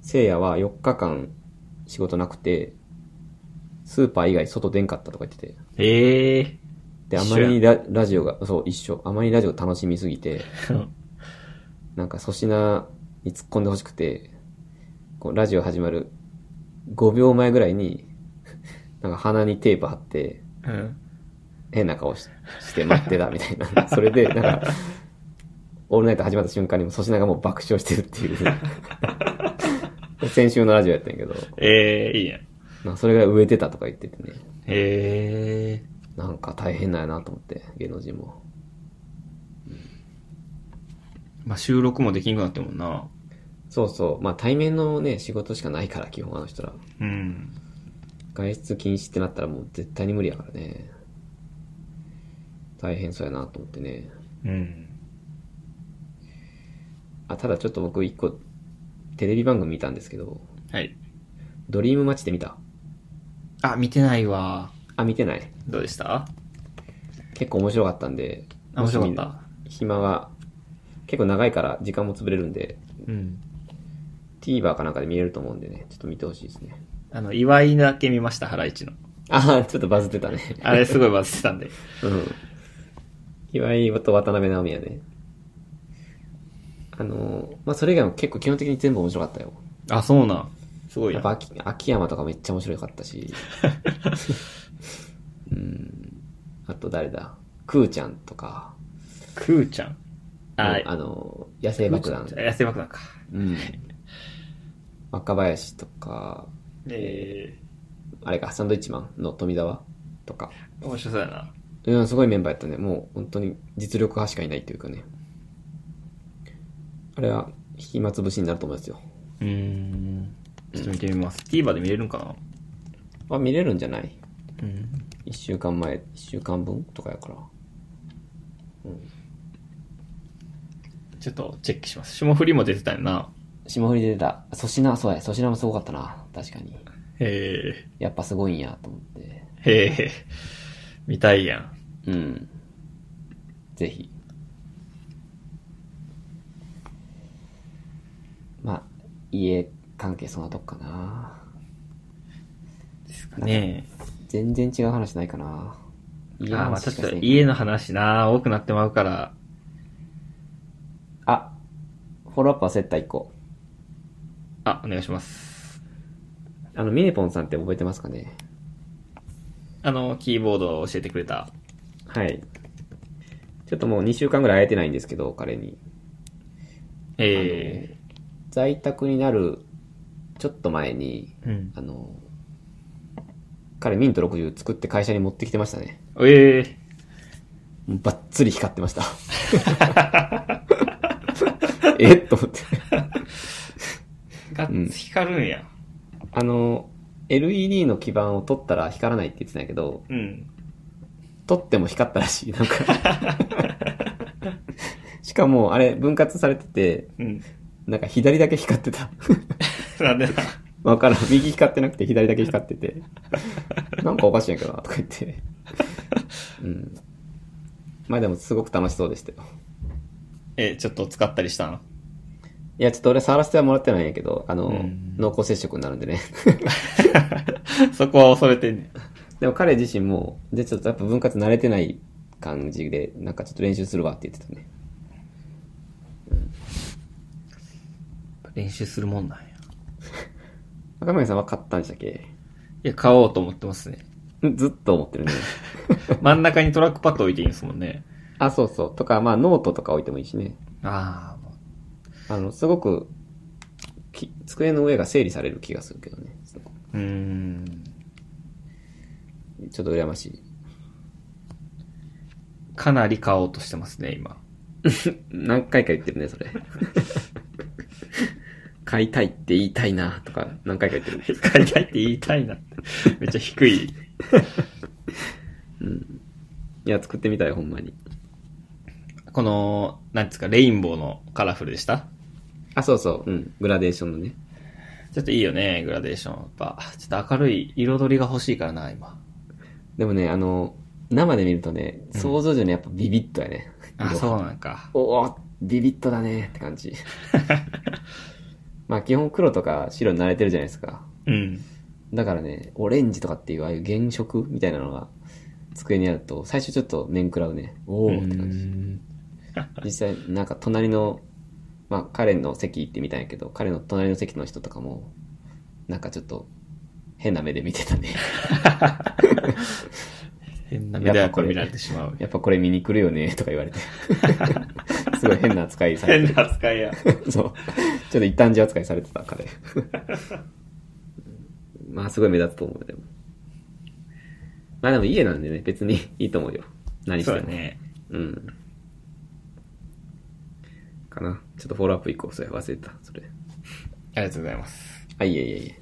せいやは4日間仕事なくて、スーパー以外外出んかったとか言ってて。
ええ
で、あ
一
ま
緒や
りにララジオが、そう、一緒。あまりにラジオ楽しみすぎて、
ー。
なんか粗品に突っ込んでほしくて、こう、ラジオ始まる5秒前ぐらいに、 なんか鼻にテープ貼って、
うん。
変な顔しして待ってたみたいな。 それで、なんか、オールナイト始まった瞬間にも粗品がもう爆笑してるって いう。先週のラジオやったんやけど、
ええいいやん。
なんかそれぐらい植えてたとか言っててね。
ええ
なんか大変なんやなと思って、芸能人も。
まあ、収録もできんくなってもんな。
そうそう。まあ対面のね、仕事しかないから、基本あの人ら。
うん。
外出禁止ってなったらもう絶対に無理やからね。大変そうやなと思ってね。
うん。
あ、ただちょっと僕一個、テレビ番組見たんですけど、
はい。
ドリームマッチって見た
あ、見てないわ。
あ、見てない。
どうでした
結構面白かったんで、
あ面白かっ
も
た。
し暇が、結構長いから時間も潰れるんで、
うん。
TVer かなんかで見れると思うんでね、ちょっと見てほしいですね。
あの、岩井だけ見ました、ハライチの。
あーちょっとバズってたね。
あれすごいバズってたんで。
うん。岩井と渡辺直美やね。あのー、まあ、それ以外も結構基本的に全部面白かったよ。
あ、そうなん。すごい
やっぱ秋秋山とかめっちゃ面白かったし。 うん。あと誰だくーちゃんとか。
クーちゃん。あ、
うんあのー、野生爆弾。
野生爆弾か。
うん。若林とか、
え
あれか、サンドイッチマンの富澤とか。
ー、面白そうやな。
うん、すごいメンバーやったね。もう本当に実力派しかいないというかね。あれは暇つぶしになると思いますよ。
うーん。ちょっと見てみます。TVer で見れるんかな
あ、見れるんじゃない
うん。
一週間前、一週間分とかやから。
ちょっとチェックします。霜降りも出てたよな。
霜降りで出た。粗品、そうや、粗品もすごかったな。確かに。
へ
やっぱすごいんや、と思って。
え、へえ、見たいや
う
ん。
ん。ぜひ。まあ、家関係そんなとこかな。
ですかね
全然違う話ないかな。家の
あ、まあ
話
ちょ
し
っ
かせんか
と家の話な、多くなってまうから。
あ、フォローアップ忘れた一個。
あ、お願いします。
あの、ミネポンさんって覚えてますかね
あの、キーボードを教えてくれた。
はい。ちょっともう2週間ぐらい会えてないんですけど、彼に。
え
在宅になるちょっと前に、
えうん。
あの、彼ミント60作って会社に持ってきてましたね。
ええ
バッツリ光ってました。 えっと思って。
ガッツ光るんや。
あの、LED の基板を取ったら光らないって言ってたんやけど、
うん。
撮っても光ったらしい、なんか。しかも、あれ、分割されてて、
うん。
なんか左だけ光ってた。
なんでな。
わからん。右光ってなくて左だけ光ってて。なんかおかしいんやけどな、とか言って。うん。まあでも、すごく楽しそうでしたよ。
え、ちょっと使ったりしたん
いや、ちょっと俺触らせてはもらってないんやけど、あの、
うん
濃厚接触になるんでね。
そこは恐れてんねん。
でも彼自身も、で、ちょっとやっぱ分割慣れてない感じで、なんかちょっと練習するわって言ってたね。
練習するもんなんや。
赤嶺さんは買ったんでしたっけ
いや、買おうと思ってますね。
うんずっと思ってるね。
真ん中にトラックパッド置いていいんですもんね。
あ、そうそう。とか、まあ、ノートとか置いてもいいしね。
ああ、も
あの、すごく、き机の上が整理される気がするけどね。すごく
う。うーん。
ちょっと羨ましい。
かなり買おうとしてますね、今。
何回か言ってるね、それ。 買いたいって言いたいな、とか、何回か言ってる。
買いたいって言いたいな って。めっちゃ低い。
いや、作ってみたい、ほんまに。
この、なんですか、レインボーのカラフルでした
あ、そうそう、うん。グラデーションのね。
ちょっといいよね、グラデーション。やっぱ、ちょっと明るい彩りが欲しいからな、今。
でもね、あの、生で見るとね、想像以上にやっぱビビッとやね。
あ、そうなんか。
おおビビッとだねって感 じ。まあ基本黒とか白に慣れてるじゃないですか。
うん。
だからね、オレンジとかっていうああいう原色みたいなのが机にあると、最初ちょっと面食らうね。おおって感じ。実際なんか隣の、まあ彼の席行ってみたんやけど、彼の隣の席の人とかも、なんかちょっと変な目で見てたね。
変な目ではこれ見られてしまう。
やっぱこれ見に来るよねとか言われ て。すごい変な扱いされ
変
て
な扱いや。
る。そう。ちょっと一旦じ扱いされてた彼。
まあ、すごい目立つと思う、でも。まあでも家なんでね、別にいいと思うよ。何し
そう
て
だ
も。
ね。
うん。かな。ちょっとフォローアップ行こう、それ。忘れてた、それ。
ありがとうございます。
あ、いえいえいえ。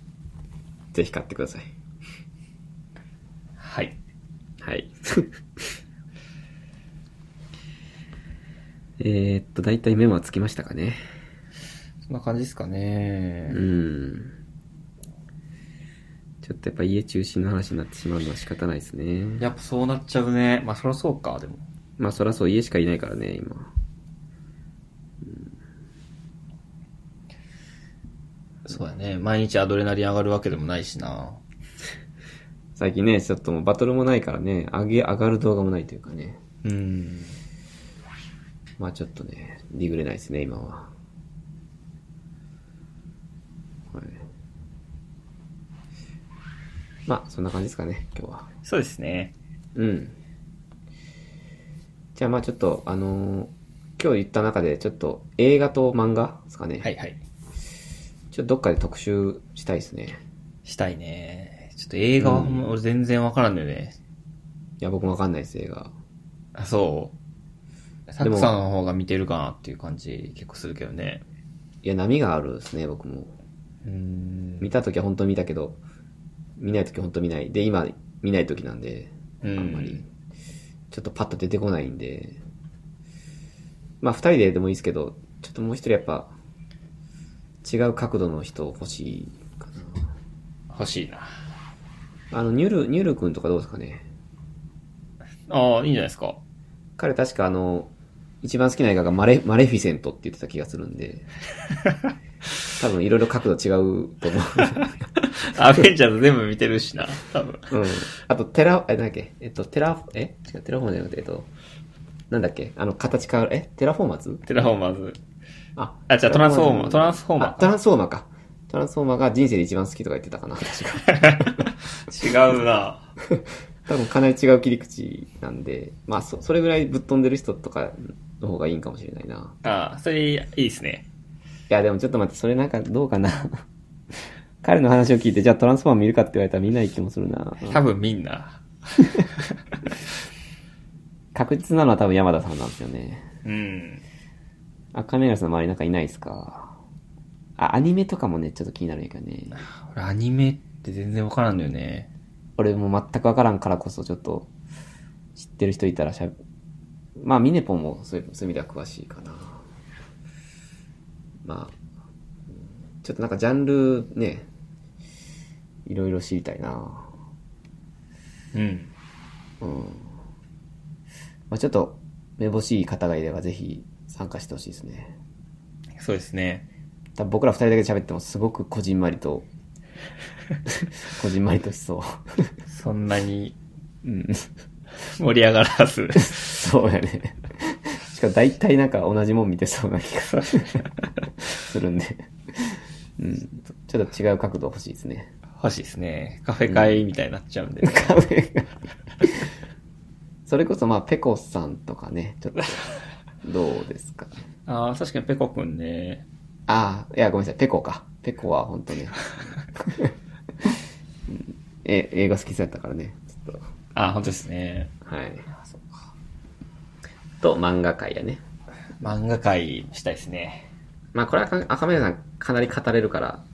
ぜひ買ってください。
はい。
はい。 えーっと、だいたいメモはつきましたかね。
そんな感じですかね。
うん。ちょっとやっぱ家中心の話になってしまうのは仕方ないですね。
やっぱそうなっちゃうね。まあそりゃそうか、でも。
まあそらそう家しかいないからね、今。
そうやね。毎日アドレナリン上がるわけでもないしな。
最近ね、ちょっともうバトルもないからね、上げ、上がる動画もないというかね。
うん。
まあちょっとね、ディグれないですね、今は。はい。まあそんな感じですかね、今日は。
そうですね。
うん。じゃあまあちょっと、あのー今日言った中でちょっと映画と漫画ですかね。
はいはい。
ちょっとどっかで特集したいですね。
したいね。ちょっと映画はほんま俺全然わからんのよね。
いや、僕もわかんないです、映画。
あ、そう。サ
で
ク
も
さんの方が見てるかなっていう感じ結構するけどね。
いや、波があるですね、僕も。
うん。
見たときは本当見たけど、見ないときは本当見ない。で、今、見ないときなんで、あ
うん
んまり。ちょっとパッと出てこないんで。まあ、二人ででもいいですけど、ちょっともう一人やっぱ、違う角度の人欲しいかな。
欲しいな。
あの、ニュル、ニュル君とかどうですかね。
ああ、いいんじゃないですか。
彼確かあの、一番好きな映画がマレ、マレフィセントって言ってた気がするん で、多分いろいろ角度違うと思
アベンジャーズ全部見てるしな。多分。
う。うん。 あと、テラ、え、なんだっけえっと、テラ、え違う、テラフォーマーじゃなくて、えっと、なんだっけあの、形変わる、えテラフォーマーズ
テラフォーマーズ。
あ、
あ、じゃあトランスフォーマー、トランスフォー
あ、トランスフォーマーか。トランスフォーマーが人生で一番好きとか言ってたかな、確か。
マー。違うな。
多分かなり違う切り口なんで、まあ、そ、それぐらいぶっ飛んでる人とかの方がいいんかもしれないな。
ああ、それいいですね。
いや、でもちょっと待って、それなんかどうかな。 彼の話を聞いて、じゃあトランスフォーマー見るかって言われたら見ない気もするな。
多分みんな。
確実なのは多分山田さんなんですよね。
うん。
あ、カメラさんの周りなんかいないですか。あ、アニメとかもね、ちょっと気になるんやけどね。
俺アニメって全然わからんのよね。
俺も全くわからんからこそ、ちょっと、知ってる人いたらしゃべ、まあ、ミネポンもそういうそういう意味では詳しいかな。まあ、ちょっとなんかジャンルね、いろいろ知りたいな。
うん。
まあ、ちょっと、めぼしい方がいれば、ぜひ参加してほしいですね。
そうですね。
多分僕ら二人だけで喋っても、すごくこじんまりと、こじんまりとしそ
そんなに
う。うん。
盛り上がらず。
そうやね。しかも大体なんか同じもん見てそうな気がするんで。うん。ちょっと違う角度欲しいですね。
欲しいですね。カフェ会みたいになっちゃうんで。
カフェがそれこそまあ、ペコさんとかね、ちょっと、どうですかね。
ああ、確かにペコくんね。
ああ、いや、ごめんなさい、ペコか。ペコは本当ね。うんえ、映画好きそうやったからね。ちょっ
ああ、本当ですね。
と、はい。と、漫画界やね。
漫画界したいですね。
まあこれはか赤嶺さんかなり語れるから、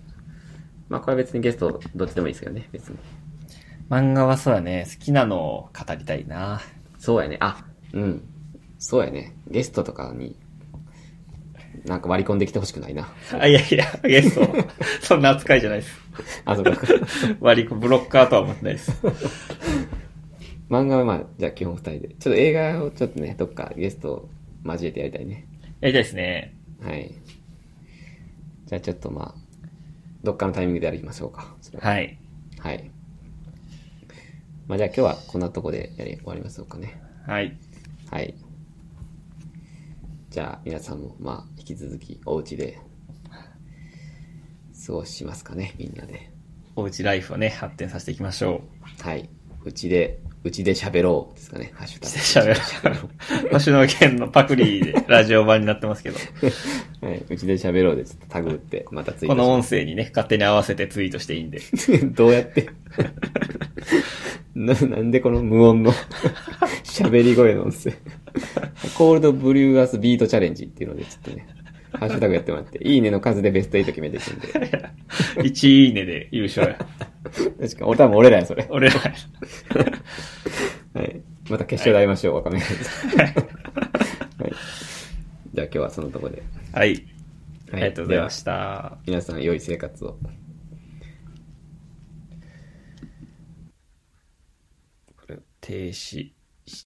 まあこれは別にゲストどっちでもいいですけどね、別に。
漫画はそうだね、好きなのを語りたいな。
そうやね。あ、
うん。そうやね。ゲストとかに、なんか割り込んできてほしくない な。
あ、いやいや、ゲスト、そんな扱いじゃないです。
あ、そうか。
割り込ブロッカーとは思ってないです。
漫画はまあ、じゃあ基本二人で。ちょっと映画をちょっとね、どっかゲストを交えてやりたいね。
やりたいですね。
はい。じゃあちょっとまあ、どっかのタイミングでやりましょうか。それは
はい。
はい。まあじゃあ今日はこんなとこでやり終わりましょうかね。
はい。
はい。じゃあ皆さんもまあ引き続きお家で過ごしますかね、みんなで。
おうちライフをね、発展させていきましょ
はい。うちで、うちで喋ろうですかね、ハッシュ
う。
タグ。
喋らう。星野源のパクリでラジオ版になってますけど、
はいうちで喋ろうでちょっとタグ打って、またツイ
こ
ート
の
し
音声にね、勝手に合わせてツイートしていいんで。
ます どうやってな、なんでこの無音の喋り声の音声。コールドブリューガスビートチャレンジっていうので、ちょっとね、ハッシュタグやってもらって、いいねの数でベスト8決めていくんで。
1いいねで優勝や。
確か、俺多分俺らや、それ。
俺ら。
はい。また決勝で会いましょう、わかめさん。はい。じゃあ今日はそのとこで。
はい。あ
は
りがとうございました。
では皆さん、良い生活を。
これ停止。